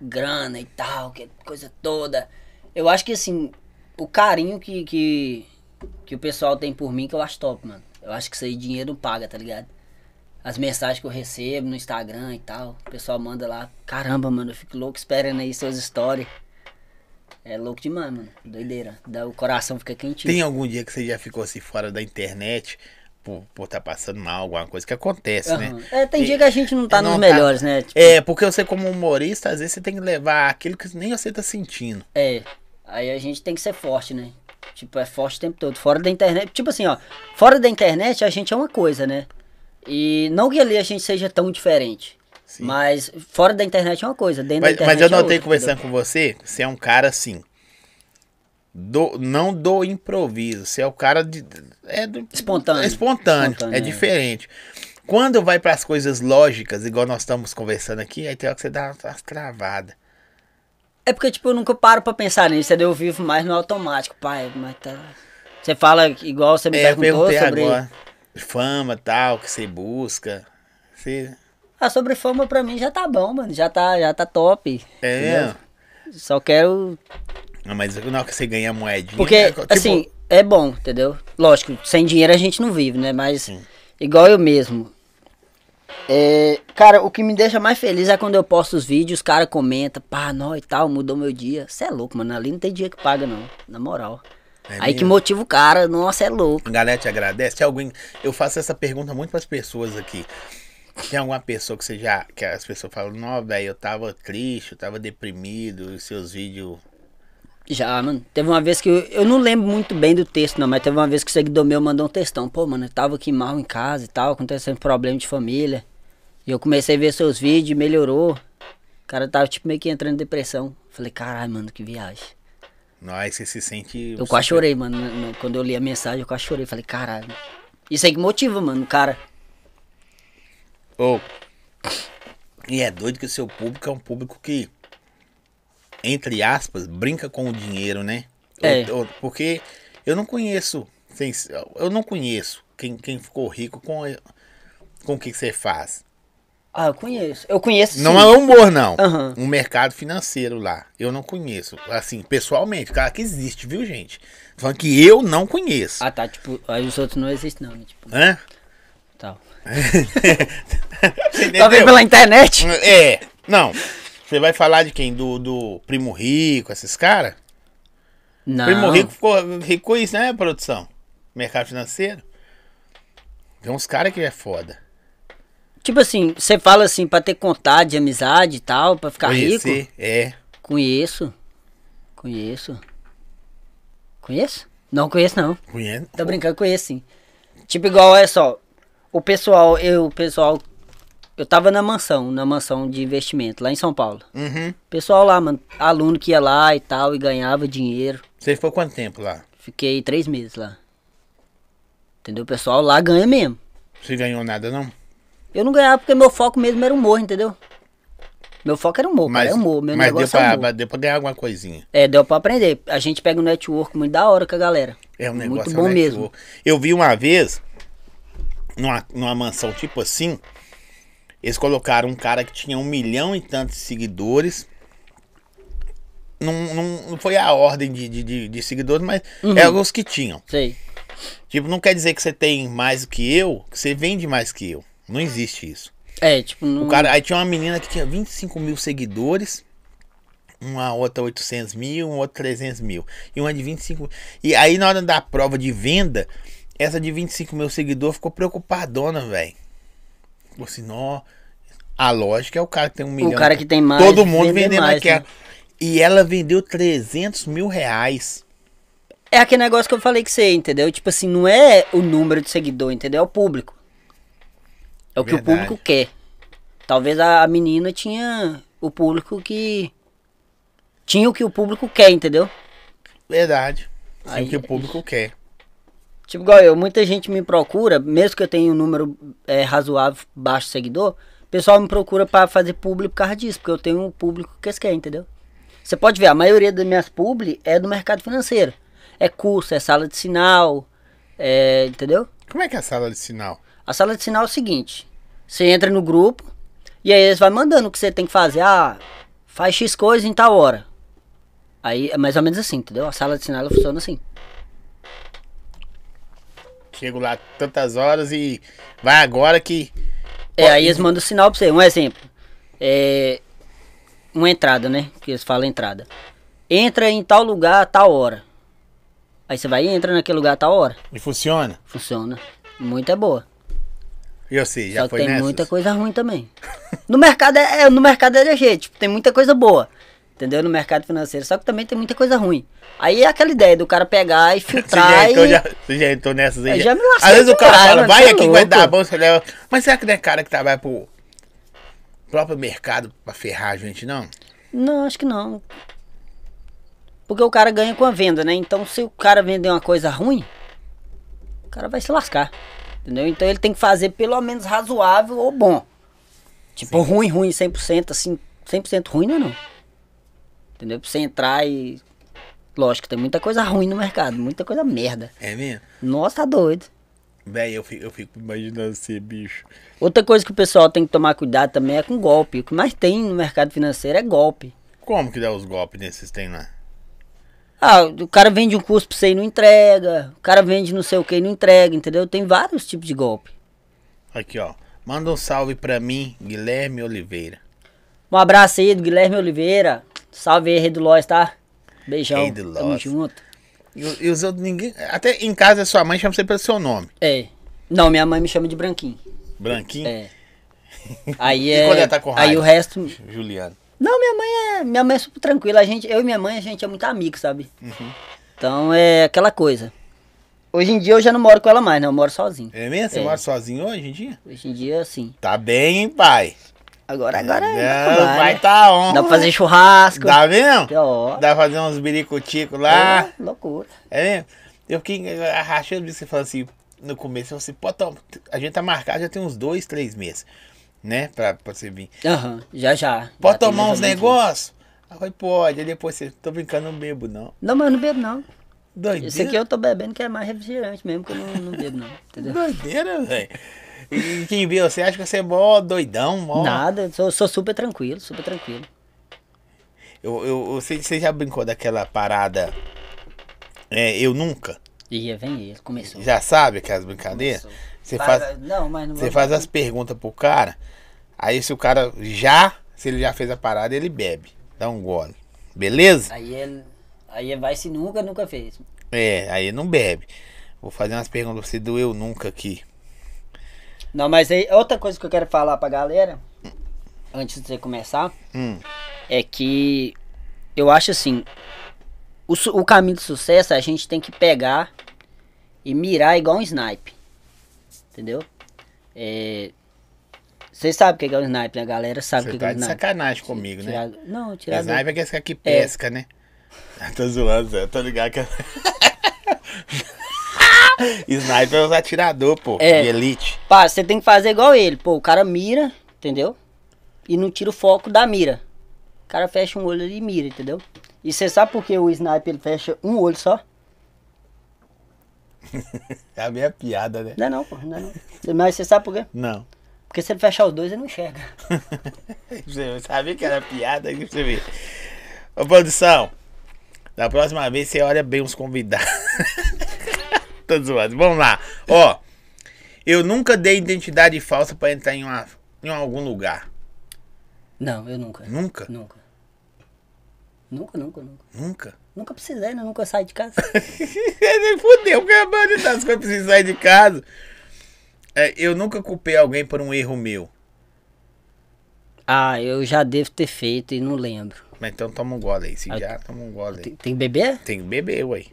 Speaker 2: grana e tal, que coisa toda. Eu acho que assim, o carinho que, que, que o pessoal tem por mim, que eu acho top, mano. Eu acho que isso aí dinheiro não paga, tá ligado? As mensagens que eu recebo no Instagram e tal, o pessoal manda lá, caramba, mano, eu fico louco esperando aí suas stories. É louco demais, mano. Doideira. Dá, o coração fica quentinho.
Speaker 1: Tem algum dia que você já ficou assim fora da internet por estar por tá passando mal, alguma coisa que acontece,
Speaker 2: Aham.
Speaker 1: né?
Speaker 2: É, tem
Speaker 1: E-
Speaker 2: dia que a gente não tá
Speaker 1: não
Speaker 2: nos
Speaker 1: tá-
Speaker 2: melhores, né? Tipo,
Speaker 1: É, porque você como humorista, às vezes você tem que levar aquilo que nem você tá sentindo.
Speaker 2: É, aí a gente tem que ser forte, né? Tipo, é forte o tempo todo. Fora da internet, tipo assim, ó, fora da internet a gente é uma coisa, né? E não que ali a gente seja tão diferente.
Speaker 1: Sim.
Speaker 2: Mas fora da internet é uma coisa, dentro da
Speaker 1: Mas, mas
Speaker 2: internet
Speaker 1: eu
Speaker 2: é
Speaker 1: notei
Speaker 2: outra,
Speaker 1: conversando
Speaker 2: entendeu?
Speaker 1: com você, que você é um cara assim. Do, não do improviso, você é o cara de. É do,
Speaker 2: Espontâneo.
Speaker 1: é Espontâneo,
Speaker 2: Espontâneo,
Speaker 1: é,
Speaker 2: é.
Speaker 1: diferente. Quando vai para as coisas lógicas, igual nós estamos conversando aqui, aí tem hora que você dá umas travadas.
Speaker 2: É porque, tipo, eu nunca paro pra pensar nisso, entendeu? Eu vivo mais no automático, pai, mas tá... Você fala igual você me
Speaker 1: É, eu
Speaker 2: perguntou
Speaker 1: perguntei
Speaker 2: sobre...
Speaker 1: agora. Fama tal, que você busca. Você.
Speaker 2: Ah, sobre fama pra mim já tá bom, mano, já tá, já tá top.
Speaker 1: É
Speaker 2: entendeu?
Speaker 1: mesmo?
Speaker 2: Só quero
Speaker 1: Não, mas na hora que você ganha moedinha.
Speaker 2: Porque,
Speaker 1: é, tipo,
Speaker 2: assim, é bom, entendeu? Lógico, sem dinheiro a gente não vive, né? Mas, igual eu mesmo. É, cara, o que me deixa mais feliz é quando eu posto os vídeos, os caras comentam, pá, nó e tal, mudou meu dia. Você é louco, mano. Ali não tem dia que paga, não. Na moral.
Speaker 1: É
Speaker 2: Aí que
Speaker 1: mesmo?
Speaker 2: motiva o cara, nossa, é louco.
Speaker 1: A galera te agradece. Tem alguém. Eu faço essa pergunta muito para as pessoas aqui. Tem alguma pessoa que você já. que as pessoas falam, não, velho, eu tava triste, eu tava deprimido, os seus vídeos.
Speaker 2: Já, mano. Teve uma vez que. Eu, eu não lembro muito bem do texto, não, mas teve uma vez que o seguidor meu mandou um textão. Pô, mano, eu tava aqui mal em casa e tal, acontecendo problema de família. E eu comecei a ver seus vídeos, melhorou. O cara tava, tipo, meio que entrando em depressão. Falei, caralho, mano, que viagem.
Speaker 1: Nós, você se sente.
Speaker 2: Eu quase chorei, mano. no- no- Quando eu li a mensagem, eu quase chorei. Falei, caralho. Isso aí que motiva, mano, o cara.
Speaker 1: Ô, E é doido que o seu público é um público que, entre aspas, brinca com o dinheiro, né?
Speaker 2: É.
Speaker 1: Ou- ou- porque eu não conheço. sem- Eu não conheço quem, quem ficou rico com, com o que que você faz.
Speaker 2: Ah, eu conheço. Eu conheço.
Speaker 1: Não
Speaker 2: sim.
Speaker 1: é humor, não.
Speaker 2: Aham.
Speaker 1: Um mercado financeiro lá. Eu não conheço. Assim, pessoalmente, cara, que existe, viu, gente? Tô Falando que eu não conheço.
Speaker 2: Ah, tá, tipo, aí os outros não existem, não, né? Tipo,
Speaker 1: Hã?
Speaker 2: tal.
Speaker 1: Você
Speaker 2: Talvez
Speaker 1: entendeu?
Speaker 2: pela internet.
Speaker 1: É, não. Você vai falar de quem? Do, do Primo Rico, esses caras?
Speaker 2: Não.
Speaker 1: Primo Rico ficou rico com isso, né, produção? Mercado financeiro. Tem uns caras que é foda.
Speaker 2: Tipo assim, você fala assim, pra ter contato de amizade e tal, pra ficar
Speaker 1: Conhecer,
Speaker 2: Tá rico.
Speaker 1: É.
Speaker 2: Conheço. Conheço. Conheço? Não conheço, não.
Speaker 1: Conhece.
Speaker 2: Tá brincando, conheço sim. Tipo, igual, olha só. O pessoal, eu, o pessoal. Eu tava na mansão, na mansão de investimento, lá em São Paulo.
Speaker 1: Uhum.
Speaker 2: O pessoal lá, mano, aluno que ia lá e tal, e ganhava dinheiro.
Speaker 1: Você ficou quanto tempo lá?
Speaker 2: Fiquei três meses lá. Entendeu? O pessoal lá ganha mesmo.
Speaker 1: Você ganhou nada, não?
Speaker 2: Eu não ganhava porque meu foco mesmo era humor, entendeu? Meu foco era humor, cara, é humor. Meu
Speaker 1: mas deu
Speaker 2: negócio é
Speaker 1: pra,
Speaker 2: humor.
Speaker 1: deu pra ganhar alguma coisinha.
Speaker 2: É, deu pra aprender. A gente pega um network muito da hora com a galera.
Speaker 1: É um
Speaker 2: Muito
Speaker 1: negócio
Speaker 2: bom
Speaker 1: é um
Speaker 2: mesmo.
Speaker 1: network. Eu vi uma vez, numa, numa mansão tipo assim, eles colocaram um cara que tinha um milhão e tantos seguidores. Não, não, não foi a ordem de, de, de- de seguidores, mas
Speaker 2: Uhum.
Speaker 1: eram os que tinham.
Speaker 2: Sei.
Speaker 1: Tipo, não quer dizer que você tem mais que eu, que você vende mais que eu. Não existe isso.
Speaker 2: É, tipo, não.
Speaker 1: O cara, aí tinha uma menina que tinha 25 mil seguidores, uma outra 800 mil, uma outra 300 mil, e uma de 25 mil. E aí na hora da prova de venda, essa de 25 mil seguidores ficou preocupadona, velho. Falou assim, nó, a lógica é o cara que tem um milhão.
Speaker 2: cara que tem mais,
Speaker 1: Todo mundo
Speaker 2: vender
Speaker 1: vendendo
Speaker 2: mais,
Speaker 1: aquela.
Speaker 2: né?
Speaker 1: E ela vendeu 300 mil reais.
Speaker 2: É aquele negócio que eu falei que você, entendeu? Tipo assim, não é o número de seguidor, entendeu? É o público. É o que
Speaker 1: Verdade.
Speaker 2: o público quer. Talvez a a menina tinha o público que. Tinha o que o público quer, entendeu?
Speaker 1: Verdade. Sim,
Speaker 2: Aí-
Speaker 1: o que o público quer.
Speaker 2: Tipo, igual eu, muita gente me procura, mesmo que eu tenha um número é, razoável, baixo de seguidor, o pessoal me procura pra fazer público por causa disso, porque eu tenho um público que eles querem, entendeu? Você pode ver, a maioria das minhas publi é do mercado financeiro. É curso, é sala de sinal, é, entendeu?
Speaker 1: Como é que é a sala de sinal?
Speaker 2: A sala de sinal é o seguinte: você entra no grupo e aí eles vão mandando o que você tem que fazer. Ah, faz X coisa em tal hora. Aí é mais ou menos assim, entendeu? A sala de sinal ela funciona assim.
Speaker 1: Chego lá tantas horas e vai agora que.
Speaker 2: É, aí eles mandam o sinal pra você. Um exemplo. É. Uma entrada, né? Que eles falam entrada. Entra em tal lugar a tal hora. Aí você vai e entra naquele lugar a tal hora.
Speaker 1: E funciona.
Speaker 2: Funciona. Muito é boa.
Speaker 1: E eu sei, já
Speaker 2: Só que
Speaker 1: foi
Speaker 2: tem
Speaker 1: nessas?
Speaker 2: muita coisa ruim também. No mercado é, é- no mercado é de jeito, tipo, tem muita coisa boa. Entendeu? No mercado financeiro. Só que também tem muita coisa ruim. Aí é aquela ideia do cara pegar e
Speaker 1: Você já,
Speaker 2: filtrar
Speaker 1: entrou, então
Speaker 2: e.
Speaker 1: já, você já entrou nessas aí?
Speaker 2: Eu já me lasquei
Speaker 1: Às vezes o cara
Speaker 2: demais,
Speaker 1: fala,
Speaker 2: mano,
Speaker 1: vai
Speaker 2: você é
Speaker 1: aqui que vai
Speaker 2: louco.
Speaker 1: dar bom, você leva. Mas será que não é cara que trabalha pro próprio mercado pra ferrar a gente, não?
Speaker 2: Não, acho que não. Porque o cara ganha com a venda, né? Então se o cara vender uma coisa ruim, o cara vai se lascar. Entendeu? Então ele tem que fazer pelo menos razoável ou bom. Tipo, ruim, ruim, 100%, assim, 100% ruim não é não. Entendeu? Pra você entrar e... Lógico, tem muita coisa ruim no mercado, muita coisa merda.
Speaker 1: É mesmo?
Speaker 2: Nossa, tá doido.
Speaker 1: Véi, eu fico, eu fico imaginando ser bicho.
Speaker 2: Outra coisa que o pessoal tem que tomar cuidado também é com golpe. O que mais tem no mercado financeiro é golpe.
Speaker 1: Como que dá os golpes nesses tem lá?
Speaker 2: Ah, o cara vende um curso pra você e não entrega. O cara vende não sei o que e não entrega, entendeu? Tem vários tipos de golpe.
Speaker 1: Aqui, ó. Manda um salve pra mim, Guilherme Oliveira.
Speaker 2: Um abraço aí do Guilherme Oliveira. Salve aí, Rede Loz, tá? Beijão.
Speaker 1: Rei do
Speaker 2: Tamo
Speaker 1: Loz.
Speaker 2: junto.
Speaker 1: E, o- e os outros, ninguém. Até em casa, sua mãe chama você pelo seu nome.
Speaker 2: É. Não, minha mãe me chama de branquinho.
Speaker 1: Branquinho.
Speaker 2: É. Aí
Speaker 1: E
Speaker 2: é.
Speaker 1: quando ela tá com
Speaker 2: Aí
Speaker 1: raiva?
Speaker 2: o resto.
Speaker 1: Juliano.
Speaker 2: Não, minha mãe é. Minha mãe é super tranquila. A gente, eu e minha mãe, a gente é muito amigo, sabe?
Speaker 1: Uhum.
Speaker 2: Então é aquela coisa. Hoje em dia eu já não moro com ela mais, né? Eu moro sozinho.
Speaker 1: É mesmo? Você
Speaker 2: É.
Speaker 1: mora sozinho hoje em dia?
Speaker 2: Hoje em dia, assim.
Speaker 1: Tá bem, hein, pai?
Speaker 2: Agora, agora.
Speaker 1: Não,
Speaker 2: vai,
Speaker 1: pai
Speaker 2: né?
Speaker 1: tá on.
Speaker 2: Dá pra fazer churrasco.
Speaker 1: Dá mesmo?
Speaker 2: Que ó.
Speaker 1: Dá pra fazer uns biricuticos lá.
Speaker 2: É, loucura.
Speaker 1: É mesmo? Eu fiquei arrachando isso, você falou assim, no começo, eu falei assim, pô, Tom, a gente tá marcado já tem uns dois, três meses, né? Pra, pra você vir.
Speaker 2: Aham, já já.
Speaker 1: Pode
Speaker 2: Já tem
Speaker 1: tomar
Speaker 2: mais
Speaker 1: uns
Speaker 2: ou menos
Speaker 1: negócios? Aí eu falei, pode. Aí depois você, tô brincando, não bebo não.
Speaker 2: isso. Não, mas eu não bebo não.
Speaker 1: Doideira.
Speaker 2: Esse aqui eu tô bebendo que é mais refrigerante mesmo, que eu não, não bebo não. Entendeu?
Speaker 1: Doideira, velho. E quem vê, você acha que você é mó doidão, mó...
Speaker 2: Nada, eu sou, sou super tranquilo, super tranquilo.
Speaker 1: Eu, eu, você, você já brincou daquela parada, é, eu nunca?
Speaker 2: E aí vem ele, começou.
Speaker 1: Então. Já sabe aquelas brincadeiras? Você
Speaker 2: Vai,
Speaker 1: faz...
Speaker 2: vai, Não, mas não
Speaker 1: Você
Speaker 2: vou-
Speaker 1: faz assim. as perguntas pro cara, aí se o cara já, se ele já fez a parada, ele bebe. Dá um gole. Beleza?
Speaker 2: Aí ele. Aí ele vai se nunca, nunca fez.
Speaker 1: É, aí não bebe. Vou fazer umas perguntas pra você do eu nunca aqui.
Speaker 2: Não, mas aí outra coisa que eu quero falar pra galera, antes de você começar,
Speaker 1: Hum.
Speaker 2: é que eu acho assim, o, su- o caminho do sucesso a gente tem que pegar e mirar igual um snipe. Entendeu? É, Vocês sabem o que é um snipe, né? A galera sabe o
Speaker 1: Você
Speaker 2: que
Speaker 1: tá
Speaker 2: é um
Speaker 1: de
Speaker 2: snipe.
Speaker 1: sacanagem comigo, né?
Speaker 2: Tirar- Não, tirar do-
Speaker 1: Sniper é aquele que pesca, né? Ah, tô zoando, Zé. Tô ligado que... é- Sniper é os atirador, pô.
Speaker 2: É.
Speaker 1: De elite.
Speaker 2: Pá, você tem que fazer igual ele. Pô, o cara mira, entendeu? E não tira o foco da mira. O cara fecha um olho ali e mira, entendeu? E você sabe por que o sniper ele fecha um olho só?
Speaker 1: É a minha piada, né?
Speaker 2: Não é não, pô, não é não. Cê- Mas você sabe por quê?
Speaker 1: Não.
Speaker 2: Porque se ele fechar os dois, ele não enxerga.
Speaker 1: Você sabia que era piada que você vê. Ô, produção, da próxima vez você olha bem os convidados. Tô zoando. Vamos lá. Ó, eu nunca dei identidade falsa pra entrar em, uma, em algum lugar.
Speaker 2: Não, eu nunca.
Speaker 1: Nunca?
Speaker 2: Nunca. Nunca, nunca, nunca.
Speaker 1: Nunca.
Speaker 2: Nunca precisei, né? Nunca saí de casa.
Speaker 1: Ele fudeu, porque a maioria das coisas precisa sair de casa. É, eu nunca culpei alguém por um erro meu.
Speaker 2: ah, eu já devo ter feito e não lembro.
Speaker 1: Mas então toma um gole aí. Se
Speaker 2: Ah,
Speaker 1: já, toma um gole aí.
Speaker 2: Tem, tem que beber?
Speaker 1: Tem que beber, ué.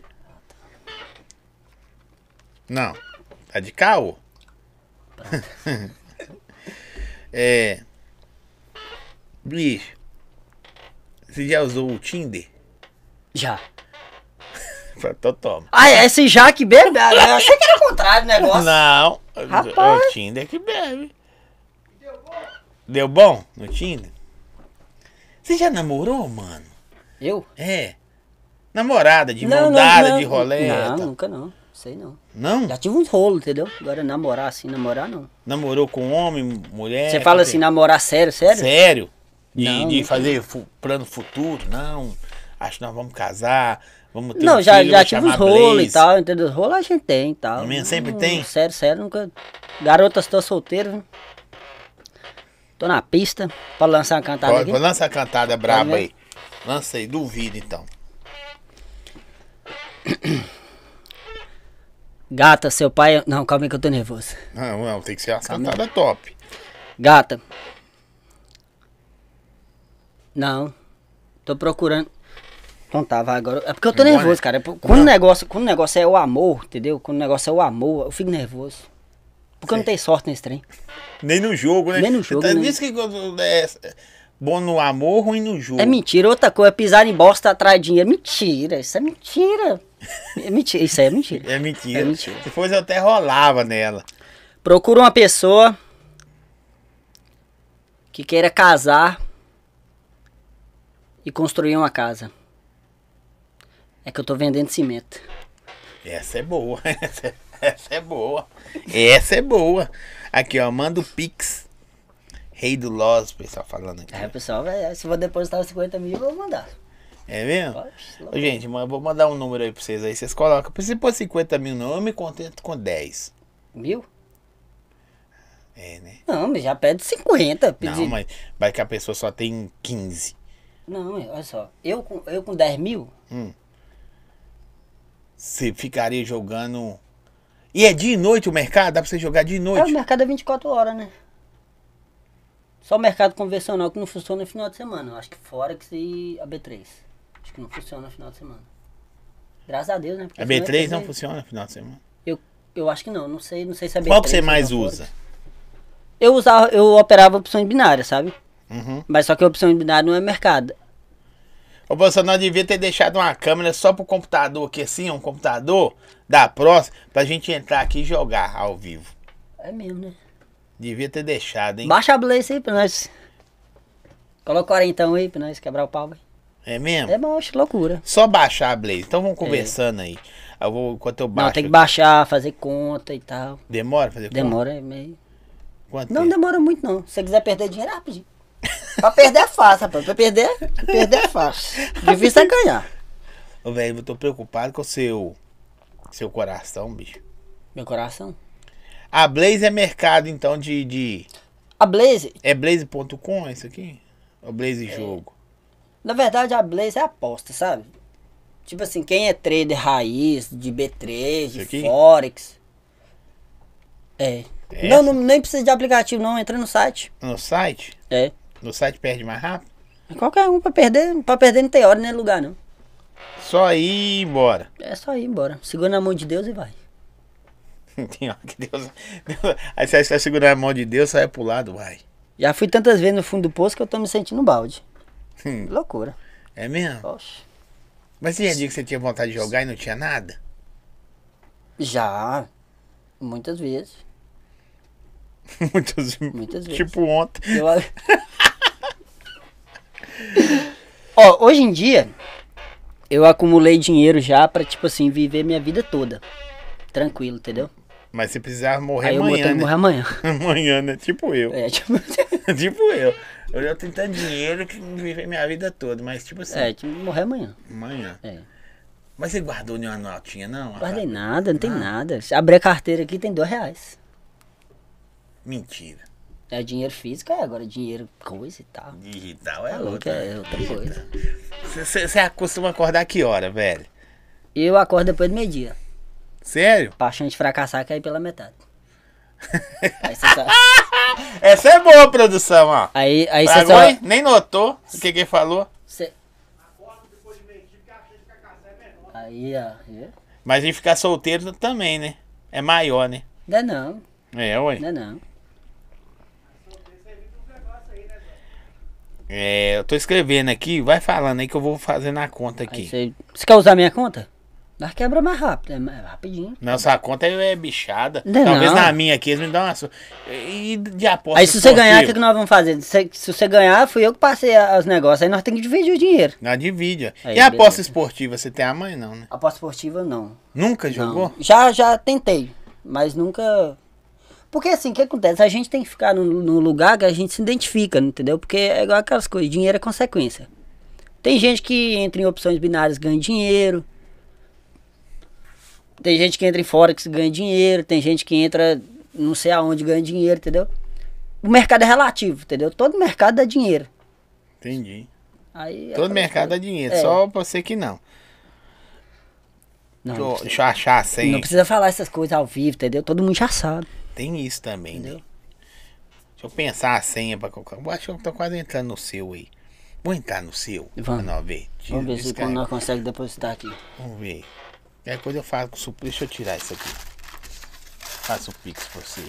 Speaker 1: Não. Tá de caô? é. Bicho. Você já usou o Tinder?
Speaker 2: Já.
Speaker 1: Então toma.
Speaker 2: Ah, é esse já que bebe? Ah, Eu achei que era o contrário o negócio.
Speaker 1: Não. É o
Speaker 2: Rapaz.
Speaker 1: Tinder é que bebe. Deu bom no Tinder? Você já namorou, mano?
Speaker 2: Eu?
Speaker 1: É. Namorada, de mão dada, de rolê.
Speaker 2: Não,
Speaker 1: Não?
Speaker 2: nunca não. Sei não.
Speaker 1: não?
Speaker 2: Já tive uns rolos, entendeu? Agora namorar assim, namorar não.
Speaker 1: Namorou com homem, mulher?
Speaker 2: Você fala
Speaker 1: com
Speaker 2: assim, namorar sério, sério?
Speaker 1: Sério? De,
Speaker 2: Não,
Speaker 1: de
Speaker 2: nunca.
Speaker 1: fazer fu- plano futuro? Não. Acho que nós vamos casar, vamos ter
Speaker 2: Não,
Speaker 1: um
Speaker 2: já,
Speaker 1: filho,
Speaker 2: já
Speaker 1: vou
Speaker 2: tive uns
Speaker 1: chamar
Speaker 2: rolos
Speaker 1: Blaze.
Speaker 2: e tal, entendeu? Rolo a gente tem e tal.
Speaker 1: É mesmo? Sempre tem?
Speaker 2: Sério, sério, nunca. Garotas, tô solteiro. viu? Tô na pista pra lançar uma cantada
Speaker 1: Pode,
Speaker 2: aqui.
Speaker 1: lança a cantada braba
Speaker 2: vendo?
Speaker 1: aí. Lança aí, duvido então.
Speaker 2: Gata, seu pai. Não, calma aí que eu tô nervoso.
Speaker 1: Não, não, tem que ser uma cantada top.
Speaker 2: Gata. Não. Tô procurando. Então tá, vai agora. É porque eu tô
Speaker 1: Agora?
Speaker 2: nervoso, cara. É por- Quando o, negócio, quando o negócio é o amor, entendeu? Quando o negócio é o amor, eu fico nervoso. Porque eu não tenho sorte nesse trem.
Speaker 1: Nem no jogo, né?
Speaker 2: Nem no jogo,
Speaker 1: Então,
Speaker 2: né?
Speaker 1: Isso que quando é bom no amor, ruim no jogo.
Speaker 2: É mentira, outra coisa, pisar em bosta atrás de dinheiro. Mentira, isso é mentira. É mentira, isso aí é mentira.
Speaker 1: É mentira.
Speaker 2: É mentira.
Speaker 1: Se fosse eu até rolava nela.
Speaker 2: Procura uma pessoa que queira casar e construir uma casa. É que eu tô vendendo cimento.
Speaker 1: Essa é boa. Essa é, essa é boa. Essa é boa. Aqui, ó, manda o Pix. Rei do Loz, o pessoal falando aqui.
Speaker 2: Aí, pessoal, vai- se eu vou depositar os 50 mil, eu vou mandar.
Speaker 1: É mesmo?
Speaker 2: Oxe,
Speaker 1: Ô, gente, mas eu vou mandar um número aí pra vocês aí. Vocês colocam. Se pôr 50 mil, não, eu me contento com 10.
Speaker 2: Mil?
Speaker 1: É, né?
Speaker 2: Não, mas já pede 50. Pedi...
Speaker 1: Não, mas vai que a pessoa só tem 15.
Speaker 2: Não, olha só. Eu com, eu com 10 mil,
Speaker 1: Hum. Você ficaria jogando. E é dia e noite o mercado? Dá pra você jogar dia e
Speaker 2: É, o
Speaker 1: noite?
Speaker 2: mercado é 24 horas, né? Só o mercado convencional que não funciona no final de semana. Eu acho que Forex e a B3. Acho que não funciona no final de semana. Graças a Deus, né? Porque
Speaker 1: A
Speaker 2: senão
Speaker 1: B3
Speaker 2: eu-
Speaker 1: não funciona no final de semana.
Speaker 2: Eu, eu acho que não, não sei, não sei se é B3.
Speaker 1: Qual que você
Speaker 2: ou
Speaker 1: mais
Speaker 2: Forex.
Speaker 1: usa?
Speaker 2: Eu usava, eu operava opções binárias, sabe?
Speaker 1: Uhum.
Speaker 2: Mas só que a opção binária não é mercado.
Speaker 1: O Bolsonaro devia ter deixado uma câmera só pro computador aqui, assim, um computador da próxima, pra gente entrar aqui e jogar ao vivo.
Speaker 2: É mesmo, né?
Speaker 1: Devia ter deixado, hein?
Speaker 2: Baixa a Blaze aí pra nós. Coloca 40 aí pra nós quebrar o pau, velho.
Speaker 1: É mesmo?
Speaker 2: É bom, acho loucura.
Speaker 1: Só baixar a Blaze. Então vamos conversando aí. Eu vou, enquanto eu baixo.
Speaker 2: É. Não, tem que baixar, fazer conta e tal.
Speaker 1: Demora pra fazer conta?
Speaker 2: Demora é meio.
Speaker 1: Quanto
Speaker 2: Não
Speaker 1: tempo?
Speaker 2: demora muito, não. Se você quiser perder dinheiro, é rapidinho. pra perder é fácil, rapaz. Pra perder, perder é fácil. Difícil é ganhar.
Speaker 1: Ô, velho, eu tô preocupado com o seu, seu coração, bicho.
Speaker 2: Meu coração.
Speaker 1: A Blaze é mercado, então, de. de
Speaker 2: A Blaze,
Speaker 1: é Blaze.com isso aqui? Ou Blaze
Speaker 2: É.
Speaker 1: Jogo?
Speaker 2: na verdade, a Blaze é aposta, sabe? Tipo assim, quem é trader raiz, de B3,
Speaker 1: Isso
Speaker 2: de
Speaker 1: aqui?
Speaker 2: Forex. É.
Speaker 1: É
Speaker 2: Não, não, nem precisa de aplicativo, não. Entra no site.
Speaker 1: No site?
Speaker 2: É.
Speaker 1: No site perde mais rápido?
Speaker 2: Qualquer um pra perder, pra perder não tem hora nem lugar, não.
Speaker 1: Só ir embora.
Speaker 2: É só ir embora. Segura na mão de Deus e vai.
Speaker 1: Tem hora que Deus. Deus- Aí você vai segurando a mão de Deus, sai pro lado, vai.
Speaker 2: Já fui tantas vezes no fundo do poço que eu tô me sentindo um balde.
Speaker 1: Hum.
Speaker 2: Loucura.
Speaker 1: É mesmo?
Speaker 2: Oxe.
Speaker 1: Mas tinha dia que você tinha vontade de jogar e não tinha nada?
Speaker 2: Já. Muitas vezes.
Speaker 1: Muitas,
Speaker 2: Muitas vezes.
Speaker 1: Tipo ontem.
Speaker 2: Eu... Ó, hoje em dia, eu acumulei dinheiro já pra, tipo assim, viver minha vida toda. Tranquilo, entendeu?
Speaker 1: Mas você precisava morrer
Speaker 2: Aí eu
Speaker 1: amanhã,
Speaker 2: botei
Speaker 1: né?
Speaker 2: morrer amanhã.
Speaker 1: Amanhã, né? Tipo eu.
Speaker 2: É, tipo,
Speaker 1: tipo eu. Eu já tenho tanto dinheiro que vivi minha vida toda, mas tipo assim,
Speaker 2: é, tipo morrer amanhã.
Speaker 1: amanhã.
Speaker 2: É.
Speaker 1: Mas você guardou nenhuma notinha, não?
Speaker 2: Guardei
Speaker 1: rapaz?
Speaker 2: nada, não tem
Speaker 1: Ah.
Speaker 2: nada. Se abrir a carteira aqui tem dois reais.
Speaker 1: Mentira.
Speaker 2: É dinheiro físico, é agora dinheiro coisa e tal.
Speaker 1: Digital é
Speaker 2: Tá louco,
Speaker 1: outra.
Speaker 2: é outra coisa.
Speaker 1: Você- Você você costuma acordar que hora, velho?
Speaker 2: Eu acordo depois do meio-dia.
Speaker 1: Sério?
Speaker 2: Paixão de fracassar cai pela metade. Aí você sabe.
Speaker 1: Essa é boa produção, ó.
Speaker 2: Aí, aí tá- você
Speaker 1: Agora
Speaker 2: é só.
Speaker 1: nem notou o que que ele falou.
Speaker 2: Você...
Speaker 3: Acorda depois de meio-dia, porque a chance de fracassar é menor.
Speaker 2: Aí, ó. viu?
Speaker 1: Mas ele ficar solteiro também, né? É maior, né?
Speaker 2: Não é não,
Speaker 1: É, ué.
Speaker 2: não é não.
Speaker 3: Você vive um negócio aí, né, Zé?
Speaker 1: É, eu tô escrevendo aqui, vai falando aí que eu vou fazendo a conta
Speaker 2: Aí
Speaker 1: aqui.
Speaker 2: você. Você quer usar minha conta? Nós quebra mais rápido, é mais rapidinho.
Speaker 1: Nossa conta é bichada.
Speaker 2: Não.
Speaker 1: Talvez na minha aqui eles me dão uma. su- E de aposta.
Speaker 2: Aí se você ganhar, o que,
Speaker 1: esportiva?
Speaker 2: que nós vamos fazer? Se, se você ganhar, fui eu que passei a- os negócios. Aí nós temos que dividir o dinheiro.
Speaker 1: Na divide. ó.
Speaker 2: Aí,
Speaker 1: e a aposta
Speaker 2: beleza.
Speaker 1: esportiva, você tem a mãe, não, né?
Speaker 2: Aposta esportiva, não.
Speaker 1: Nunca
Speaker 2: Não.
Speaker 1: jogou?
Speaker 2: Já, já tentei, mas nunca. Porque assim, o que acontece? A gente tem que ficar num, num lugar que a gente se identifica, entendeu? Porque é igual aquelas coisas, dinheiro é consequência. Tem gente que entra em opções binárias e ganha dinheiro. Tem gente que entra em Forex e ganha dinheiro. Tem gente que entra não sei aonde e ganha dinheiro, entendeu? O mercado é relativo, entendeu? Todo mercado dá dinheiro.
Speaker 1: Entendi.
Speaker 2: Aí, é
Speaker 1: Todo
Speaker 2: aquela
Speaker 1: mercado dá
Speaker 2: coisa.
Speaker 1: dinheiro,
Speaker 2: É.
Speaker 1: só pra você que não.
Speaker 2: Não,
Speaker 1: Deixa
Speaker 2: não
Speaker 1: eu,
Speaker 2: precisa-
Speaker 1: deixa eu achar a senha.
Speaker 2: não precisa falar essas coisas ao vivo, entendeu? Todo mundo já sabe.
Speaker 1: Tem isso também, né?
Speaker 2: Entendeu?
Speaker 1: Deixa eu pensar a senha pra colocar. Eu acho que eu tô quase entrando no seu aí. Vou entrar no seu.
Speaker 2: Vamos.
Speaker 1: Pra nós ver. Tira,
Speaker 2: Vamos ver se
Speaker 1: descarga.
Speaker 2: quando nós conseguimos depositar aqui.
Speaker 1: Vamos ver. É coisa eu faço com suplício. Deixa eu tirar isso aqui. Faço o pix pra você.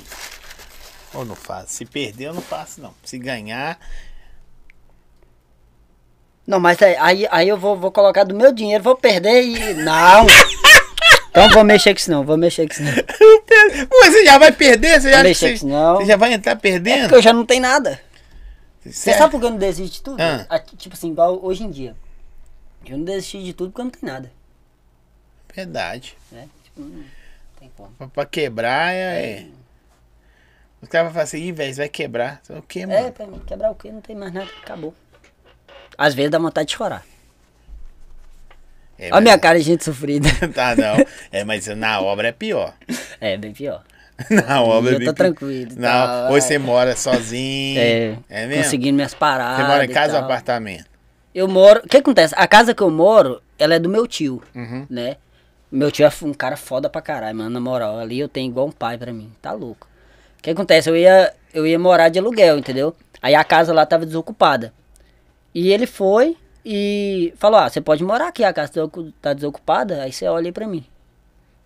Speaker 1: Ou não faço? Se perder, eu não faço, não. Se ganhar,
Speaker 2: Não, mas aí- aí, aí eu vou, vou colocar do meu dinheiro, vou perder e. Não! Então vou mexer com isso não, vou mexer com isso não.
Speaker 1: Ué, Você já vai perder? Você já,
Speaker 2: Não deixa
Speaker 1: você-
Speaker 2: isso, não.
Speaker 1: você já vai entrar
Speaker 2: É
Speaker 1: perdendo?
Speaker 2: porque eu já não tenho nada. Você
Speaker 1: Sério?
Speaker 2: sabe por que eu não desisto de tudo?
Speaker 1: É. Ah.
Speaker 2: Ah, Tipo assim, igual hoje em dia. Eu não desisti de tudo porque eu não tenho nada.
Speaker 1: é Verdade.
Speaker 2: Né? Tipo, não tem como.
Speaker 1: Pra, pra quebrar é. é. Os caras vão falar assim, ih, velho, você vai quebrar. Você fala, O quê,
Speaker 2: É,
Speaker 1: mano?
Speaker 2: pra mim, quebrar o quê? Não tem mais nada, acabou. Às vezes dá vontade de chorar.
Speaker 1: É,
Speaker 2: Olha a
Speaker 1: mas-
Speaker 2: minha cara de gente sofrida.
Speaker 1: Tá, não. É, mas na obra é pior.
Speaker 2: É, bem pior.
Speaker 1: Na obra é
Speaker 2: eu
Speaker 1: bem
Speaker 2: tô
Speaker 1: pior.
Speaker 2: tranquilo,
Speaker 1: Não,
Speaker 2: tá,
Speaker 1: ou
Speaker 2: vai.
Speaker 1: você mora sozinho.
Speaker 2: É,
Speaker 1: É mesmo?
Speaker 2: conseguindo minhas paradas.
Speaker 1: Você mora em
Speaker 2: e
Speaker 1: casa ou
Speaker 2: tal.
Speaker 1: apartamento? Uhum.
Speaker 2: Eu moro. O que acontece? A casa que eu moro, ela é do meu tio, né? Meu tio é um cara foda pra caralho, mano. Na moral, ali eu tenho igual um pai pra mim. Tá louco. O que acontece? Eu ia, eu ia morar de aluguel, entendeu? Aí a casa lá tava desocupada. E ele foi e falou: Ah, você pode morar aqui, a casa tá ocu- tá desocupada. Aí você olha aí pra mim.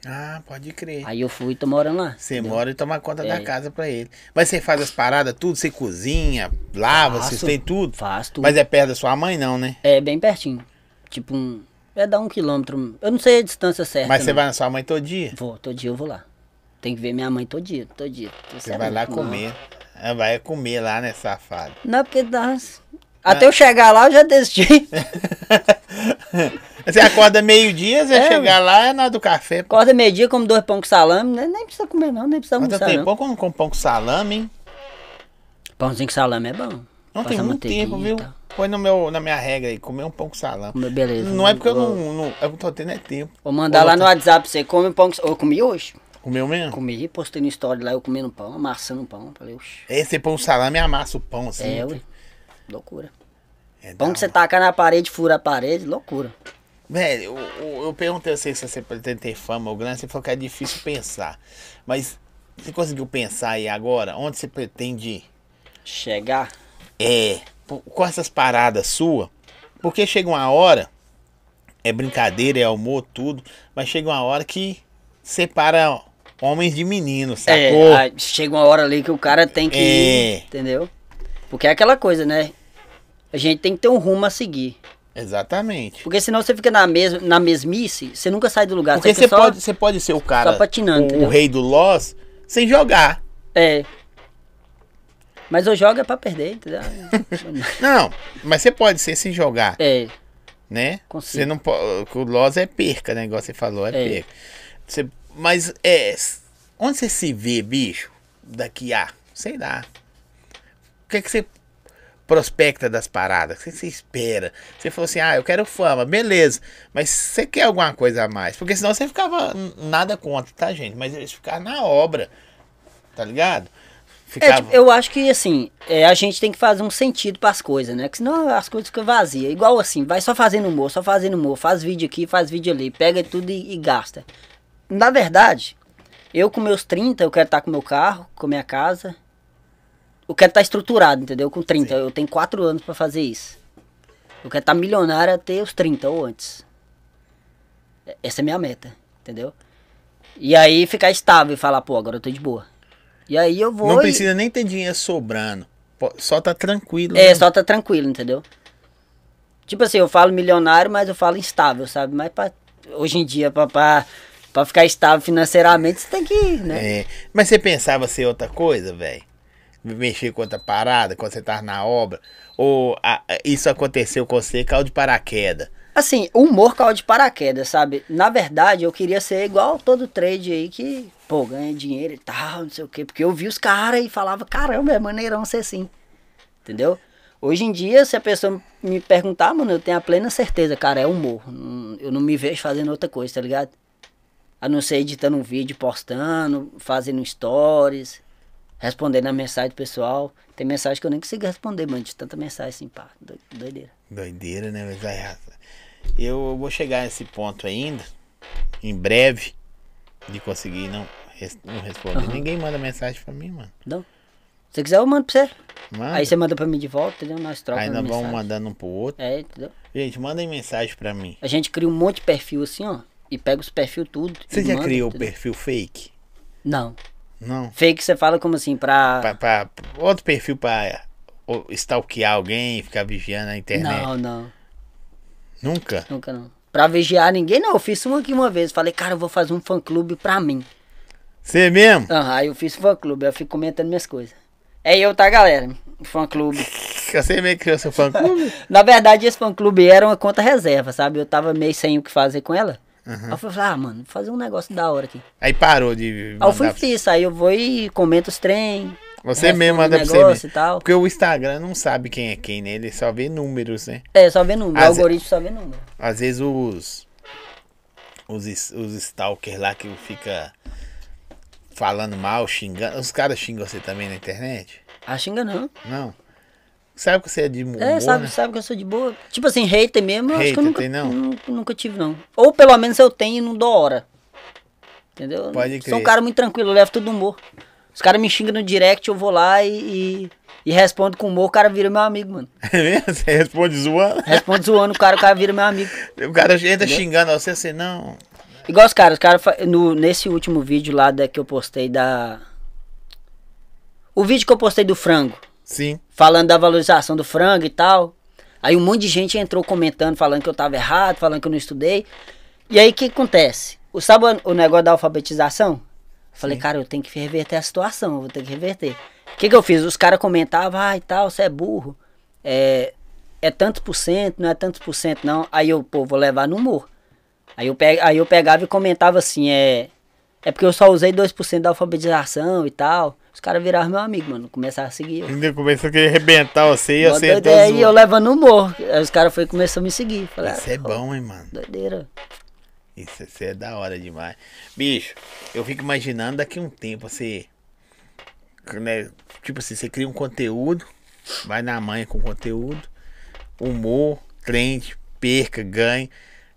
Speaker 1: Ah, pode crer.
Speaker 2: Aí eu fui e tô morando lá.
Speaker 1: Você
Speaker 2: entendeu?
Speaker 1: mora e toma conta da
Speaker 2: É.
Speaker 1: casa pra ele. Mas você faz as paradas, tudo? Você cozinha, lava, você
Speaker 2: Faço.
Speaker 1: tem tudo?
Speaker 2: Faço tudo.
Speaker 1: Mas é perto da sua mãe, não, né?
Speaker 2: É bem pertinho. Tipo um. É dar um quilômetro. Eu não sei a distância certa.
Speaker 1: Mas você
Speaker 2: não.
Speaker 1: vai na sua mãe todo dia?
Speaker 2: Vou, todo dia eu vou lá. Tem que ver minha mãe todo dia, todo dia.
Speaker 1: Você vai lá comer. Ah, Vai comer lá, né, safado?
Speaker 2: Não, porque dá.
Speaker 1: É.
Speaker 2: Até eu chegar lá eu já desisti.
Speaker 1: Você acorda meio-dia, você
Speaker 2: É,
Speaker 1: chegar lá é na hora do café. pô.
Speaker 2: Acorda meio-dia, como dois pão com salame, né? nem precisa comer não, nem precisa
Speaker 1: Mas eu
Speaker 2: almoçar
Speaker 1: tenho
Speaker 2: não.
Speaker 1: pouco eu não como pão com um salame, hein?
Speaker 2: Pãozinho com salame é bom.
Speaker 1: Não
Speaker 2: Passa
Speaker 1: tem muito
Speaker 2: manteiguinha
Speaker 1: tempo,
Speaker 2: e
Speaker 1: viu?
Speaker 2: tal.
Speaker 1: Põe no meu, na minha regra aí, comer um pão com salame.
Speaker 2: Meu, beleza.
Speaker 1: Não é porque eu
Speaker 2: Vou-
Speaker 1: não. não eu tô tendo é tempo.
Speaker 2: Vou mandar
Speaker 1: Ô,
Speaker 2: lá
Speaker 1: Luta.
Speaker 2: no WhatsApp pra você, come um pão com salame. Eu comi hoje.
Speaker 1: Comeu mesmo?
Speaker 2: Comi, postei no story lá, eu comendo um pão, amassando um pão. Falei, oxe.
Speaker 1: É, você põe um salame e amassa o pão, assim.
Speaker 2: É, ué. Loucura.
Speaker 1: É da
Speaker 2: Pão que você
Speaker 1: hora.
Speaker 2: taca na parede, fura a parede, loucura.
Speaker 1: Velho, eu, eu- eu perguntei a você se você pretende ter fama ou grande, você falou que é difícil pensar. Mas você conseguiu pensar aí agora? Onde você pretende ir?
Speaker 2: Chegar.
Speaker 1: é, po- com essas paradas sua, porque chega uma hora, é brincadeira, é amor, tudo, mas chega uma hora que separa homens de meninos, sacou?
Speaker 2: É, aí chega uma hora ali que o cara tem que
Speaker 1: É.
Speaker 2: ir, entendeu? Porque é aquela coisa, né? A gente tem que ter um rumo a seguir.
Speaker 1: Exatamente.
Speaker 2: Porque senão você fica na, mes na mesmice, você nunca sai do lugar.
Speaker 1: Porque
Speaker 2: fica
Speaker 1: você
Speaker 2: Tá, só-
Speaker 1: pode, você pode ser o cara,
Speaker 2: só patinando,
Speaker 1: o, o
Speaker 2: entendeu?
Speaker 1: rei do Loss, sem jogar.
Speaker 2: É. Mas eu jogo é pra perder, entendeu?
Speaker 1: Não, mas você pode ser sem jogar,
Speaker 2: é,
Speaker 1: né?
Speaker 2: consigo.
Speaker 1: Você não pode, o Loss é perca, né? Igual você falou, é,
Speaker 2: É.
Speaker 1: perca. Você- mas é, s- onde você se vê, bicho, daqui a, sei lá. O que é que você prospecta das paradas? O que você espera? Você falou assim, ah, eu quero fama, beleza. Mas você quer alguma coisa a mais? Porque senão você ficava n- nada contra, tá, gente? Mas eles ficaram na obra, tá ligado?
Speaker 2: É,
Speaker 1: Ficava...
Speaker 2: tipo, eu acho que assim, é, a gente tem que fazer um sentido pras coisas, né? Que senão as coisas ficam vazias. Igual assim, vai só fazendo humor, só fazendo humor, faz vídeo aqui, faz vídeo ali, pega tudo e, e gasta. Na verdade, eu com meus 30, eu quero estar com meu carro, com minha casa. Eu quero estar estruturado, entendeu? Com 30, eu tenho 4 anos pra fazer isso. Eu quero estar milionário até os 30 ou antes. É- Essa é a minha meta, entendeu? E aí ficar estável e falar, pô, agora eu tô de boa. E aí eu vou
Speaker 1: Não
Speaker 2: e-
Speaker 1: precisa nem ter dinheiro sobrando. Po- Só tá tranquilo.
Speaker 2: é,
Speaker 1: né?
Speaker 2: só tá tranquilo, entendeu? Tipo assim, eu falo milionário, mas eu falo instável, sabe? Mas pra, hoje em dia, pra, pra, pra ficar estável financeiramente, você tem que ir, né?
Speaker 1: É, mas você pensava ser outra coisa, velho? Mexer com outra parada quando você tava na obra? Ou a- a- isso aconteceu com você, caiu de paraquedas?
Speaker 2: Assim, o humor caiu de paraquedas, sabe? Na verdade, eu queria ser igual todo trade aí que, pô, ganha dinheiro e tal, não sei o quê. Porque eu vi os caras e falava, caramba, é maneirão ser assim. Entendeu? Hoje em dia, se a pessoa me perguntar, mano, eu tenho a plena certeza, cara, é humor. Não- Eu não me vejo fazendo outra coisa, tá ligado? A não ser editando um vídeo, postando, fazendo stories, respondendo a mensagem do pessoal. Tem mensagem que eu nem consigo responder, mano, de tanta mensagem assim, pá, doi- doideira.
Speaker 1: Doideira, né? Mas vai- eu vou chegar nesse ponto ainda, em breve, de conseguir não, res- não responder.
Speaker 2: Aham.
Speaker 1: Ninguém manda mensagem pra mim, mano.
Speaker 2: Não? Se você quiser, eu mando pra você.
Speaker 1: Manda.
Speaker 2: Aí você manda pra mim de volta, entendeu? Nós
Speaker 1: Aí
Speaker 2: trocamos
Speaker 1: nós vamos
Speaker 2: mensagem.
Speaker 1: mandando um pro outro.
Speaker 2: É, entendeu?
Speaker 1: Gente, mandem mensagem pra mim.
Speaker 2: A gente cria um monte de perfil assim, ó. E pega os perfil tudo.
Speaker 1: Você
Speaker 2: e
Speaker 1: já
Speaker 2: manda,
Speaker 1: criou o
Speaker 2: entendeu?
Speaker 1: perfil fake?
Speaker 2: Não.
Speaker 1: Não.
Speaker 2: Fake você fala como assim, pra...
Speaker 1: Pra, pra- outro perfil pra ou, stalkear alguém, ficar vigiando a internet.
Speaker 2: Não, não.
Speaker 1: Nunca?
Speaker 2: Nunca não. Pra vigiar ninguém, não. Eu fiz um aqui uma vez. Falei, cara, eu vou fazer um fã-clube pra mim.
Speaker 1: Você mesmo?
Speaker 2: Aham, aí eu fiz fã-clube. Aí eu fico comentando minhas coisas. É eu, tá, galera? Fã-clube.
Speaker 1: Você mesmo criou seu fã clube?
Speaker 2: Na verdade, esse fã-clube era uma conta reserva, sabe? Eu tava meio sem o que fazer com ela. Aí eu falei, ah, mano, vou fazer um negócio da hora aqui.
Speaker 1: Aí parou de
Speaker 2: Aí Ah, eu
Speaker 1: mandar.
Speaker 2: fui e
Speaker 1: pra-
Speaker 2: fiz, aí eu vou e comento os trem.
Speaker 1: Você
Speaker 2: respondo
Speaker 1: mesmo manda pra você
Speaker 2: negócio
Speaker 1: mesmo.
Speaker 2: e tal.
Speaker 1: Porque o Instagram não sabe quem é quem, né? Ele só vê números, né?
Speaker 2: É, só vê número, o
Speaker 1: Às ve-
Speaker 2: algoritmo só vê número.
Speaker 1: Às vezes os. Os, es- os stalkers lá que fica falando mal, xingando. Os caras xingam você também na internet?
Speaker 2: Ah, xinga não.
Speaker 1: Não. Sabe que você é de humor,
Speaker 2: É, sabe,
Speaker 1: né?
Speaker 2: sabe que eu sou de boa. Tipo assim, hater mesmo, eu acho que
Speaker 1: Hater
Speaker 2: eu nunca,
Speaker 1: tem, não?
Speaker 2: nu- nunca tive, não. Ou pelo menos eu tenho e não dou hora. Entendeu?
Speaker 1: Pode
Speaker 2: Sou um
Speaker 1: crer.
Speaker 2: cara muito tranquilo, eu levo tudo humor. Os caras me xingam no direct, eu vou lá e, e, e respondo com humor, o cara vira meu amigo, mano.
Speaker 1: É mesmo? Você responde zoando.
Speaker 2: Respondo zoando o cara, o cara vira meu amigo.
Speaker 1: O cara entra
Speaker 2: Né?
Speaker 1: xingando você assim, não.
Speaker 2: Igual os caras, os caras fa- no nesse último vídeo lá da, que eu postei da. O vídeo que eu postei do frango,
Speaker 1: Sim.
Speaker 2: falando da valorização do frango e tal. Aí um monte de gente entrou comentando, falando que eu tava errado, falando que eu não estudei. E aí o que acontece? O, sabe o- o negócio da alfabetização? Eu falei, cara, eu tenho que reverter a situação, eu vou ter que reverter. O que, que eu fiz? Os caras comentavam, ah e tal, você é burro. É, é tantos por cento, não é tantos por cento, não. Aí eu, pô, vou levar no humor. Aí eu, pe- aí eu pegava e comentava assim, é. É porque eu só usei 2% da alfabetização e tal. Os caras viraram meu amigo, mano. Começaram a seguir eu.
Speaker 1: Ainda começou a querer arrebentar você e
Speaker 2: Mó
Speaker 1: você entrou
Speaker 2: doideira, e eu
Speaker 1: zoando.
Speaker 2: levando humor. Aí os caras foi começou a me seguir. Falei,
Speaker 1: Isso é
Speaker 2: "Ah,
Speaker 1: bom, hein, mano.
Speaker 2: Doideira.
Speaker 1: Isso, isso é da hora demais. Bicho, eu fico imaginando daqui a um tempo você. né, tipo assim, você cria um conteúdo, vai na manha com o conteúdo, humor, trend, perca, ganha.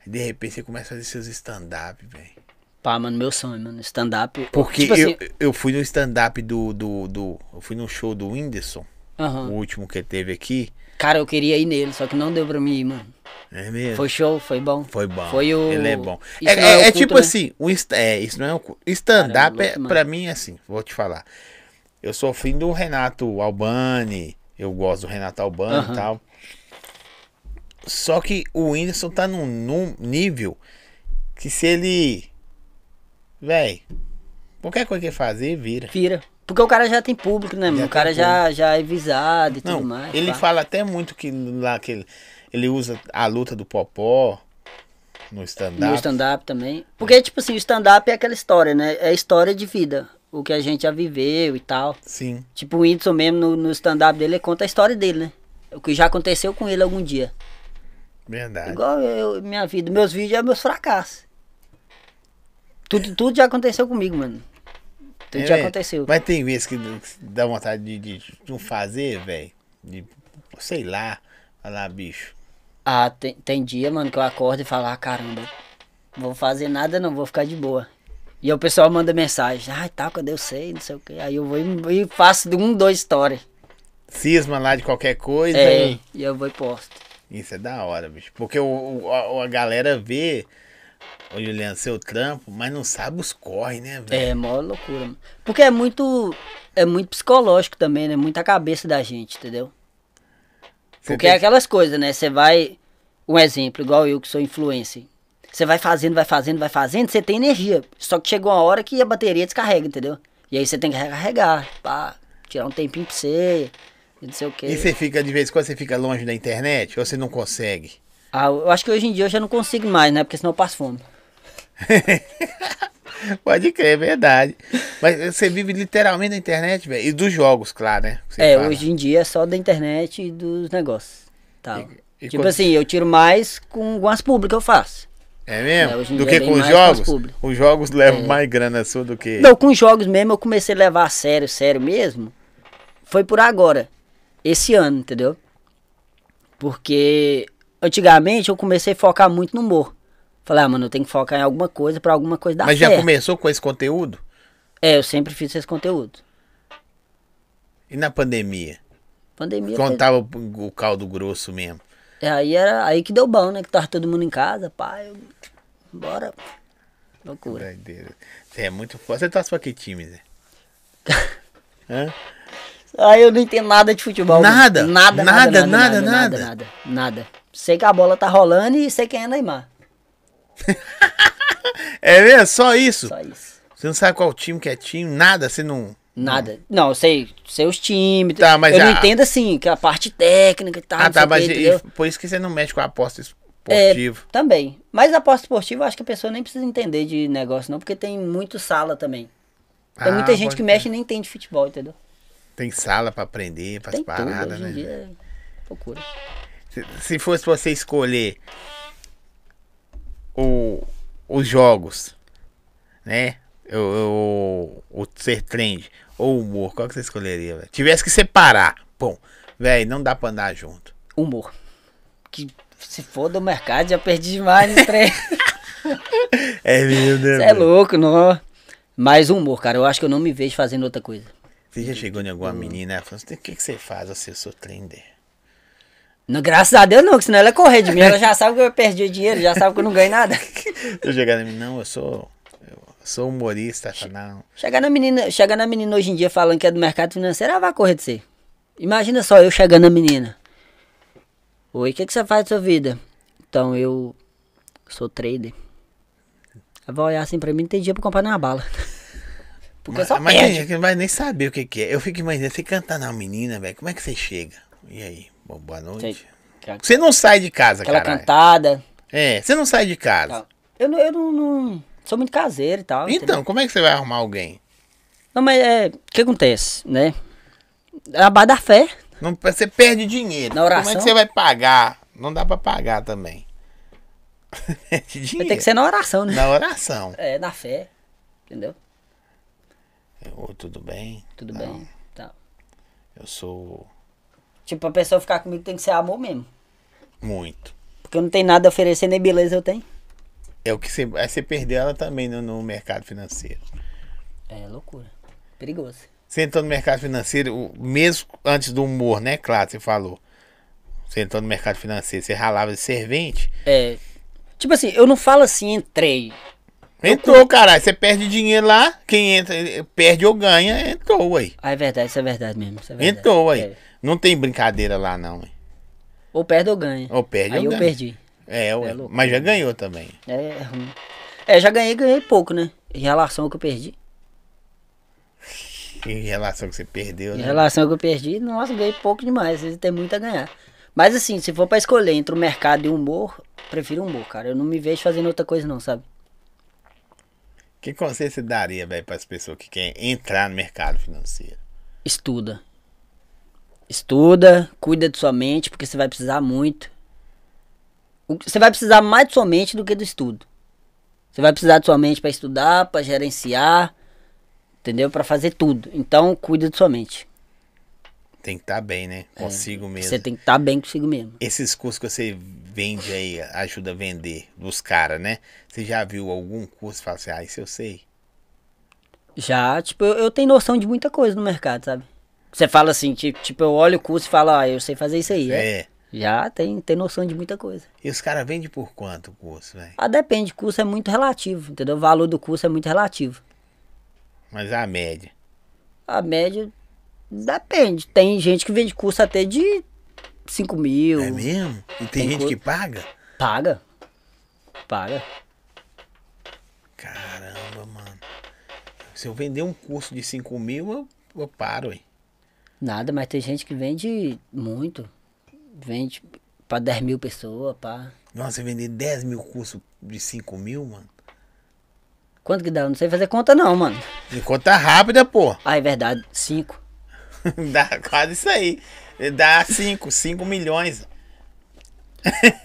Speaker 1: De repente você começa a fazer seus stand-up, velho.
Speaker 2: Pá, mano, meu sonho, mano. Stand-up.
Speaker 1: Porque
Speaker 2: Tipo
Speaker 1: eu,
Speaker 2: assim,
Speaker 1: eu fui no stand-up do, do, do. Eu fui no show do Whindersson,
Speaker 2: aham.
Speaker 1: o último que ele teve aqui.
Speaker 2: Cara, eu queria ir nele, só que não deu pra mim ir, mano.
Speaker 1: É mesmo?
Speaker 2: Foi show, foi bom.
Speaker 1: Foi bom.
Speaker 2: Foi o.
Speaker 1: Ele é bom.
Speaker 2: Isso
Speaker 1: É,
Speaker 2: não é
Speaker 1: é-
Speaker 2: o
Speaker 1: é
Speaker 2: culto,
Speaker 1: tipo
Speaker 2: né?
Speaker 1: assim, um est- é, isso não é um cu- stand-up,
Speaker 2: Cara, é
Speaker 1: é,
Speaker 2: louco,
Speaker 1: pra mim é assim, vou te falar. Eu sou fim do Renato Albani, eu gosto do Renato Albani
Speaker 2: Aham.
Speaker 1: e tal. Só que o Whindersson tá num, num nível que se ele. Véi, qualquer coisa que ele fazer, vira.
Speaker 2: Vira. Porque o cara já tem público, né, mano?
Speaker 1: Já
Speaker 2: O cara
Speaker 1: tem
Speaker 2: já, já é visado e
Speaker 1: Não,
Speaker 2: tudo mais.
Speaker 1: ele
Speaker 2: pá.
Speaker 1: fala até muito que lá que ele, ele usa a luta do Popó no
Speaker 2: No
Speaker 1: stand-up.
Speaker 2: stand-up também. Porque, tipo assim, o stand-up é aquela história, né? É história de vida. O que a gente já viveu e tal.
Speaker 1: Sim.
Speaker 2: Tipo, o Whindersson mesmo, no, no stand-up dele, ele conta a história dele, né? O que já aconteceu com ele algum dia.
Speaker 1: Verdade.
Speaker 2: Igual eu, minha vida, meus vídeos é meus fracassos. Tudo, tudo já aconteceu comigo, mano. Tudo
Speaker 1: É,
Speaker 2: já
Speaker 1: véi.
Speaker 2: aconteceu.
Speaker 1: Mas tem vezes que dá vontade de, de não fazer, velho. De, sei lá, falar, bicho.
Speaker 2: Ah, tem, tem dia, mano, que eu acordo e falo, ah, caramba, vou fazer nada não, vou ficar de boa. E aí o pessoal manda mensagem, ah, tal, cadê eu sei, não sei o quê. Aí eu vou e, e faço de um, dois stories.
Speaker 1: Cisma lá de qualquer coisa.
Speaker 2: É, e eu vou e posto.
Speaker 1: Isso é da hora, bicho. Porque o, o- a, a galera vê, ô Juliano, seu trampo, mas não sabe os corre, né, velho?
Speaker 2: É, mó loucura, mano. Porque é muito. É muito psicológico também, né? Muita cabeça da gente, entendeu?
Speaker 1: Você
Speaker 2: Porque é
Speaker 1: tem-
Speaker 2: aquelas coisas, né? Você vai. Um exemplo, igual eu que sou influencer. Você vai fazendo, vai fazendo, vai fazendo, você tem energia. Só que chegou uma hora que a bateria descarrega, entendeu? E aí você tem que recarregar, pá, tirar um tempinho pra você, e não sei o quê.
Speaker 1: E você fica, de vez em quando, você fica longe da internet ou você não consegue?
Speaker 2: Ah, eu acho que hoje em dia eu já não consigo mais, né? Porque senão eu passo fome.
Speaker 1: Pode crer, é verdade. Mas você vive literalmente na internet, velho. E dos jogos, claro, né? Você
Speaker 2: é,
Speaker 1: fala.
Speaker 2: hoje em dia é só da internet e dos negócios. Tal.
Speaker 1: e
Speaker 2: tipo
Speaker 1: quando-
Speaker 2: assim, eu tiro mais com, com as públicas, eu faço.
Speaker 1: É mesmo?
Speaker 2: É, hoje em
Speaker 1: do
Speaker 2: dia
Speaker 1: que
Speaker 2: bem
Speaker 1: com os
Speaker 2: mais com os
Speaker 1: jogos?
Speaker 2: públicos.
Speaker 1: Os jogos levam mais grana sua do que.
Speaker 2: Não, com jogos mesmo, eu comecei a levar a sério, sério mesmo. Foi por agora. Esse ano, entendeu? Porque antigamente eu comecei a focar muito no humor. Falei, ah, mano, eu tenho que focar em alguma coisa pra alguma coisa dar
Speaker 1: Mas já
Speaker 2: tá certo.
Speaker 1: começou com esse conteúdo?
Speaker 2: É, eu sempre fiz esse conteúdo.
Speaker 1: E na pandemia?
Speaker 2: Pandemia.
Speaker 1: Quando
Speaker 2: fez-
Speaker 1: tava o o caldo grosso mesmo.
Speaker 2: É, Aí era aí que deu bom, né? Que tava todo mundo em casa, pá. Eu... Bora. Loucura.
Speaker 1: Doideira. Você é muito forte. Você torce pra que time, Zé? Hã?
Speaker 2: Aí eu não entendo nada de futebol. mano.
Speaker 1: Nada?
Speaker 2: Nada,
Speaker 1: Nada,
Speaker 2: nada, nada,
Speaker 1: nada,
Speaker 2: nada,
Speaker 1: nada.
Speaker 2: nada, nada. Sei que a bola tá rolando e sei quem é Neymar.
Speaker 1: É mesmo? Só isso?
Speaker 2: Só isso.
Speaker 1: Você não sabe qual time que é time? Nada? Você não.
Speaker 2: Nada. Não, eu sei, sei os times.
Speaker 1: Tá, mas
Speaker 2: eu
Speaker 1: a-
Speaker 2: não entendo assim, que a parte técnica e tal.
Speaker 1: Ah,
Speaker 2: não
Speaker 1: tá,
Speaker 2: sei o quê,
Speaker 1: mas e-
Speaker 2: entendeu?
Speaker 1: e por isso que você não mexe com a aposta
Speaker 2: É,
Speaker 1: esportiva.
Speaker 2: também. Mas a aposta esportiva, eu acho que a pessoa nem precisa entender de negócio, não, porque tem muito sala também. Tem
Speaker 1: Ah,
Speaker 2: muita gente
Speaker 1: pode
Speaker 2: que
Speaker 1: crer.
Speaker 2: mexe e nem entende futebol, entendeu?
Speaker 1: Tem sala pra aprender, pra
Speaker 2: Tem tudo.
Speaker 1: paradas,
Speaker 2: Hoje
Speaker 1: né?
Speaker 2: em dia
Speaker 1: velho?
Speaker 2: é loucura.
Speaker 1: Se, se fosse você escolher o, os jogos, né? O, o, o ser trend ou o humor, qual que você escolheria, velho? Tivesse que separar. Bom, Véi, não dá pra andar junto.
Speaker 2: Humor. Que se foda o mercado, já perdi demais no trem.
Speaker 1: É meu Deus.
Speaker 2: Você é louco, não. Mas humor, cara, eu acho que eu não me vejo fazendo outra coisa.
Speaker 1: Você já chegou em alguma menina e falou assim, o que, que você faz? Você sou trender.
Speaker 2: Não, graças a Deus não, que senão ela corre de mim. Ela já sabe que eu perdi o dinheiro, já sabe que eu não ganho nada.
Speaker 1: Eu chegar na menina, não, eu sou. Eu sou humorista, ela fala, não.
Speaker 2: Chegar na menina, chegar na menina hoje em dia falando que é do mercado financeiro, ela vai correr de você. Imagina só eu chegando na menina. Oi, o que, que você faz da sua vida? Então, eu sou trader. Ela vai olhar assim pra mim, não tem dia pra comprar nem uma bala. Porque eu
Speaker 1: Mas,
Speaker 2: só
Speaker 1: mas tem
Speaker 2: perde.
Speaker 1: gente que não vai nem saber o que, que é. Eu fico imaginando, você cantar na menina, velho, como é que você chega? E aí? Bo- Boa noite. Você não sai de casa,
Speaker 2: Aquela
Speaker 1: caralho.
Speaker 2: cantada.
Speaker 1: É, você não sai de casa.
Speaker 2: tal. Eu, não- eu não, não- Sou muito caseiro e tal. entendeu?
Speaker 1: Então, como é que você vai arrumar alguém?
Speaker 2: Não, mas é. O que acontece, né? É a barra da fé.
Speaker 1: Não, você perde dinheiro.
Speaker 2: Na
Speaker 1: Como é
Speaker 2: oração?
Speaker 1: que você vai pagar? Não dá pra pagar também. perde
Speaker 2: Vai
Speaker 1: dinheiro.
Speaker 2: ter que ser na oração, né?
Speaker 1: Na oração.
Speaker 2: É, na fé. Entendeu?
Speaker 1: Ô, tudo bem?
Speaker 2: Tudo
Speaker 1: Não,
Speaker 2: bem. Tá.
Speaker 1: Eu sou
Speaker 2: Tipo, a pessoa ficar comigo tem que ser amor mesmo.
Speaker 1: muito.
Speaker 2: Porque eu não tenho nada a oferecer, nem beleza eu tenho.
Speaker 1: É o que você. Aí você perdeu ela também no, no mercado financeiro.
Speaker 2: É loucura. Perigoso.
Speaker 1: Você entrou no mercado financeiro, o- mesmo antes do humor, né? Claro, você falou. Você entrou no mercado financeiro, você ralava de servente.
Speaker 2: É. Tipo assim, eu não falo assim, entrei.
Speaker 1: Entrou, caralho. Você perde dinheiro lá, quem entra, eh, perde ou ganha, entrou aí.
Speaker 2: Ah, é verdade, isso é verdade mesmo. Isso é verdade.
Speaker 1: Entrou aí.
Speaker 2: É.
Speaker 1: Não tem brincadeira lá, não. hein?
Speaker 2: Ou perde ou ganha.
Speaker 1: Ou perde
Speaker 2: Aí
Speaker 1: ou
Speaker 2: eu
Speaker 1: ganha.
Speaker 2: perdi.
Speaker 1: É, ué.
Speaker 2: É louco.
Speaker 1: mas já ganhou também.
Speaker 2: É, é ruim. É, já ganhei, ganhei pouco, né? Em relação ao que eu perdi.
Speaker 1: Em relação ao que você perdeu,
Speaker 2: Em
Speaker 1: né?
Speaker 2: relação ao que eu perdi, nossa, ganhei pouco demais. Às vezes tem muito a ganhar. Mas assim, se for pra escolher entre o mercado e o humor, prefiro o humor, cara. Eu não me vejo fazendo outra coisa, não, sabe?
Speaker 1: Que conselho você daria, velho, para as pessoas que querem entrar no mercado financeiro?
Speaker 2: Estuda. Estuda, cuida de sua mente, porque você vai precisar muito. O que- Você vai precisar mais de sua mente do que do estudo. Você vai precisar de sua mente pra estudar, pra gerenciar, entendeu? Pra fazer tudo. Então, cuida de sua mente.
Speaker 1: Tem que estar bem, né? Consigo mesmo.
Speaker 2: É. Você tem que estar bem consigo mesmo.
Speaker 1: Esses cursos que você vende aí, ajuda a vender dos caras, né? Você já viu algum curso e fala assim, ah, isso eu sei.
Speaker 2: Já, tipo, eu, eu tenho noção de muita coisa no mercado, sabe? Você fala assim, que, tipo, eu olho o curso e falo, ah, eu sei fazer isso aí. É.
Speaker 1: É.
Speaker 2: Já tem, tem noção de muita coisa.
Speaker 1: E os caras vendem por quanto o curso, velho?
Speaker 2: Ah, depende, curso é muito relativo, entendeu? O valor do curso é muito relativo.
Speaker 1: Mas a média.
Speaker 2: A média, depende. Tem gente que vende curso até de 5 mil.
Speaker 1: É mesmo? E tem,
Speaker 2: Tem
Speaker 1: gente
Speaker 2: cu-
Speaker 1: que paga?
Speaker 2: Paga. Paga.
Speaker 1: Caramba, mano. Se eu vender um curso de 5 mil, eu, eu paro, hein?
Speaker 2: Nada, mas tem gente que vende muito. Vende pra 10 mil pessoas, pá.
Speaker 1: Nossa, eu vender 10 mil cursos de 5 mil, mano.
Speaker 2: Quanto que dá? Eu não sei fazer conta não, mano.
Speaker 1: De conta rápida, pô.
Speaker 2: Ah, é verdade, 5.
Speaker 1: Dá quase isso aí. Dá 5, 5 milhões.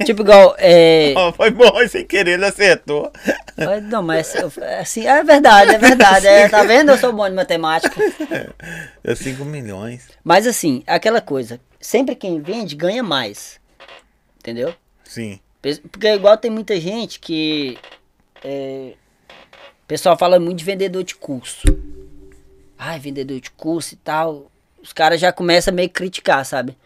Speaker 2: Tipo igual, é...
Speaker 1: Ó, foi bom, sem querer, ele acertou.
Speaker 2: Mas, Não, mas eu- é assim, é verdade, é verdade. é, tá vendo? Eu sou bom de matemática.
Speaker 1: Deu 5 milhões.
Speaker 2: Mas assim, é aquela coisa, sempre quem vende ganha mais. Entendeu?
Speaker 1: Sim.
Speaker 2: Pe- Porque é igual tem muita gente que. é, o pessoal fala muito de vendedor de curso. Ai, vendedor de curso e tal. Os caras já começam a meio que criticar, sabe?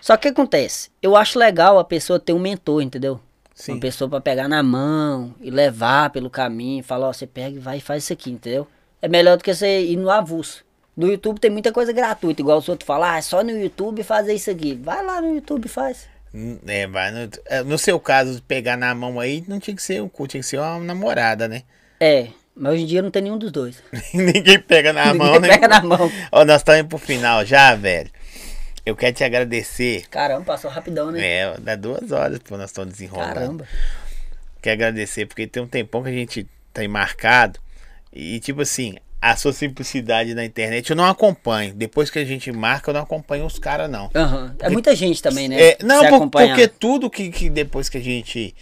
Speaker 2: Só que o que acontece? Eu acho legal a pessoa ter um mentor, entendeu?
Speaker 1: Sim.
Speaker 2: Uma pessoa pra pegar na mão e levar pelo caminho, falar, ó, você pega e vai e faz isso aqui, entendeu? É melhor do que você ir no avulso. No YouTube tem muita coisa gratuita, igual os outros falam, ah, é só no YouTube fazer isso aqui. Vai lá no YouTube e faz.
Speaker 1: Hum, É, vai no, é, no seu caso, de pegar na mão aí, não tinha que ser um cu, tinha que ser uma namorada, né?
Speaker 2: É, mas hoje em dia não tem nenhum dos dois.
Speaker 1: Ninguém pega na
Speaker 2: Ninguém
Speaker 1: mão, né?
Speaker 2: pega na mão.
Speaker 1: Ó, nós estamos indo pro final já, velho. Eu quero te agradecer.
Speaker 2: Caramba, passou rapidão, né?
Speaker 1: É, né? dá duas horas, pô, nós estamos desenrolando.
Speaker 2: Caramba.
Speaker 1: Quero agradecer, porque tem um tempão que a gente tem marcado. E, tipo assim, a sua simplicidade na internet eu não acompanho. Depois que a gente marca, eu não acompanho os caras, não.
Speaker 2: Aham. É muita gente também, né?
Speaker 1: É,
Speaker 2: Pra
Speaker 1: não,
Speaker 2: você
Speaker 1: por-
Speaker 2: acompanhar.
Speaker 1: porque tudo que, que depois que a gente.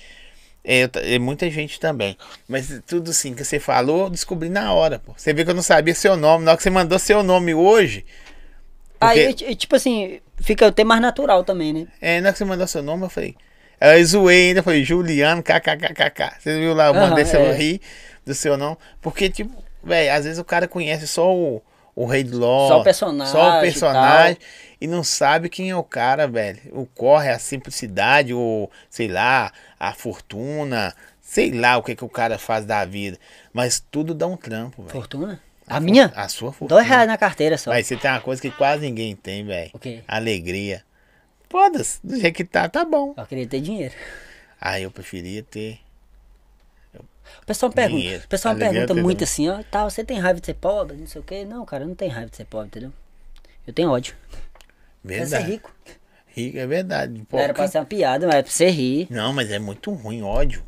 Speaker 1: É, eu ta- é, muita gente também. Mas tudo sim que você falou, eu descobri na hora. Pô. Você vê que eu não sabia seu nome. Na hora que você mandou seu nome hoje.
Speaker 2: Aí,
Speaker 1: porque-
Speaker 2: ti- tipo assim, fica até mais natural também, né?
Speaker 1: É, na hora que você mandou seu nome, eu falei. Aí eu zoei ainda, falei, Juliano, kkkk. Você viu lá, eu
Speaker 2: Aham,
Speaker 1: mandei seu
Speaker 2: é.
Speaker 1: ri do seu nome. Porque, tipo, velho, às vezes o cara conhece só o, o Rei do LOL.
Speaker 2: Só o personagem
Speaker 1: Só o
Speaker 2: e
Speaker 1: personagem. E não sabe quem é o cara, velho. O corre, a simplicidade, ou sei lá, a fortuna. Sei lá o que, que o cara faz da vida. Mas tudo dá um trampo, velho.
Speaker 2: Fortuna? A minha?
Speaker 1: A sua fortuna.
Speaker 2: Dois reais na carteira só.
Speaker 1: Vai, você tem uma coisa que quase ninguém tem, velho.
Speaker 2: Então. O quê?
Speaker 1: Alegria. Foda-se, do jeito que tá, tá bom.
Speaker 2: Eu queria ter dinheiro.
Speaker 1: Ah, eu preferia ter.
Speaker 2: O pessoal me pergunta,
Speaker 1: Dinheiro.
Speaker 2: o pessoal me
Speaker 1: Alegria
Speaker 2: pergunta
Speaker 1: tem,
Speaker 2: muito
Speaker 1: né?
Speaker 2: assim, ó, tá, você tem raiva de ser pobre, não sei o quê. Não, cara, eu não tenho raiva de ser pobre, entendeu? Eu tenho ódio. Eu quero ser
Speaker 1: Verdade.
Speaker 2: é rico.
Speaker 1: Rico, é verdade. Pô,
Speaker 2: Era pra ser uma piada, mas é pra você rir.
Speaker 1: Não, mas é muito ruim, ódio.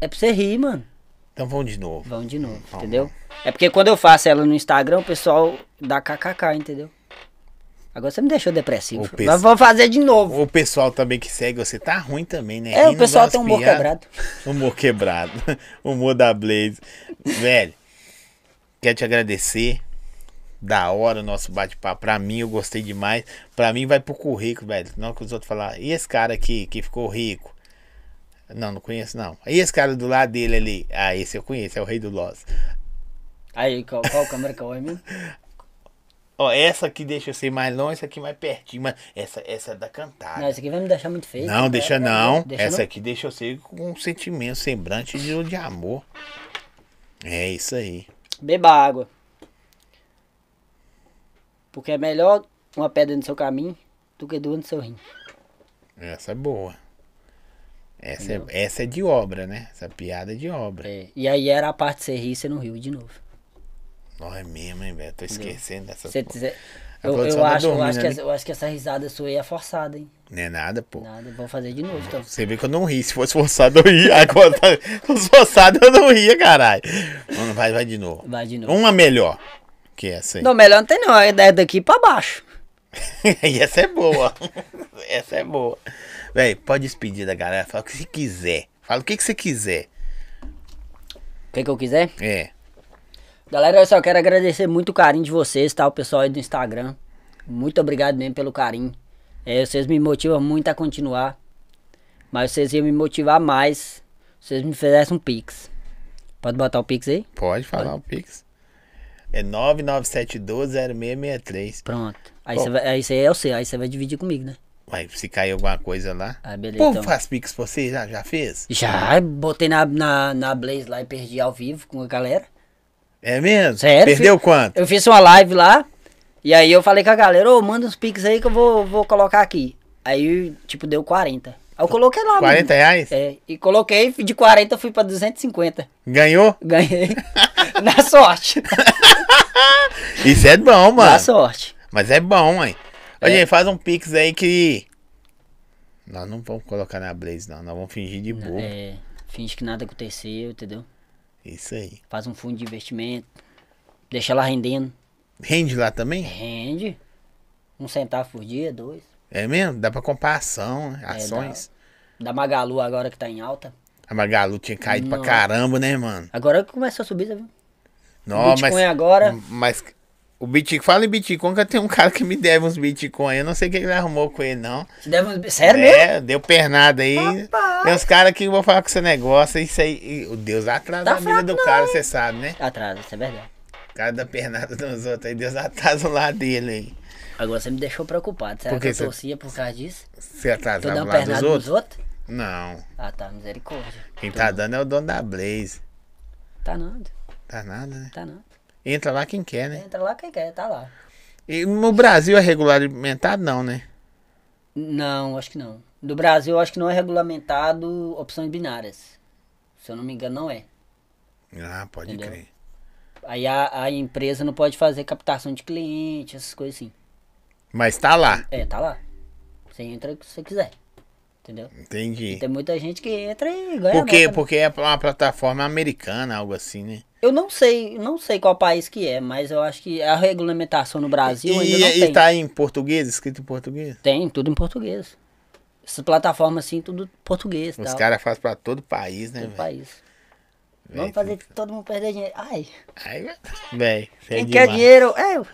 Speaker 2: É pra você rir, mano.
Speaker 1: Então vamos de novo.
Speaker 2: Vão de novo, entendeu? É porque quando eu faço ela no Instagram, o pessoal dá kkk, entendeu? Agora você me deixou depressivo.
Speaker 1: Ô, pensa-
Speaker 2: Mas vamos fazer de novo.
Speaker 1: O pessoal também que segue você tá ruim também, né?
Speaker 2: É,
Speaker 1: Rindo
Speaker 2: o pessoal
Speaker 1: das
Speaker 2: tem humor
Speaker 1: piadas.
Speaker 2: quebrado.
Speaker 1: Humor quebrado. humor da Blaze. Velho, quero te agradecer. Da hora o nosso bate-papo. Pra mim, eu gostei demais. Pra mim, vai pro currículo, velho. Não que os outros falar. E esse cara aqui que ficou rico? Não, não conheço, não. E esse cara do lado dele ali? Ah, esse eu conheço, é o Rei do Loss.
Speaker 2: Aí, qual, qual câmera que eu olho mesmo?
Speaker 1: Ó, essa aqui deixa eu ser mais longe, essa aqui mais pertinho, mas essa, essa é da cantada.
Speaker 2: Não, isso aqui vai me deixar muito feio. É,
Speaker 1: Não, deixa não.
Speaker 2: Deixa
Speaker 1: essa
Speaker 2: não.
Speaker 1: aqui deixa eu ser com um sentimento, semblante de, de amor. É isso aí.
Speaker 2: Beba água. Porque é melhor uma pedra no seu caminho do que duas no seu rim.
Speaker 1: Essa é boa. Essa é, essa é de obra, né? Essa piada é de obra.
Speaker 2: É, E aí era a parte de você rir, você não riu de novo.
Speaker 1: Nossa, é mesmo, hein, velho? Tô esquecendo dessa
Speaker 2: Você,
Speaker 1: porra.
Speaker 2: você-
Speaker 1: A
Speaker 2: eu,
Speaker 1: produção
Speaker 2: eu
Speaker 1: tá
Speaker 2: acho, eu,
Speaker 1: dormindo
Speaker 2: acho que,
Speaker 1: ali.
Speaker 2: essa- eu acho que essa risada sua aí é forçada, hein?
Speaker 1: Não é nada, pô.
Speaker 2: Nada, vou fazer de novo, então.
Speaker 1: Você vê que eu não ri. Se fosse forçado, eu ria. Agora, tá- se fosse forçado, eu não ria, caralho. Mano, vai, vai de novo.
Speaker 2: Vai de novo.
Speaker 1: Uma melhor que essa aí.
Speaker 2: Não, melhor não tem não, é da- daqui pra baixo.
Speaker 1: e essa é boa. essa é boa. Véi, pode despedir da galera. Fala o que você quiser. Fala o que, que você quiser.
Speaker 2: O que, que eu quiser.
Speaker 1: É.
Speaker 2: Galera, eu só quero agradecer muito o carinho de vocês, tá? O pessoal aí do Instagram. Muito obrigado mesmo pelo carinho. É, vocês me motivam muito a continuar. Mas vocês iam me motivar mais se vocês me fizessem um pix. Pode botar o pix aí?
Speaker 1: Pode falar o Pix. É 997120663.
Speaker 2: Pronto. Aí
Speaker 1: Bom.
Speaker 2: você vai- aí você é o seu, aí você vai dividir comigo, né?
Speaker 1: Vai, se cair alguma coisa lá.
Speaker 2: Ah, beleza.
Speaker 1: Pô,
Speaker 2: então.
Speaker 1: faz Pix pra você? Já, já fez?
Speaker 2: Já botei na, na, na Blaze lá e perdi ao vivo com a galera.
Speaker 1: É mesmo?
Speaker 2: Sério?
Speaker 1: Perdeu
Speaker 2: fi-
Speaker 1: quanto?
Speaker 2: Eu fiz uma live lá. E aí eu falei com a galera, ô, manda uns pics aí que eu vou, vou colocar aqui. Aí, tipo, deu 40. Aí eu coloquei lá, mano.
Speaker 1: 40 reais?
Speaker 2: É, e coloquei, de 40 eu fui pra 250.
Speaker 1: Ganhou?
Speaker 2: Ganhei. na sorte.
Speaker 1: Isso é bom, mano.
Speaker 2: Na sorte.
Speaker 1: Mas é bom, hein? Ô,
Speaker 2: É.
Speaker 1: gente, faz um Pix aí que. Nós não vamos colocar na Blaze, não. Nós vamos fingir de boa.
Speaker 2: É, finge que nada aconteceu, entendeu?
Speaker 1: Isso aí.
Speaker 2: Faz um fundo de investimento. Deixa ela rendendo.
Speaker 1: Rende lá também?
Speaker 2: Rende. Um centavo por dia, dois.
Speaker 1: É mesmo? Dá pra comprar ação, né?
Speaker 2: É,
Speaker 1: ações.
Speaker 2: da, da Magalu agora que tá em alta.
Speaker 1: A Magalu tinha caído pra
Speaker 2: Não.
Speaker 1: caramba, né, mano?
Speaker 2: Agora que começou a subir, tá vendo?
Speaker 1: Não,
Speaker 2: Bitcoin
Speaker 1: mas,
Speaker 2: agora.
Speaker 1: Mas o Bitcoin, fala em Bitcoin, que eu tenho um cara que me deve uns Bitcoin. Eu não sei o que ele arrumou com ele, não.
Speaker 2: Te deve uns- Sério mesmo?
Speaker 1: É, deu pernada aí. Tem uns caras que vão falar com esse negócio. Isso aí, e o Deus atrás
Speaker 2: Tá
Speaker 1: da vida
Speaker 2: fraco
Speaker 1: do cara, você sabe, né?
Speaker 2: Atrasa, isso é verdade.
Speaker 1: O cara da pernada dos outros aí, Deus atrás do lado dele aí.
Speaker 2: Agora você me deixou preocupado. Será
Speaker 1: Por
Speaker 2: que
Speaker 1: que
Speaker 2: eu
Speaker 1: você-
Speaker 2: torcia por causa disso?
Speaker 1: Você
Speaker 2: Tô
Speaker 1: atrasava o
Speaker 2: dando
Speaker 1: lado dos
Speaker 2: pernada nos
Speaker 1: outros?
Speaker 2: outros?
Speaker 1: Não.
Speaker 2: Ah tá, misericórdia.
Speaker 1: Quem tá dando é o dono da Blaze.
Speaker 2: Tá nada,
Speaker 1: Tá nada, né?
Speaker 2: tá nada.
Speaker 1: Entra lá quem quer, né?
Speaker 2: Entra lá quem quer, tá lá.
Speaker 1: E no Brasil é regulamentado, não, né?
Speaker 2: Não, acho que não. Do Brasil, acho que não é regulamentado opções binárias. Se eu não me engano, não é.
Speaker 1: Ah, pode
Speaker 2: Entendeu?
Speaker 1: crer.
Speaker 2: Aí a, a empresa não pode fazer captação de cliente, essas coisas assim.
Speaker 1: Mas tá lá.
Speaker 2: É, tá lá. Você entra o que você quiser. Entendeu?
Speaker 1: Entendi.
Speaker 2: Tem muita gente que entra e ganha.
Speaker 1: Porque,
Speaker 2: nota, Então, né?
Speaker 1: porque é uma plataforma americana, algo assim, né?
Speaker 2: Eu não sei, não sei qual país que é, mas eu acho que a regulamentação no Brasil ainda não
Speaker 1: E,
Speaker 2: tem.
Speaker 1: e tá em português, escrito em português?
Speaker 2: Tem, tudo em português. Essas plataformas assim, tudo português,
Speaker 1: Os
Speaker 2: tal.
Speaker 1: caras fazem pra todo o país, né,
Speaker 2: Tá. Todo
Speaker 1: velho?
Speaker 2: país.
Speaker 1: Véi,
Speaker 2: Vamos fazer todo mundo perder dinheiro. Ai,
Speaker 1: Aí, velho, você é
Speaker 2: quem quer
Speaker 1: demais.
Speaker 2: dinheiro? É, eu.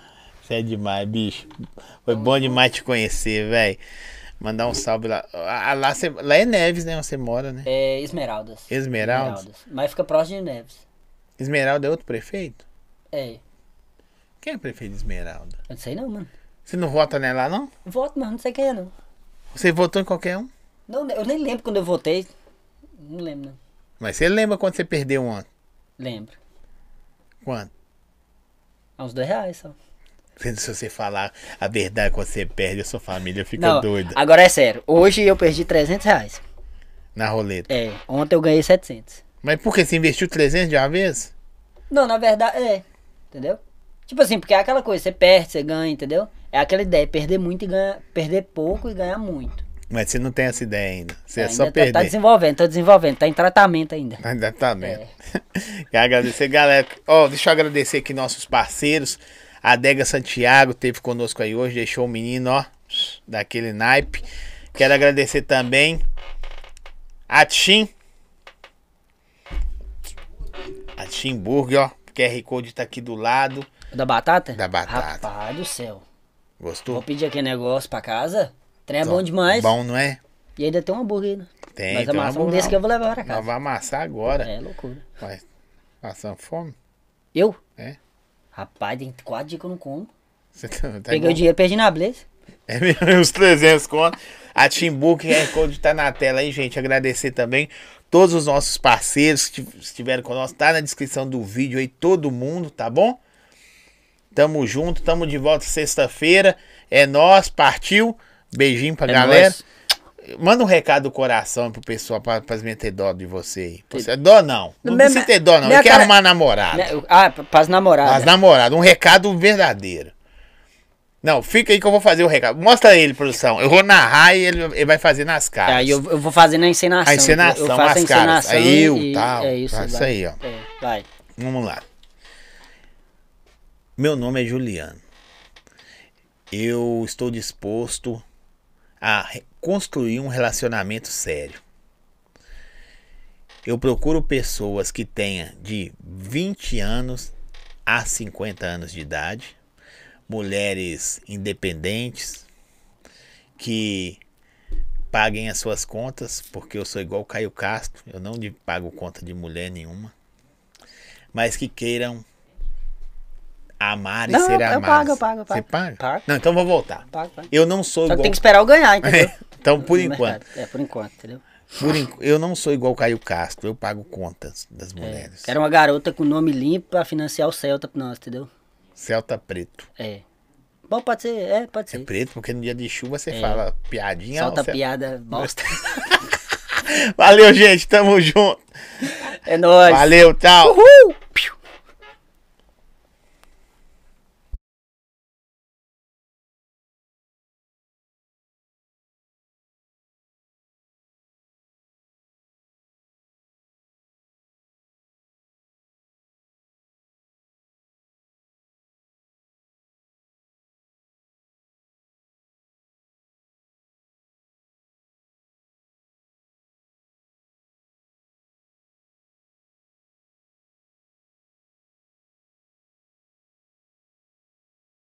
Speaker 1: Você é demais, bicho. Foi bom demais te conhecer, velho. Mandar um salve lá. Ah, Lá, cê- lá é Neves, né? Onde você mora, né?
Speaker 2: É Esmeraldas.
Speaker 1: Esmeraldas?
Speaker 2: Mas fica próximo de Neves.
Speaker 1: Esmeralda é outro prefeito?
Speaker 2: É.
Speaker 1: Quem é o prefeito de Esmeralda?
Speaker 2: Eu não sei não, mano.
Speaker 1: Você não vota nela, não?
Speaker 2: Voto, mas não sei quem é, não.
Speaker 1: Você votou em qualquer um?
Speaker 2: não. Eu nem lembro quando eu votei. Não lembro, não.
Speaker 1: Mas você lembra quando você perdeu um ano?
Speaker 2: Lembro.
Speaker 1: Quanto?
Speaker 2: Há uns dois reais só.
Speaker 1: Se você falar a verdade quando você perde, a sua família fica doida.
Speaker 2: agora é sério. Hoje eu perdi 300 reais.
Speaker 1: Na roleta.
Speaker 2: É, ontem eu ganhei 700.
Speaker 1: Mas por que? Você investiu 300 de uma vez?
Speaker 2: Não, na verdade, é. Entendeu? Tipo assim, porque é aquela coisa, você perde, você ganha, entendeu? É aquela ideia, perder muito e ganhar, perder pouco e ganhar muito.
Speaker 1: Mas você não tem essa ideia ainda. Você é
Speaker 2: Ainda
Speaker 1: só
Speaker 2: tá-
Speaker 1: perder.
Speaker 2: Tá desenvolvendo, tá desenvolvendo, tá em tratamento ainda.
Speaker 1: Exatamente. Quero agradecer, galera. Ó, deixa eu agradecer aqui nossos parceiros. A Adega Santiago teve conosco aí hoje, deixou o menino, ó, daquele naipe. Quero agradecer também a Tim. A Tim Burger, ó. QR Code tá aqui do lado.
Speaker 2: Da batata?
Speaker 1: Da batata.
Speaker 2: Rapaz do céu. Vou
Speaker 1: Gostou?
Speaker 2: pedir aquele negócio pra casa. Trem é
Speaker 1: Ó,
Speaker 2: bom demais.
Speaker 1: Bom, não é?
Speaker 2: E ainda tem um hambúrguer, né?
Speaker 1: Tem,
Speaker 2: Mas
Speaker 1: tem um
Speaker 2: amassa um
Speaker 1: hambúrguer.
Speaker 2: desse que eu vou levar pra
Speaker 1: Nós
Speaker 2: casa.
Speaker 1: vamos amassar agora.
Speaker 2: É loucura.
Speaker 1: Vai. Passando fome?
Speaker 2: Eu?
Speaker 1: É?
Speaker 2: Rapaz, tem quatro dias que eu não como.
Speaker 1: Você tá, tá
Speaker 2: Peguei
Speaker 1: igual-
Speaker 2: o dinheiro, perdi na Blaze.
Speaker 1: É mesmo, uns 300 conto. A Timbu, que QR Code tá na tela aí, gente. Agradecer também todos os nossos parceiros que tiv- estiveram conosco. Tá na descrição do vídeo aí, todo mundo, tá bom? Tamo junto, tamo de volta sexta-feira. É nós, partiu. Beijinho pra
Speaker 2: É
Speaker 1: galera.
Speaker 2: nóis.
Speaker 1: Manda um recado do coração pro pessoal, pra, pra não ter dó de você aí. Você, dó não. Não
Speaker 2: Minha-
Speaker 1: precisa ter dó não.
Speaker 2: minha
Speaker 1: Eu quero
Speaker 2: cara-
Speaker 1: arrumar namorado.
Speaker 2: Né, eu- Ah, pra- pras namoradas.
Speaker 1: Mas namorado, um recado verdadeiro. Não, fica aí que eu vou fazer o recado. Mostra ele, produção. Eu vou narrar e ele, ele vai fazer nas caras.
Speaker 2: É, Aí eu, eu vou fazendo a encenação.
Speaker 1: A encenação,
Speaker 2: eu faço a
Speaker 1: as caras.
Speaker 2: encenação.
Speaker 1: Aí eu,
Speaker 2: e-
Speaker 1: tal.
Speaker 2: É isso,
Speaker 1: tá, isso
Speaker 2: vai.
Speaker 1: aí, ó.
Speaker 2: É, vai.
Speaker 1: Vamos lá. Meu nome é Juliano. Eu estou disposto a re- construir um relacionamento sério. Eu procuro pessoas que tenham de 20 anos a 50 anos de idade, mulheres independentes, que paguem as suas contas, porque eu sou igual o Caio Castro, eu não de- pago conta de mulher nenhuma mas que queiram amar e
Speaker 2: Não,
Speaker 1: ser
Speaker 2: eu- eu
Speaker 1: amados.
Speaker 2: pago, eu pago, eu
Speaker 1: Você
Speaker 2: pago.
Speaker 1: paga?
Speaker 2: Pago.
Speaker 1: Não, então vou voltar.
Speaker 2: Pago, pago.
Speaker 1: Eu não sou
Speaker 2: Só que
Speaker 1: igual.
Speaker 2: tem que esperar eu ganhar, entendeu?
Speaker 1: Então, por
Speaker 2: No
Speaker 1: enquanto.
Speaker 2: mercado. É, por enquanto, entendeu?
Speaker 1: Por enqu- Eu não sou igual o Caio Castro, eu pago contas
Speaker 2: É,
Speaker 1: das mulheres.
Speaker 2: Era uma garota com nome limpo pra financiar o Celta pra nós, entendeu?
Speaker 1: Celta preto.
Speaker 2: É. Bom, pode ser, é, pode
Speaker 1: É
Speaker 2: ser.
Speaker 1: preto, porque no dia de chuva você fala piadinha.
Speaker 2: É. Solta
Speaker 1: você- é
Speaker 2: piada, bosta.
Speaker 1: Valeu, gente. Tamo junto.
Speaker 2: É nóis.
Speaker 1: Valeu, tchau.
Speaker 2: Uhul!